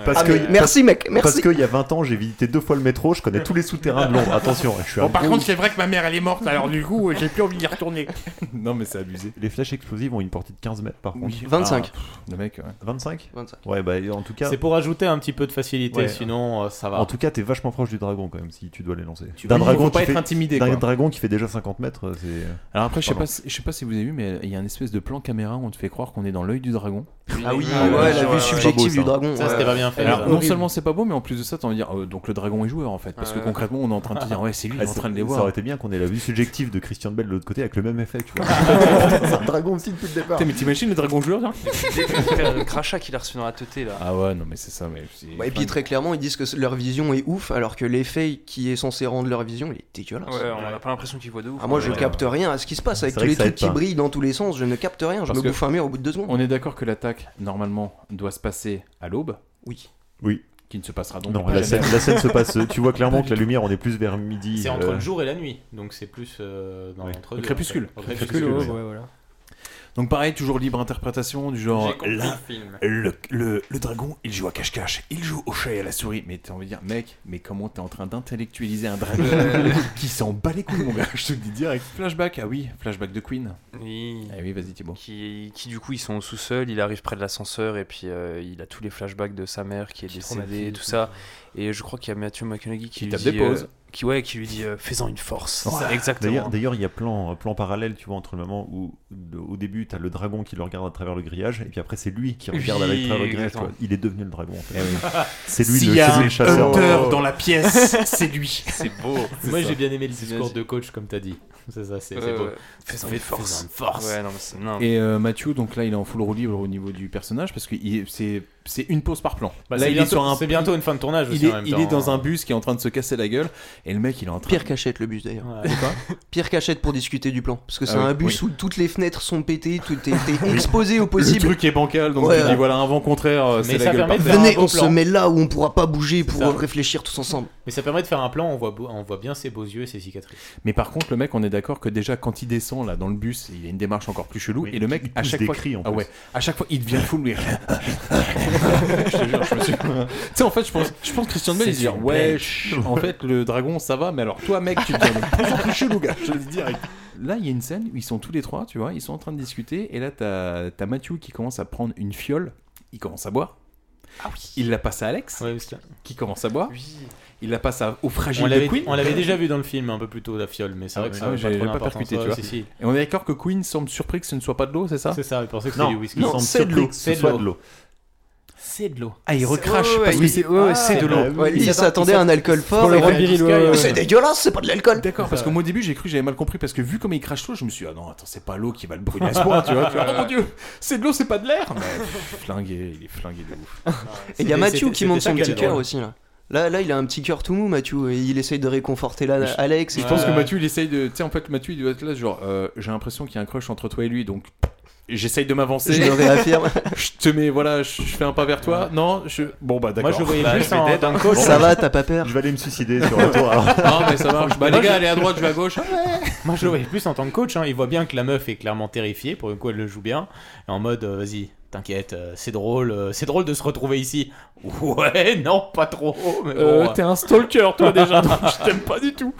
[SPEAKER 10] Parce
[SPEAKER 13] Ah,
[SPEAKER 10] que,
[SPEAKER 13] mais merci mec, merci.
[SPEAKER 10] Parce qu'il y a 20 ans, j'ai visité deux fois le métro, je connais tous les souterrains de Londres. Attention, je suis un
[SPEAKER 15] Bon, par
[SPEAKER 10] gros
[SPEAKER 15] contre, c'est vrai que ma mère elle est morte, alors du coup, euh, j'ai plus envie d'y retourner.
[SPEAKER 2] Non, mais c'est abusé.
[SPEAKER 10] Les flèches explosives ont une portée de 15 mètres par contre.
[SPEAKER 13] Oui. 25.
[SPEAKER 10] Ah, pff,
[SPEAKER 2] le mec, ouais.
[SPEAKER 10] 25
[SPEAKER 13] 25.
[SPEAKER 10] Ouais, bah en tout cas.
[SPEAKER 11] C'est pour ajouter un petit peu de facilité,
[SPEAKER 10] Ouais.
[SPEAKER 11] sinon euh, ça va.
[SPEAKER 10] En tout cas, t'es vachement proche du dragon quand même si tu dois les lancer.
[SPEAKER 11] Tu-
[SPEAKER 10] D'un
[SPEAKER 11] Oui,
[SPEAKER 10] dragon
[SPEAKER 11] faut pas
[SPEAKER 10] qui
[SPEAKER 11] être
[SPEAKER 10] fait-
[SPEAKER 11] intimidé,
[SPEAKER 10] D'un
[SPEAKER 11] quoi.
[SPEAKER 10] dragon qui fait déjà 50 mètres, euh, c'est.
[SPEAKER 2] Alors après, je sais,
[SPEAKER 10] Pardon.
[SPEAKER 2] pas, si- je sais pas si vous avez vu, mais il y a un espèce de plan caméra où on te fait croire qu'on est dans l'œil du dragon.
[SPEAKER 13] Ah oui, Ah ouais, ouais, la vue ouais, subjective ouais. du dragon, Ça, ouais. c'était pas bien fait,
[SPEAKER 2] Alors,
[SPEAKER 13] ça.
[SPEAKER 2] non
[SPEAKER 13] Horrible.
[SPEAKER 2] seulement c'est pas beau, mais en plus de ça, t'as envie de dire, euh, donc le dragon est joueur en fait. Parce que
[SPEAKER 10] Ouais.
[SPEAKER 2] concrètement, on est en train de te dire, ouais, c'est lui, il est
[SPEAKER 10] Ah,
[SPEAKER 2] en
[SPEAKER 10] ça-
[SPEAKER 2] train de les
[SPEAKER 10] Ça
[SPEAKER 2] voir.
[SPEAKER 10] aurait été bien qu'on ait la vue subjective de Christian Bell de l'autre côté avec le même effet, tu vois. dragon aussi depuis le départ.
[SPEAKER 2] Putain, mais t'imagines le dragon joueur tiens
[SPEAKER 12] Le crachat qu'il a reçu dans la teuté là.
[SPEAKER 2] Ah ouais, non, mais c'est ça. Mais c'est-
[SPEAKER 13] Ouais, et puis très clairement, ils disent que leur vision est ouf, alors que l'effet qui est censé rendre leur vision, il est dégueulasse.
[SPEAKER 12] Ouais, on a pas l'impression qu'il voit de ouf.
[SPEAKER 13] Ah, moi, je
[SPEAKER 12] Ouais.
[SPEAKER 13] capte rien à ce qui se passe avec
[SPEAKER 2] C'est
[SPEAKER 13] tous
[SPEAKER 2] vrai
[SPEAKER 13] les
[SPEAKER 2] que ça
[SPEAKER 13] trucs
[SPEAKER 2] aide
[SPEAKER 13] qui
[SPEAKER 2] pas.
[SPEAKER 13] brillent dans tous les sens. Je ne capte rien, je
[SPEAKER 2] Parce
[SPEAKER 13] me
[SPEAKER 2] que
[SPEAKER 13] bouffe un mur au bout de deux secondes.
[SPEAKER 2] On est d'accord que l'attaque, normalement, doit se passer à l'aube
[SPEAKER 13] Oui.
[SPEAKER 10] Oui.
[SPEAKER 2] Qui ne se passera donc
[SPEAKER 10] Non,
[SPEAKER 2] pas
[SPEAKER 10] la scène,
[SPEAKER 2] jamais.
[SPEAKER 10] la scène se passe. euh, Tu vois clairement que la lumière, on est plus vers midi.
[SPEAKER 11] C'est entre
[SPEAKER 10] euh,
[SPEAKER 11] le jour et la nuit, donc c'est plus euh, dans l'entre-deux,
[SPEAKER 2] Le
[SPEAKER 11] en fait.
[SPEAKER 2] crépuscule.
[SPEAKER 11] Au
[SPEAKER 2] Crépuscule, ouais. Donc pareil, toujours libre interprétation du genre
[SPEAKER 11] J'ai compris
[SPEAKER 2] la-
[SPEAKER 11] le film.
[SPEAKER 2] le, le- le dragon, il joue à cache-cache, il joue au chat et à la souris. Mais t'as envie de dire, mec, mais comment t'es en train d'intellectualiser un dragon qui s'en bat les couilles, mon gars Je te le dis direct. Flashback, ah oui, flashback de Queen.
[SPEAKER 12] Oui.
[SPEAKER 2] Ah oui, vas-y Thibaut.
[SPEAKER 12] Qui, qui, du coup ils sont au sous-sol, il arrive près de l'ascenseur et puis euh, il a tous les flashbacks de sa mère qui est décédée,
[SPEAKER 2] traumatise,
[SPEAKER 12] tout ça. Et je crois qu'il y a Matthew McConaughey qui,
[SPEAKER 2] Qui
[SPEAKER 12] lui
[SPEAKER 2] tape
[SPEAKER 12] dit,
[SPEAKER 2] des pauses.
[SPEAKER 12] euh, qui ouais, qui lui dit euh, fais-en une force.
[SPEAKER 10] Non,
[SPEAKER 12] C'est
[SPEAKER 10] D'ailleurs-
[SPEAKER 12] Exactement.
[SPEAKER 10] D'ailleurs, il y a plan, plan parallèle, tu vois, entre le moment où, de- au début, t'as le dragon qui le regarde à travers le grillage, et puis après, c'est lui qui
[SPEAKER 12] Oui,
[SPEAKER 10] regarde à travers le grillage. tu
[SPEAKER 12] exactement.
[SPEAKER 10] vois. Il est devenu le dragon, en fait.
[SPEAKER 12] Eh oui.
[SPEAKER 10] C'est lui,
[SPEAKER 11] S'il
[SPEAKER 10] le-
[SPEAKER 11] y a
[SPEAKER 10] c'est lui
[SPEAKER 11] un
[SPEAKER 10] le chasseur.
[SPEAKER 11] hunter
[SPEAKER 10] Oh.
[SPEAKER 11] dans la pièce, c'est lui.
[SPEAKER 12] C'est beau.
[SPEAKER 11] Moi
[SPEAKER 12] C'est
[SPEAKER 11] j'ai
[SPEAKER 12] ça.
[SPEAKER 11] bien aimé le
[SPEAKER 12] C'est
[SPEAKER 11] discours
[SPEAKER 12] bien
[SPEAKER 11] de coach comme t'as dit. C'est ça, c'est
[SPEAKER 12] Ouais,
[SPEAKER 11] c'est beau.
[SPEAKER 12] ouais. Fais-en une
[SPEAKER 11] Fais-
[SPEAKER 12] force.
[SPEAKER 11] fais-en une force.
[SPEAKER 12] Ouais, non, mais c'est- non.
[SPEAKER 2] Et euh, Mathieu, donc là, il est en full roue libre au niveau du personnage parce que il- c'est c'est une pause par plan.
[SPEAKER 11] Bah,
[SPEAKER 2] là,
[SPEAKER 11] c'est
[SPEAKER 2] il
[SPEAKER 11] bientôt-
[SPEAKER 2] est sur un.
[SPEAKER 11] c'est bientôt une fin de tournage
[SPEAKER 2] Il
[SPEAKER 11] aussi,
[SPEAKER 2] est,
[SPEAKER 11] en même
[SPEAKER 2] il
[SPEAKER 11] temps,
[SPEAKER 2] est dans
[SPEAKER 11] hein.
[SPEAKER 2] un bus qui est en train de se casser la gueule et le mec, il est en train.
[SPEAKER 13] Pire cachette le bus d'ailleurs.
[SPEAKER 2] De quoi
[SPEAKER 13] Pire cachette pour discuter du plan. Parce que c'est
[SPEAKER 2] Ah oui,
[SPEAKER 13] un bus
[SPEAKER 2] oui.
[SPEAKER 13] où toutes les fenêtres sont pétées, tout est, t'es exposé au possible.
[SPEAKER 2] Le truc est bancal, donc
[SPEAKER 13] Ouais.
[SPEAKER 2] tu dis voilà un vent contraire, euh, c'est la gueule. parfaite.
[SPEAKER 13] Venez, on se met là où on pourra pas bouger pour
[SPEAKER 11] ça.
[SPEAKER 13] réfléchir tous ensemble.
[SPEAKER 11] Mais ça permet de faire un plan, on voit, beau- on voit bien ses beaux yeux et ses cicatrices.
[SPEAKER 2] Mais par contre, le mec, on est d'accord que déjà quand il descend là dans le bus, il a une démarche encore plus chelou. et le mec, à
[SPEAKER 10] pousse
[SPEAKER 2] chaque
[SPEAKER 10] des
[SPEAKER 2] fois,
[SPEAKER 10] cris, en
[SPEAKER 2] ah
[SPEAKER 10] plus.
[SPEAKER 2] ouais, à chaque fois, il devient fou lui. je te jure, je me suis. tu sais, en fait, je pense, je pense que Christian Bale, il se dit
[SPEAKER 11] une
[SPEAKER 2] ouais,
[SPEAKER 11] blague.
[SPEAKER 2] chut, en fait, le dragon, ça va, mais alors toi, mec, tu deviens de plus en plus chelou, gars. Je te le dis direct. Là, il y a une scène où ils sont tous les trois, tu vois, ils sont en train de discuter, et là, t'as as Mathieu qui commence à prendre une fiole, il commence à boire.
[SPEAKER 11] Ah
[SPEAKER 2] Il la passe à Alex, qui commence à boire. Il la passe à- au fragile
[SPEAKER 11] On
[SPEAKER 2] de
[SPEAKER 11] l'avait
[SPEAKER 2] Queen.
[SPEAKER 11] on l'avait déjà vu dans le film un peu plus tôt, la fiole, mais c'est vrai que ça
[SPEAKER 2] Ah ouais,
[SPEAKER 11] n'a
[SPEAKER 2] j'avais
[SPEAKER 11] pas,
[SPEAKER 2] pas,
[SPEAKER 11] trop d'importance.
[SPEAKER 2] percuté, tu vois.
[SPEAKER 11] Ouais, si, si.
[SPEAKER 2] Et on est d'accord que Queen semble surpris que ce ne soit pas de l'eau, c'est ça
[SPEAKER 11] C'est ça, il pensait que
[SPEAKER 2] Non,
[SPEAKER 11] c'était du whisky.
[SPEAKER 2] non,
[SPEAKER 11] Il semble
[SPEAKER 2] c'est de l'eau.
[SPEAKER 11] surpris que ce
[SPEAKER 2] C'est de
[SPEAKER 11] soit de
[SPEAKER 2] l'eau.
[SPEAKER 11] l'eau. C'est de l'eau.
[SPEAKER 2] Ah, il recrache
[SPEAKER 13] Ouais, ouais,
[SPEAKER 2] parce que
[SPEAKER 13] oui,
[SPEAKER 2] c'est
[SPEAKER 13] ouais, ouais, c'est de l'eau. Ouais, il s'attendait à un alcool fort et Red Bull, ouais, ouais. C'est dégueulasse, c'est pas de l'alcool.
[SPEAKER 2] D'accord, parce
[SPEAKER 13] Ça
[SPEAKER 2] que
[SPEAKER 13] va.
[SPEAKER 2] moi au début j'ai cru que j'avais mal compris parce que vu comme il crache l'eau, je me suis dit, ah non, attends, c'est pas l'eau qui va le brûler à ce point, tu vois. tu vois. oh mon dieu, c'est de l'eau, c'est pas de l'air. Mais pff, flingué, il est flingué de ouf.
[SPEAKER 13] Et il y a Mathieu qui monte son petit cœur aussi là. Là, là, il a un petit cœur tout mou, Mathieu, et il essaye de réconforter là, Alex.
[SPEAKER 2] Je pense que Mathieu il essaye de. Tu sais, en fait, Mathieu il doit être là, genre, euh, j'ai l'impression qu'il y a un crush entre toi et lui donc. J'essaye de m'avancer.
[SPEAKER 13] Je le réaffirme.
[SPEAKER 2] je te mets, voilà, je je fais un pas vers toi. Non, je. Bon, bah d'accord.
[SPEAKER 13] Moi, je voyais
[SPEAKER 2] Bah,
[SPEAKER 13] plus
[SPEAKER 2] je vais
[SPEAKER 13] en-
[SPEAKER 2] dead, hein.
[SPEAKER 13] d'un coach.
[SPEAKER 2] Bon,
[SPEAKER 13] Ça
[SPEAKER 2] bah,
[SPEAKER 13] va,
[SPEAKER 2] je-
[SPEAKER 13] t'as pas peur
[SPEAKER 10] Je vais aller me suicider sur Ah, le toit. alors.
[SPEAKER 11] Non,
[SPEAKER 2] mais ça marche. Bah, les gars, allez à droite, je vais à gauche.
[SPEAKER 11] Moi, je le voyais plus en tant que coach. hein. Il voit bien que la meuf est clairement terrifiée. Pour le coup, elle le joue bien. Et en mode, euh, vas-y, t'inquiète, euh, c'est drôle. euh, c'est drôle de se retrouver ici. Ouais, non, pas trop. mais bon,
[SPEAKER 5] Euh,
[SPEAKER 11] euh.
[SPEAKER 5] t'es un stalker, toi, déjà, donc je t'aime pas du tout.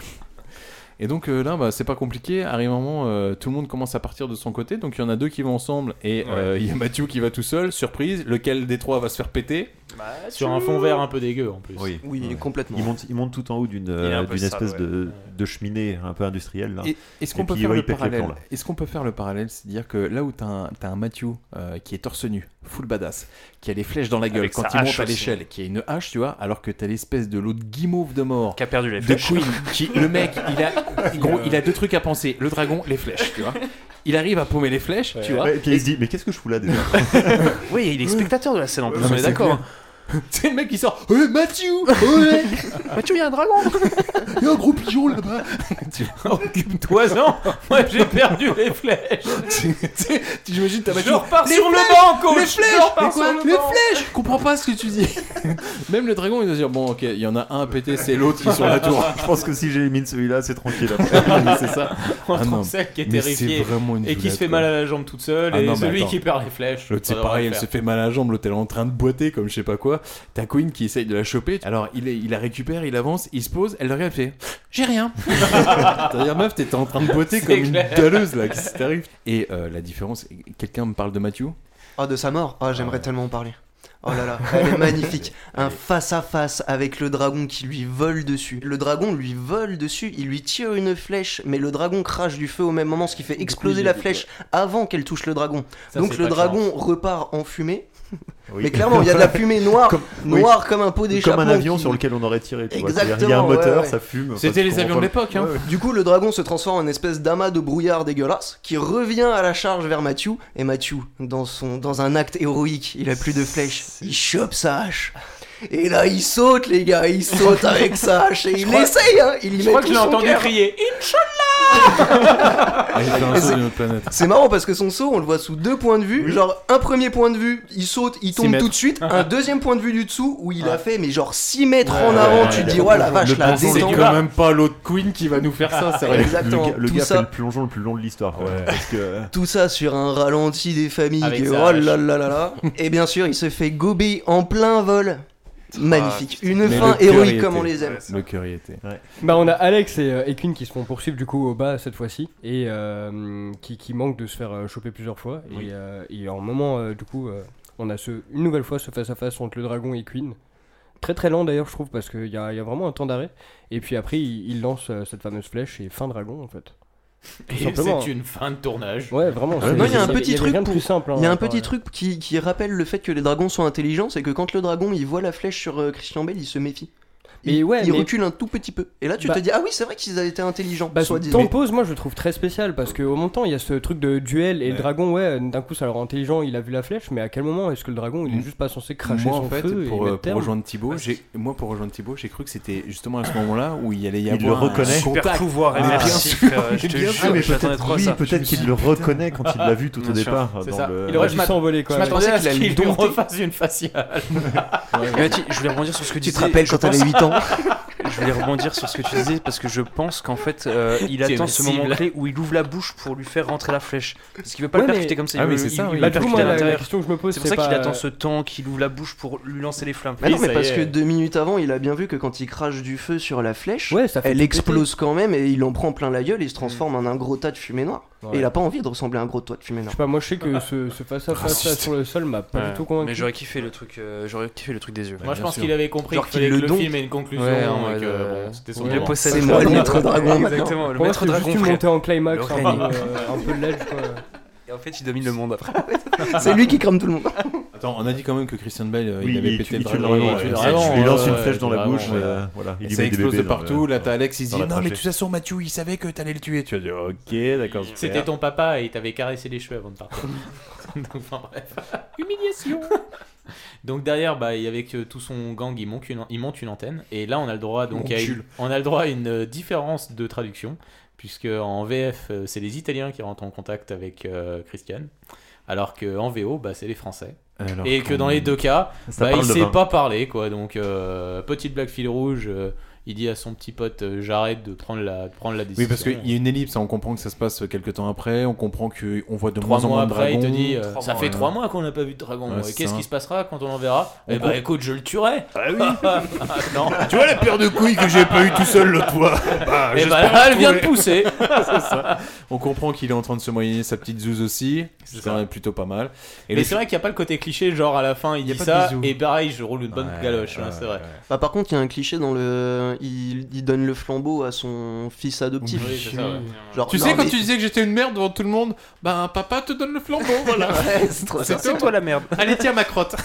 [SPEAKER 2] Et donc euh, là, bah, c'est pas compliqué. Arrive un moment, euh, tout le monde commence à partir de son côté. Donc il y en a deux qui vont ensemble et euh, il y a Mathieu qui va tout seul. Surprise, lequel des trois va se faire péter
[SPEAKER 11] Sur un fond vert un peu dégueu en plus.
[SPEAKER 10] Oui,
[SPEAKER 13] Oui, complètement.
[SPEAKER 10] Il monte, il monte tout en haut d'une
[SPEAKER 11] Il est un
[SPEAKER 10] euh,
[SPEAKER 11] peu
[SPEAKER 10] d'une
[SPEAKER 11] sale,
[SPEAKER 10] espèce
[SPEAKER 11] ouais.
[SPEAKER 10] de, de cheminée un peu industrielle. là.
[SPEAKER 2] Et- Est-ce qu'on
[SPEAKER 10] Et
[SPEAKER 2] peut,
[SPEAKER 10] puis,
[SPEAKER 2] faire
[SPEAKER 10] ouais,
[SPEAKER 2] le
[SPEAKER 10] il pète les
[SPEAKER 2] parallèle
[SPEAKER 10] plombs, là.
[SPEAKER 2] Est-ce qu'on peut faire le parallèle C'est-à-dire que là où t'as un, t'as un Mathieu euh, qui est torse nu, full badass, qui a les flèches dans la gueule
[SPEAKER 12] Avec
[SPEAKER 2] quand
[SPEAKER 12] sa
[SPEAKER 2] il monte
[SPEAKER 12] hache
[SPEAKER 2] à
[SPEAKER 12] aussi.
[SPEAKER 2] l'échelle, qui a une hache, tu vois, alors que t'as l'espèce de l'autre guimauve de mort.
[SPEAKER 12] Qui a perdu les
[SPEAKER 2] de
[SPEAKER 12] flèches.
[SPEAKER 2] Queen, qui- le mec, il a, gros, il a deux trucs à penser le dragon, les flèches, tu vois. Il arrive à paumer les flèches, tu vois.
[SPEAKER 10] Ouais, et puis il se dit, mais qu'est-ce que je fous là déjà
[SPEAKER 12] Oui, il est spectateur de la scène en plus,
[SPEAKER 2] Non,
[SPEAKER 12] on
[SPEAKER 2] mais
[SPEAKER 12] est
[SPEAKER 2] c'est
[SPEAKER 12] d'accord.
[SPEAKER 2] C'est le mec qui sort Eh, Mathieu ouais
[SPEAKER 12] Mathieu, il y a un dragon
[SPEAKER 2] Il y a un gros pigeon là-bas
[SPEAKER 11] Occupe-toi-en Moi, j'ai perdu les flèches
[SPEAKER 2] Tu imagines ta
[SPEAKER 11] Je repars sur le banc, coach
[SPEAKER 2] Les flèches
[SPEAKER 11] Je repars
[SPEAKER 2] Mais quoi
[SPEAKER 11] sur le
[SPEAKER 2] Les
[SPEAKER 11] banc
[SPEAKER 2] flèches Je comprends pas ce que tu dis Même le dragon, il doit se dire Bon, ok, il y en a un à péter, c'est l'autre qui est sur la tour.
[SPEAKER 10] Je pense que si j'ai mis celui-là, c'est tranquille.
[SPEAKER 2] c'est ça.
[SPEAKER 11] Entre
[SPEAKER 2] Ah non,
[SPEAKER 11] celle qui est
[SPEAKER 2] mais
[SPEAKER 11] terrifiée
[SPEAKER 2] c'est vraiment une
[SPEAKER 11] et qui se
[SPEAKER 2] boulette,
[SPEAKER 11] fait
[SPEAKER 2] quoi.
[SPEAKER 11] mal à la jambe toute seule
[SPEAKER 2] Ah
[SPEAKER 11] et
[SPEAKER 2] non, mais
[SPEAKER 11] celui
[SPEAKER 2] attends.
[SPEAKER 11] qui perd les flèches.
[SPEAKER 2] L'autre,
[SPEAKER 11] Ça
[SPEAKER 2] c'est
[SPEAKER 11] devrait
[SPEAKER 2] pareil,
[SPEAKER 11] le
[SPEAKER 2] elle
[SPEAKER 11] faire.
[SPEAKER 2] se fait mal à la jambe, l'autre, elle est en train de boiter comme je sais pas quoi. T'as Queen qui essaye de la choper. Alors, il, est- il la récupère, il avance, il se pose, elle le regarde, elle fait J'ai rien C'est-à-dire, meuf, t'étais en train de boiter
[SPEAKER 13] C'est
[SPEAKER 2] comme une
[SPEAKER 13] clair.
[SPEAKER 2] galeuse là, qu'est-ce qui t'arrive Et euh, la différence, quelqu'un me parle de Mathieu
[SPEAKER 13] Ah, de sa mort Ah, j'aimerais tellement en parler. Oh là là, elle est magnifique. Un face-à-face avec le dragon qui lui vole dessus. Le dragon lui vole dessus, il lui tire une flèche, mais le dragon crache du feu au même moment, ce qui fait exploser
[SPEAKER 6] il
[SPEAKER 13] la
[SPEAKER 6] est-
[SPEAKER 13] flèche avant qu'elle touche le dragon.
[SPEAKER 6] Ça,
[SPEAKER 13] Donc
[SPEAKER 6] c'est
[SPEAKER 13] le
[SPEAKER 6] pas de
[SPEAKER 13] dragon repart en fumée.
[SPEAKER 10] Oui.
[SPEAKER 13] Mais clairement, il y a de la fumée noire,
[SPEAKER 10] Comme- oui.
[SPEAKER 13] noire comme un pot d'échappement.
[SPEAKER 10] Comme un avion
[SPEAKER 13] qui-
[SPEAKER 10] sur lequel on aurait tiré. tu vois. C'est-à-dire,
[SPEAKER 13] Exactement.
[SPEAKER 10] Il y a un moteur,
[SPEAKER 13] ouais, ouais.
[SPEAKER 10] ça fume. enfin,
[SPEAKER 2] C'était les
[SPEAKER 10] tu comprends
[SPEAKER 2] avions
[SPEAKER 10] pas
[SPEAKER 2] de
[SPEAKER 10] le-
[SPEAKER 2] l'époque, hein.
[SPEAKER 10] Ouais, ouais.
[SPEAKER 13] Du coup, le dragon se transforme en espèce d'amas de brouillard dégueulasse qui revient à la charge vers Mathieu. Et Mathieu, dans, son, dans un acte héroïque, il a plus de flèches, il chope sa hache. Et là, il saute, les gars, il saute avec sa hache et
[SPEAKER 9] Je
[SPEAKER 13] il
[SPEAKER 9] crois-
[SPEAKER 13] essaye, hein, il y
[SPEAKER 9] je
[SPEAKER 13] met
[SPEAKER 9] crois que
[SPEAKER 13] tout
[SPEAKER 9] je l'ai
[SPEAKER 13] son
[SPEAKER 9] entendu
[SPEAKER 13] cœur.
[SPEAKER 9] crier
[SPEAKER 2] Ah, il fait un
[SPEAKER 13] Et
[SPEAKER 2] saut
[SPEAKER 13] c'est-
[SPEAKER 2] d'une autre planète.
[SPEAKER 13] C'est marrant parce que son saut, on le voit sous deux points de vue. Genre, un premier point de vue, il saute, il tombe
[SPEAKER 2] mètres.
[SPEAKER 13] tout de suite. Un deuxième point de vue du dessous où il a fait, mais genre 6 mètres
[SPEAKER 2] Ouais,
[SPEAKER 13] en
[SPEAKER 2] ouais,
[SPEAKER 13] avant.
[SPEAKER 2] ouais,
[SPEAKER 13] tu
[SPEAKER 2] il
[SPEAKER 13] te
[SPEAKER 2] a
[SPEAKER 13] dis, ouais, la
[SPEAKER 2] complètement
[SPEAKER 13] vache, la
[SPEAKER 2] dépassé. C'est
[SPEAKER 13] détente.
[SPEAKER 2] quand même pas l'autre Queen qui va nous faire ça, c'est vrai.
[SPEAKER 13] Exactement.
[SPEAKER 10] Le gars, le
[SPEAKER 13] Tout
[SPEAKER 10] gars
[SPEAKER 13] ça-
[SPEAKER 10] fait le plongeon le plus long de l'histoire. quoi. Parce que-
[SPEAKER 13] Tout ça sur un ralenti des familles.
[SPEAKER 10] Avec
[SPEAKER 13] et
[SPEAKER 10] sa
[SPEAKER 13] oh
[SPEAKER 10] hache.
[SPEAKER 13] là là là là. Et bien sûr, il se fait gober en plein vol.
[SPEAKER 12] Ah,
[SPEAKER 13] Magnifique. Une
[SPEAKER 2] Mais
[SPEAKER 13] fin
[SPEAKER 2] le cœur y
[SPEAKER 13] héroïque
[SPEAKER 2] était.
[SPEAKER 13] comme on les aime.
[SPEAKER 2] Le cœur y était.
[SPEAKER 6] Bah on a Alex et, euh, et Kuhn qui se font poursuivre du coup au bas cette fois-ci et euh, qui, qui manquent de se faire euh, choper plusieurs fois et, euh, et en moment euh, du coup euh, on a ce, une nouvelle fois ce face-à-face entre le dragon et Queen. Très très lent d'ailleurs je trouve parce qu'il y a, il y a vraiment un temps d'arrêt et puis après il, il lance euh, cette fameuse flèche et fin dragon en fait. Tout
[SPEAKER 11] Et
[SPEAKER 6] simplement.
[SPEAKER 11] c'est une fin de tournage.
[SPEAKER 6] Ouais vraiment. c'est-
[SPEAKER 13] Non, il y a un petit
[SPEAKER 6] avait
[SPEAKER 13] truc.
[SPEAKER 6] rien de
[SPEAKER 13] pour-
[SPEAKER 6] plus simple. hein,
[SPEAKER 13] Il y a un
[SPEAKER 6] par-
[SPEAKER 13] petit truc qui, qui rappelle le fait que les dragons sont intelligents, c'est que quand le dragon il voit la flèche sur euh, Christian Bale, il se méfie. Il,
[SPEAKER 6] Mais ouais,
[SPEAKER 13] il
[SPEAKER 6] mais-
[SPEAKER 13] recule un tout petit peu. Et là, tu
[SPEAKER 6] Bah-
[SPEAKER 13] te dis ah oui, c'est vrai qu'ils avaient été intelligents.
[SPEAKER 6] Bah,
[SPEAKER 13] soit
[SPEAKER 6] ce temps de pause, moi je le trouve très spécial parce qu'au même temps il y a ce truc de duel et le
[SPEAKER 2] Ouais.
[SPEAKER 6] dragon, ouais, d'un coup ça leur rend intelligent, il a vu la flèche, mais à quel moment est-ce que le dragon il est
[SPEAKER 2] Mm.
[SPEAKER 6] juste pas censé cracher
[SPEAKER 2] moi,
[SPEAKER 6] son
[SPEAKER 2] en fait,
[SPEAKER 6] feu et
[SPEAKER 2] pour, euh,
[SPEAKER 6] mettre
[SPEAKER 2] pour
[SPEAKER 6] terme
[SPEAKER 2] rejoindre Thibaut, j'ai- moi pour rejoindre Thibaut, j'ai cru que c'était justement à ce moment-là où il allait y
[SPEAKER 10] Il le
[SPEAKER 2] avoir
[SPEAKER 10] reconnaît.
[SPEAKER 2] un
[SPEAKER 10] Super
[SPEAKER 2] contact.
[SPEAKER 10] pouvoir
[SPEAKER 2] Ah,
[SPEAKER 10] éversif,
[SPEAKER 2] bien sûr,
[SPEAKER 10] euh, je te
[SPEAKER 2] bien
[SPEAKER 10] jure,
[SPEAKER 2] sûr.
[SPEAKER 10] mais je peut-être-
[SPEAKER 12] trop à
[SPEAKER 10] oui,
[SPEAKER 12] ça.
[SPEAKER 10] peut-être
[SPEAKER 12] Je me
[SPEAKER 10] qu'il
[SPEAKER 12] suis
[SPEAKER 10] le
[SPEAKER 12] dit,
[SPEAKER 10] reconnaît quand il l'a vu tout au
[SPEAKER 12] Bien sûr,
[SPEAKER 10] départ.
[SPEAKER 12] c'est
[SPEAKER 10] dans
[SPEAKER 12] ça.
[SPEAKER 10] le-
[SPEAKER 12] Il aurait
[SPEAKER 10] Ouais.
[SPEAKER 12] dû s'en-
[SPEAKER 6] Envolé, quoi.
[SPEAKER 12] Je m'attendais à
[SPEAKER 11] Ouais.
[SPEAKER 12] ce qu'il
[SPEAKER 11] Qu'il
[SPEAKER 12] lui
[SPEAKER 11] lui
[SPEAKER 12] refasse une faciale. je voulais rebondir sur ce que
[SPEAKER 13] Tu te
[SPEAKER 12] disais,
[SPEAKER 13] rappelles
[SPEAKER 12] je
[SPEAKER 13] quand t'avais
[SPEAKER 12] pense-
[SPEAKER 13] 8 ans
[SPEAKER 12] Je voulais rebondir sur ce que tu disais parce que je pense qu'en fait euh, il
[SPEAKER 11] C'est
[SPEAKER 12] attend
[SPEAKER 11] ma
[SPEAKER 12] ce
[SPEAKER 11] cible.
[SPEAKER 12] moment clé où il ouvre la bouche pour lui faire rentrer la flèche. Parce qu'il veut pas
[SPEAKER 6] Ouais,
[SPEAKER 12] le
[SPEAKER 6] mais-
[SPEAKER 12] percuter comme ça.
[SPEAKER 6] Ah,
[SPEAKER 12] il
[SPEAKER 6] mais
[SPEAKER 12] veut-
[SPEAKER 6] c'est
[SPEAKER 12] il-
[SPEAKER 6] ça,
[SPEAKER 12] il
[SPEAKER 6] oui.
[SPEAKER 12] veut
[SPEAKER 6] Bah,
[SPEAKER 12] le
[SPEAKER 6] du
[SPEAKER 12] percuter
[SPEAKER 6] coup,
[SPEAKER 12] à
[SPEAKER 6] moi, la- la
[SPEAKER 12] l'intérieur.
[SPEAKER 6] question que je me pose,
[SPEAKER 12] c'est pour
[SPEAKER 6] c'est
[SPEAKER 12] ça qu'il
[SPEAKER 6] pas-
[SPEAKER 12] attend ce temps qu'il ouvre la bouche pour lui lancer les flammes.
[SPEAKER 13] Mais Bah non, mais parce que deux minutes avant, il a bien vu que quand il crache du feu sur la flèche,
[SPEAKER 6] ça fait
[SPEAKER 13] elle
[SPEAKER 6] tout
[SPEAKER 13] explose quand même et il en prend plein la gueule et il se transforme en un gros tas de fumée noire.
[SPEAKER 6] Ouais.
[SPEAKER 13] Et il a pas envie de ressembler à un gros tas de fumée
[SPEAKER 6] Je
[SPEAKER 13] noire.
[SPEAKER 6] sais pas, moi je sais que ce, ce face-à-face là,
[SPEAKER 13] Raciste.
[SPEAKER 6] sur le sol m'a pas
[SPEAKER 12] Ouais.
[SPEAKER 6] du tout convaincu.
[SPEAKER 12] Mais j'aurais kiffé le truc, euh, j'aurais kiffé le truc des yeux.
[SPEAKER 11] Moi, je pense qu'il avait compris
[SPEAKER 12] Genre
[SPEAKER 11] qu'il fallait
[SPEAKER 12] le
[SPEAKER 11] que le
[SPEAKER 12] dompte.
[SPEAKER 11] film ait une conclusion
[SPEAKER 12] Ouais,
[SPEAKER 11] et
[SPEAKER 12] en
[SPEAKER 11] que,
[SPEAKER 12] mode,
[SPEAKER 11] bon, c'était son
[SPEAKER 12] il
[SPEAKER 11] moment.
[SPEAKER 12] le possède.
[SPEAKER 11] C'est moi, le maître
[SPEAKER 13] dragon, maintenant.
[SPEAKER 12] Exactement, le
[SPEAKER 6] Pour moi,
[SPEAKER 12] maître
[SPEAKER 6] c'est
[SPEAKER 12] dragon.
[SPEAKER 6] juste une
[SPEAKER 12] frère.
[SPEAKER 6] montée en climax,
[SPEAKER 12] Le
[SPEAKER 6] un
[SPEAKER 12] règne.
[SPEAKER 6] peu, euh, un peu ledge, quoi.
[SPEAKER 12] Et en fait, il domine le monde après.
[SPEAKER 13] C'est lui qui crame tout le monde.
[SPEAKER 2] Attends, on a dit quand même que Christian Bale, euh,
[SPEAKER 10] Oui,
[SPEAKER 2] il avait
[SPEAKER 10] il tue-
[SPEAKER 2] pété
[SPEAKER 10] il
[SPEAKER 2] le
[SPEAKER 10] tue le
[SPEAKER 2] dragon.
[SPEAKER 10] dragon,
[SPEAKER 2] il tue
[SPEAKER 10] ouais.
[SPEAKER 2] le dragon,
[SPEAKER 10] Il lance une
[SPEAKER 2] ouais,
[SPEAKER 10] flèche dans la
[SPEAKER 2] le
[SPEAKER 10] bouche,
[SPEAKER 2] dragon,
[SPEAKER 10] euh,
[SPEAKER 2] ouais.
[SPEAKER 10] voilà, il
[SPEAKER 2] Et
[SPEAKER 10] lui
[SPEAKER 2] ça
[SPEAKER 10] met des
[SPEAKER 2] explose de
[SPEAKER 10] bébés dans
[SPEAKER 2] partout.
[SPEAKER 10] le-
[SPEAKER 2] Là, t'as Alex, il se
[SPEAKER 10] dans
[SPEAKER 2] dit
[SPEAKER 10] la
[SPEAKER 2] Non, mais
[SPEAKER 10] trachée.
[SPEAKER 2] de toute façon, Mathieu, il savait que t'allais le tuer. Tu vas dire Ok, d'accord. super.
[SPEAKER 11] C'était ton papa et il t'avait caressé les cheveux avant de partir. Donc, enfin bref.
[SPEAKER 5] Humiliation
[SPEAKER 11] Donc derrière, bah, il y avait que tout son gang, il monte une, il monte une antenne. Et là, on a le droit, donc,
[SPEAKER 2] Mon
[SPEAKER 11] à une-
[SPEAKER 2] cul.
[SPEAKER 11] on a le droit à une euh, différence de traduction, puisque en VF, euh, c'est les Italiens qui rentrent en contact avec euh, Christiane. alors qu'en VO, bah, c'est les Français.
[SPEAKER 10] Alors
[SPEAKER 11] et que
[SPEAKER 10] qu'on-
[SPEAKER 11] dans les deux cas,
[SPEAKER 10] Ça
[SPEAKER 11] bah,
[SPEAKER 10] parle
[SPEAKER 11] il
[SPEAKER 10] de
[SPEAKER 11] sait
[SPEAKER 10] vin.
[SPEAKER 11] pas parler, quoi. Donc, euh, petite blague fil rouge, euh, il dit à son petit pote, euh, j'arrête de prendre la, de prendre la décision.
[SPEAKER 2] Oui, parce qu'il y a une ellipse, hein, on comprend que ça se passe quelques temps après, on comprend qu'on voit de
[SPEAKER 11] Trois
[SPEAKER 2] moins en
[SPEAKER 11] mois
[SPEAKER 2] moins
[SPEAKER 11] après,
[SPEAKER 2] de
[SPEAKER 11] il te
[SPEAKER 2] dragons.
[SPEAKER 11] dit, euh, ça fait trois
[SPEAKER 2] mois
[SPEAKER 11] mois qu'on n'a pas vu de dragon.
[SPEAKER 2] Ouais,
[SPEAKER 11] Et
[SPEAKER 2] c'est
[SPEAKER 11] Qu'est-ce
[SPEAKER 2] ça.
[SPEAKER 11] qui se passera quand on en verra
[SPEAKER 2] On
[SPEAKER 11] Eh ben,
[SPEAKER 2] comp-
[SPEAKER 11] écoute, je le tuerai.
[SPEAKER 2] Tu vois la paire de couilles que j'ai pas eu tout seul l'autre fois Bah,
[SPEAKER 11] Eh
[SPEAKER 2] j'espère
[SPEAKER 11] ben,
[SPEAKER 2] la
[SPEAKER 11] elle vient de
[SPEAKER 2] retrouver.
[SPEAKER 11] pousser.
[SPEAKER 2] C'est ça. On comprend qu'il est en train de se moyenner sa petite zouze aussi. C'est quand même plutôt pas mal.
[SPEAKER 11] Mais c'est vrai qu'il n'y a pas le côté cliché, genre à la fin il
[SPEAKER 2] y a
[SPEAKER 11] dit
[SPEAKER 2] pas de
[SPEAKER 11] ça
[SPEAKER 2] bisous.
[SPEAKER 11] et pareil je roule une bonne
[SPEAKER 2] Ouais,
[SPEAKER 11] galoche, hein,
[SPEAKER 2] ouais,
[SPEAKER 11] c'est vrai.
[SPEAKER 13] Bah, par contre, il y a un cliché dans le. Il, il donne le flambeau à son fils adoptif.
[SPEAKER 11] Oui, c'est ça, ouais.
[SPEAKER 13] Genre,
[SPEAKER 2] tu
[SPEAKER 13] non,
[SPEAKER 2] sais, quand
[SPEAKER 13] mais-
[SPEAKER 2] tu disais que j'étais une merde devant tout le monde, ben papa te donne le flambeau, voilà.
[SPEAKER 13] Ouais, c'est trop ça. C'est toi
[SPEAKER 2] la merde. Allez, tiens ma crotte.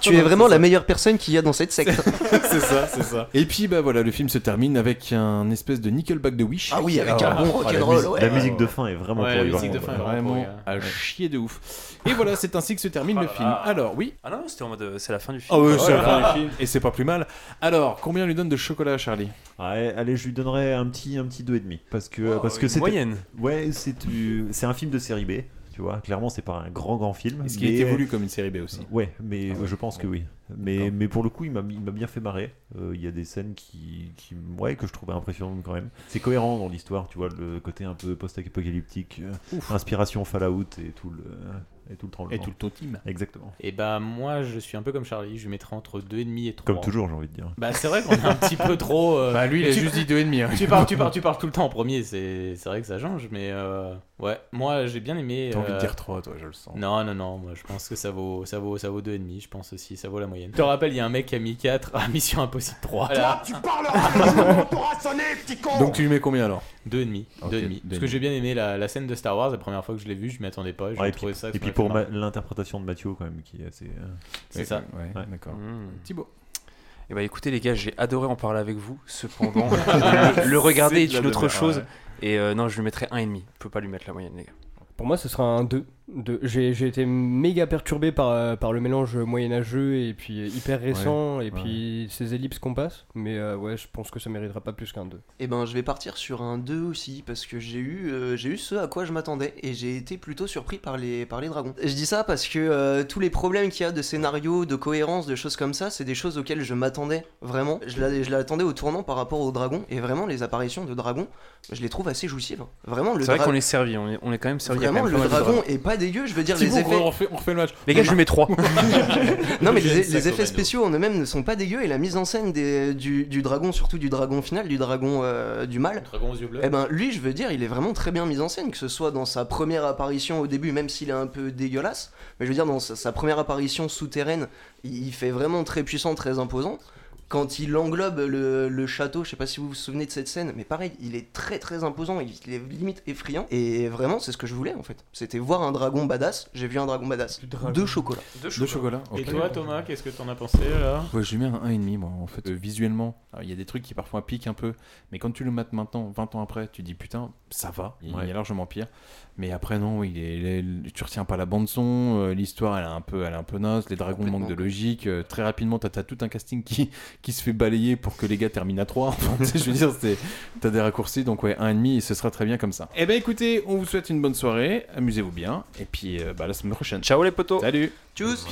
[SPEAKER 13] Tu es vraiment la meilleure personne qu'il y a dans cette secte.
[SPEAKER 2] c'est ça, c'est ça. Et puis bah voilà, le film se termine avec un espèce de Nickelback de Wish.
[SPEAKER 13] Ah oui, avec un bon
[SPEAKER 2] la
[SPEAKER 13] rock'n'roll,
[SPEAKER 2] musique-
[SPEAKER 13] ouais.
[SPEAKER 10] La musique de fin est vraiment
[SPEAKER 2] Ouais,
[SPEAKER 10] pourrie,
[SPEAKER 2] la musique de
[SPEAKER 10] vraiment,
[SPEAKER 2] fin est
[SPEAKER 10] ouais.
[SPEAKER 2] vraiment
[SPEAKER 10] Ouais.
[SPEAKER 2] à chier de ouf. Et voilà, c'est ainsi que se termine le film. Alors oui.
[SPEAKER 12] Ah non, non, c'était en mode euh, c'est la fin du film.
[SPEAKER 2] Ah ouais, c'est la
[SPEAKER 12] Voilà.
[SPEAKER 2] fin du film, et c'est pas plus mal. Alors, combien lui donne de chocolat à Charlie
[SPEAKER 10] Ouais, allez, je lui donnerais un petit un petit 2,5 parce que
[SPEAKER 12] Wow,
[SPEAKER 10] parce que
[SPEAKER 12] une
[SPEAKER 10] c'est
[SPEAKER 12] moyenne.
[SPEAKER 10] Ouais, c'est du- c'est un film de série B, tu vois. Clairement, c'est pas un grand grand film.
[SPEAKER 2] Est-ce qu'il
[SPEAKER 10] mais-
[SPEAKER 2] était voulu comme une série B aussi
[SPEAKER 10] Ouais, mais
[SPEAKER 11] Ah
[SPEAKER 10] euh, je pense que oui. Mais mais pour le coup, il m'a il m'a bien fait marrer. Euh, Il y a des scènes qui qui ouais que je trouvais impressionnantes quand même. C'est cohérent dans l'histoire, tu vois, le côté un peu post-apocalyptique, euh,
[SPEAKER 11] Ouf.
[SPEAKER 10] inspiration Fallout et tout le et tout le tremblement.
[SPEAKER 11] Et tout le
[SPEAKER 2] totem.
[SPEAKER 10] Exactement.
[SPEAKER 11] Et bah moi je suis un peu comme Charlie, je lui mettrais entre 2,5 et 3.
[SPEAKER 10] Comme toujours, j'ai envie de dire.
[SPEAKER 11] Bah c'est vrai qu'on est un petit peu trop... euh,
[SPEAKER 2] Bah, lui, il a
[SPEAKER 11] tu-
[SPEAKER 2] juste dit deux et demi, hein.
[SPEAKER 11] Tu parles, tu, parles, tu parles tout le temps en premier, c'est c'est vrai que ça change, mais euh, ouais, moi j'ai bien aimé...
[SPEAKER 2] T'as envie de
[SPEAKER 11] euh,
[SPEAKER 2] dire trois, toi, je le sens.
[SPEAKER 11] Non, non, non, moi je pense que ça vaut, ça vaut, ça vaut 2,5, je pense aussi, ça vaut la moyenne. Je te rappelle, il y a un mec qui a mis 4 à Mission Impossible 3.
[SPEAKER 9] Toi, tu parleras
[SPEAKER 11] t'auras sonné,
[SPEAKER 9] petit con
[SPEAKER 2] Donc tu lui mets combien alors
[SPEAKER 11] Deux et demi,
[SPEAKER 2] Ok,
[SPEAKER 11] deux et demi.
[SPEAKER 2] deux et
[SPEAKER 11] Parce que
[SPEAKER 2] demi.
[SPEAKER 11] j'ai bien aimé la, la scène de Star Wars, la première fois que je l'ai vue, je m'y attendais pas. J'ai
[SPEAKER 10] Ouais, et
[SPEAKER 11] trouvé
[SPEAKER 10] puis,
[SPEAKER 11] ça.
[SPEAKER 10] et puis pour ma- l'interprétation de Mathieu quand même qui est assez. euh,
[SPEAKER 11] C'est ça.
[SPEAKER 2] Ouais, d'accord. Thibaut.
[SPEAKER 12] Eh bah écoutez les gars, j'ai adoré en parler avec vous. Cependant, le, le regarder
[SPEAKER 11] C'est
[SPEAKER 12] est
[SPEAKER 11] de la
[SPEAKER 12] une autre
[SPEAKER 11] demeure,
[SPEAKER 12] chose.
[SPEAKER 11] ouais.
[SPEAKER 12] Et euh, non, je lui mettrais un et demi. Je peux pas lui mettre la moyenne les gars.
[SPEAKER 6] Pour moi, ce sera un 2. Deux. J'ai j'ai été méga perturbé par, euh, par le mélange moyenâgeux et puis euh, hyper récent
[SPEAKER 13] Ouais,
[SPEAKER 6] et puis ces ellipses qu'on passe. Mais euh, ouais, je pense que ça méritera pas plus qu'un 2.
[SPEAKER 13] Eh ben, je vais partir sur un 2 aussi, parce que j'ai eu, euh, j'ai eu ce à quoi je m'attendais, et j'ai été plutôt surpris par les, par les dragons. Et je dis ça parce que euh, tous les problèmes qu'il y a de scénario, de cohérence, de choses comme ça, c'est des choses auxquelles je m'attendais, vraiment. Je l'a- je l'attendais au tournant par rapport aux dragons, et vraiment, les apparitions de dragons, je les trouve assez jouissives. hein. Vraiment, le
[SPEAKER 12] C'est vrai
[SPEAKER 13] dra-
[SPEAKER 12] qu'on est servi. On est, on est quand même servi. Il y a
[SPEAKER 13] Vraiment,
[SPEAKER 12] quand même
[SPEAKER 13] le
[SPEAKER 12] pas mal de hein.
[SPEAKER 13] dragon
[SPEAKER 12] dragons.
[SPEAKER 13] est pas dégueu, je veux dire,
[SPEAKER 12] Thibaut,
[SPEAKER 13] les effets...
[SPEAKER 12] on refait- on refait le match. Les gars, je lui mets trois.
[SPEAKER 13] non, mais
[SPEAKER 12] J'aime
[SPEAKER 13] les,
[SPEAKER 12] ça,
[SPEAKER 13] les effets
[SPEAKER 12] Cobano.
[SPEAKER 13] spéciaux en eux-mêmes ne sont pas dégueux, et la mise en scène des- du, du dragon, surtout du dragon final, du dragon euh, du mal,
[SPEAKER 11] Dragon aux yeux bleus.
[SPEAKER 13] eh ben lui, je veux dire, il est vraiment très bien mis en scène, que ce soit dans sa première apparition au début, même s'il est un peu dégueulasse. Mais je veux dire, dans sa, sa première apparition souterraine, il, il fait vraiment très puissant, très imposant. Quand il englobe le, le château, je sais pas si vous vous souvenez de cette scène, mais pareil, il est très très imposant, il, il est limite effrayant. Et vraiment, c'est ce que je voulais en fait. C'était voir un dragon badass. J'ai vu un dragon badass. De chocolat.
[SPEAKER 2] chocolat.
[SPEAKER 11] De
[SPEAKER 2] De chocolat, ok.
[SPEAKER 11] Et toi, Thomas, qu'est-ce que t'en as pensé là
[SPEAKER 2] Ouais, je lui mets un 1,5 moi en fait. Euh, visuellement, alors, il y a des trucs qui parfois piquent un peu, mais quand tu le mates maintenant, 20 ans après, tu dis putain, ça va, il
[SPEAKER 10] Ouais.
[SPEAKER 2] y a largement pire. Mais après non, il est, il est- tu retiens pas la bande son, euh, l'histoire elle est un peu, elle est un peu naze, les dragons manquent de logique. euh, très rapidement, t'as as tout un casting qui, qui se fait balayer pour que les gars terminent à 3 je veux dire, c'est- t'as des raccourcis, donc ouais, 1,5 et ce sera très bien comme ça. Eh ben écoutez, on vous souhaite une bonne soirée, amusez-vous bien, et puis euh, bah, à la semaine prochaine. Ciao les potos. Salut.
[SPEAKER 13] Tchuss.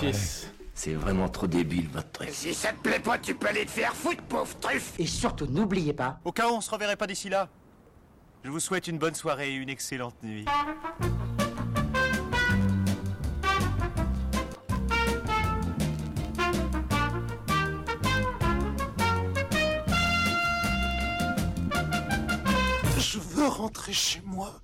[SPEAKER 4] C'est vraiment trop débile votre truc.
[SPEAKER 9] Si ça te plaît pas, tu peux aller te faire foutre, pauvre truffe
[SPEAKER 16] Et surtout, n'oubliez pas.
[SPEAKER 17] Au cas où on se reverrait pas d'ici là, je vous souhaite une bonne soirée et une excellente nuit.
[SPEAKER 9] Je veux rentrer chez moi.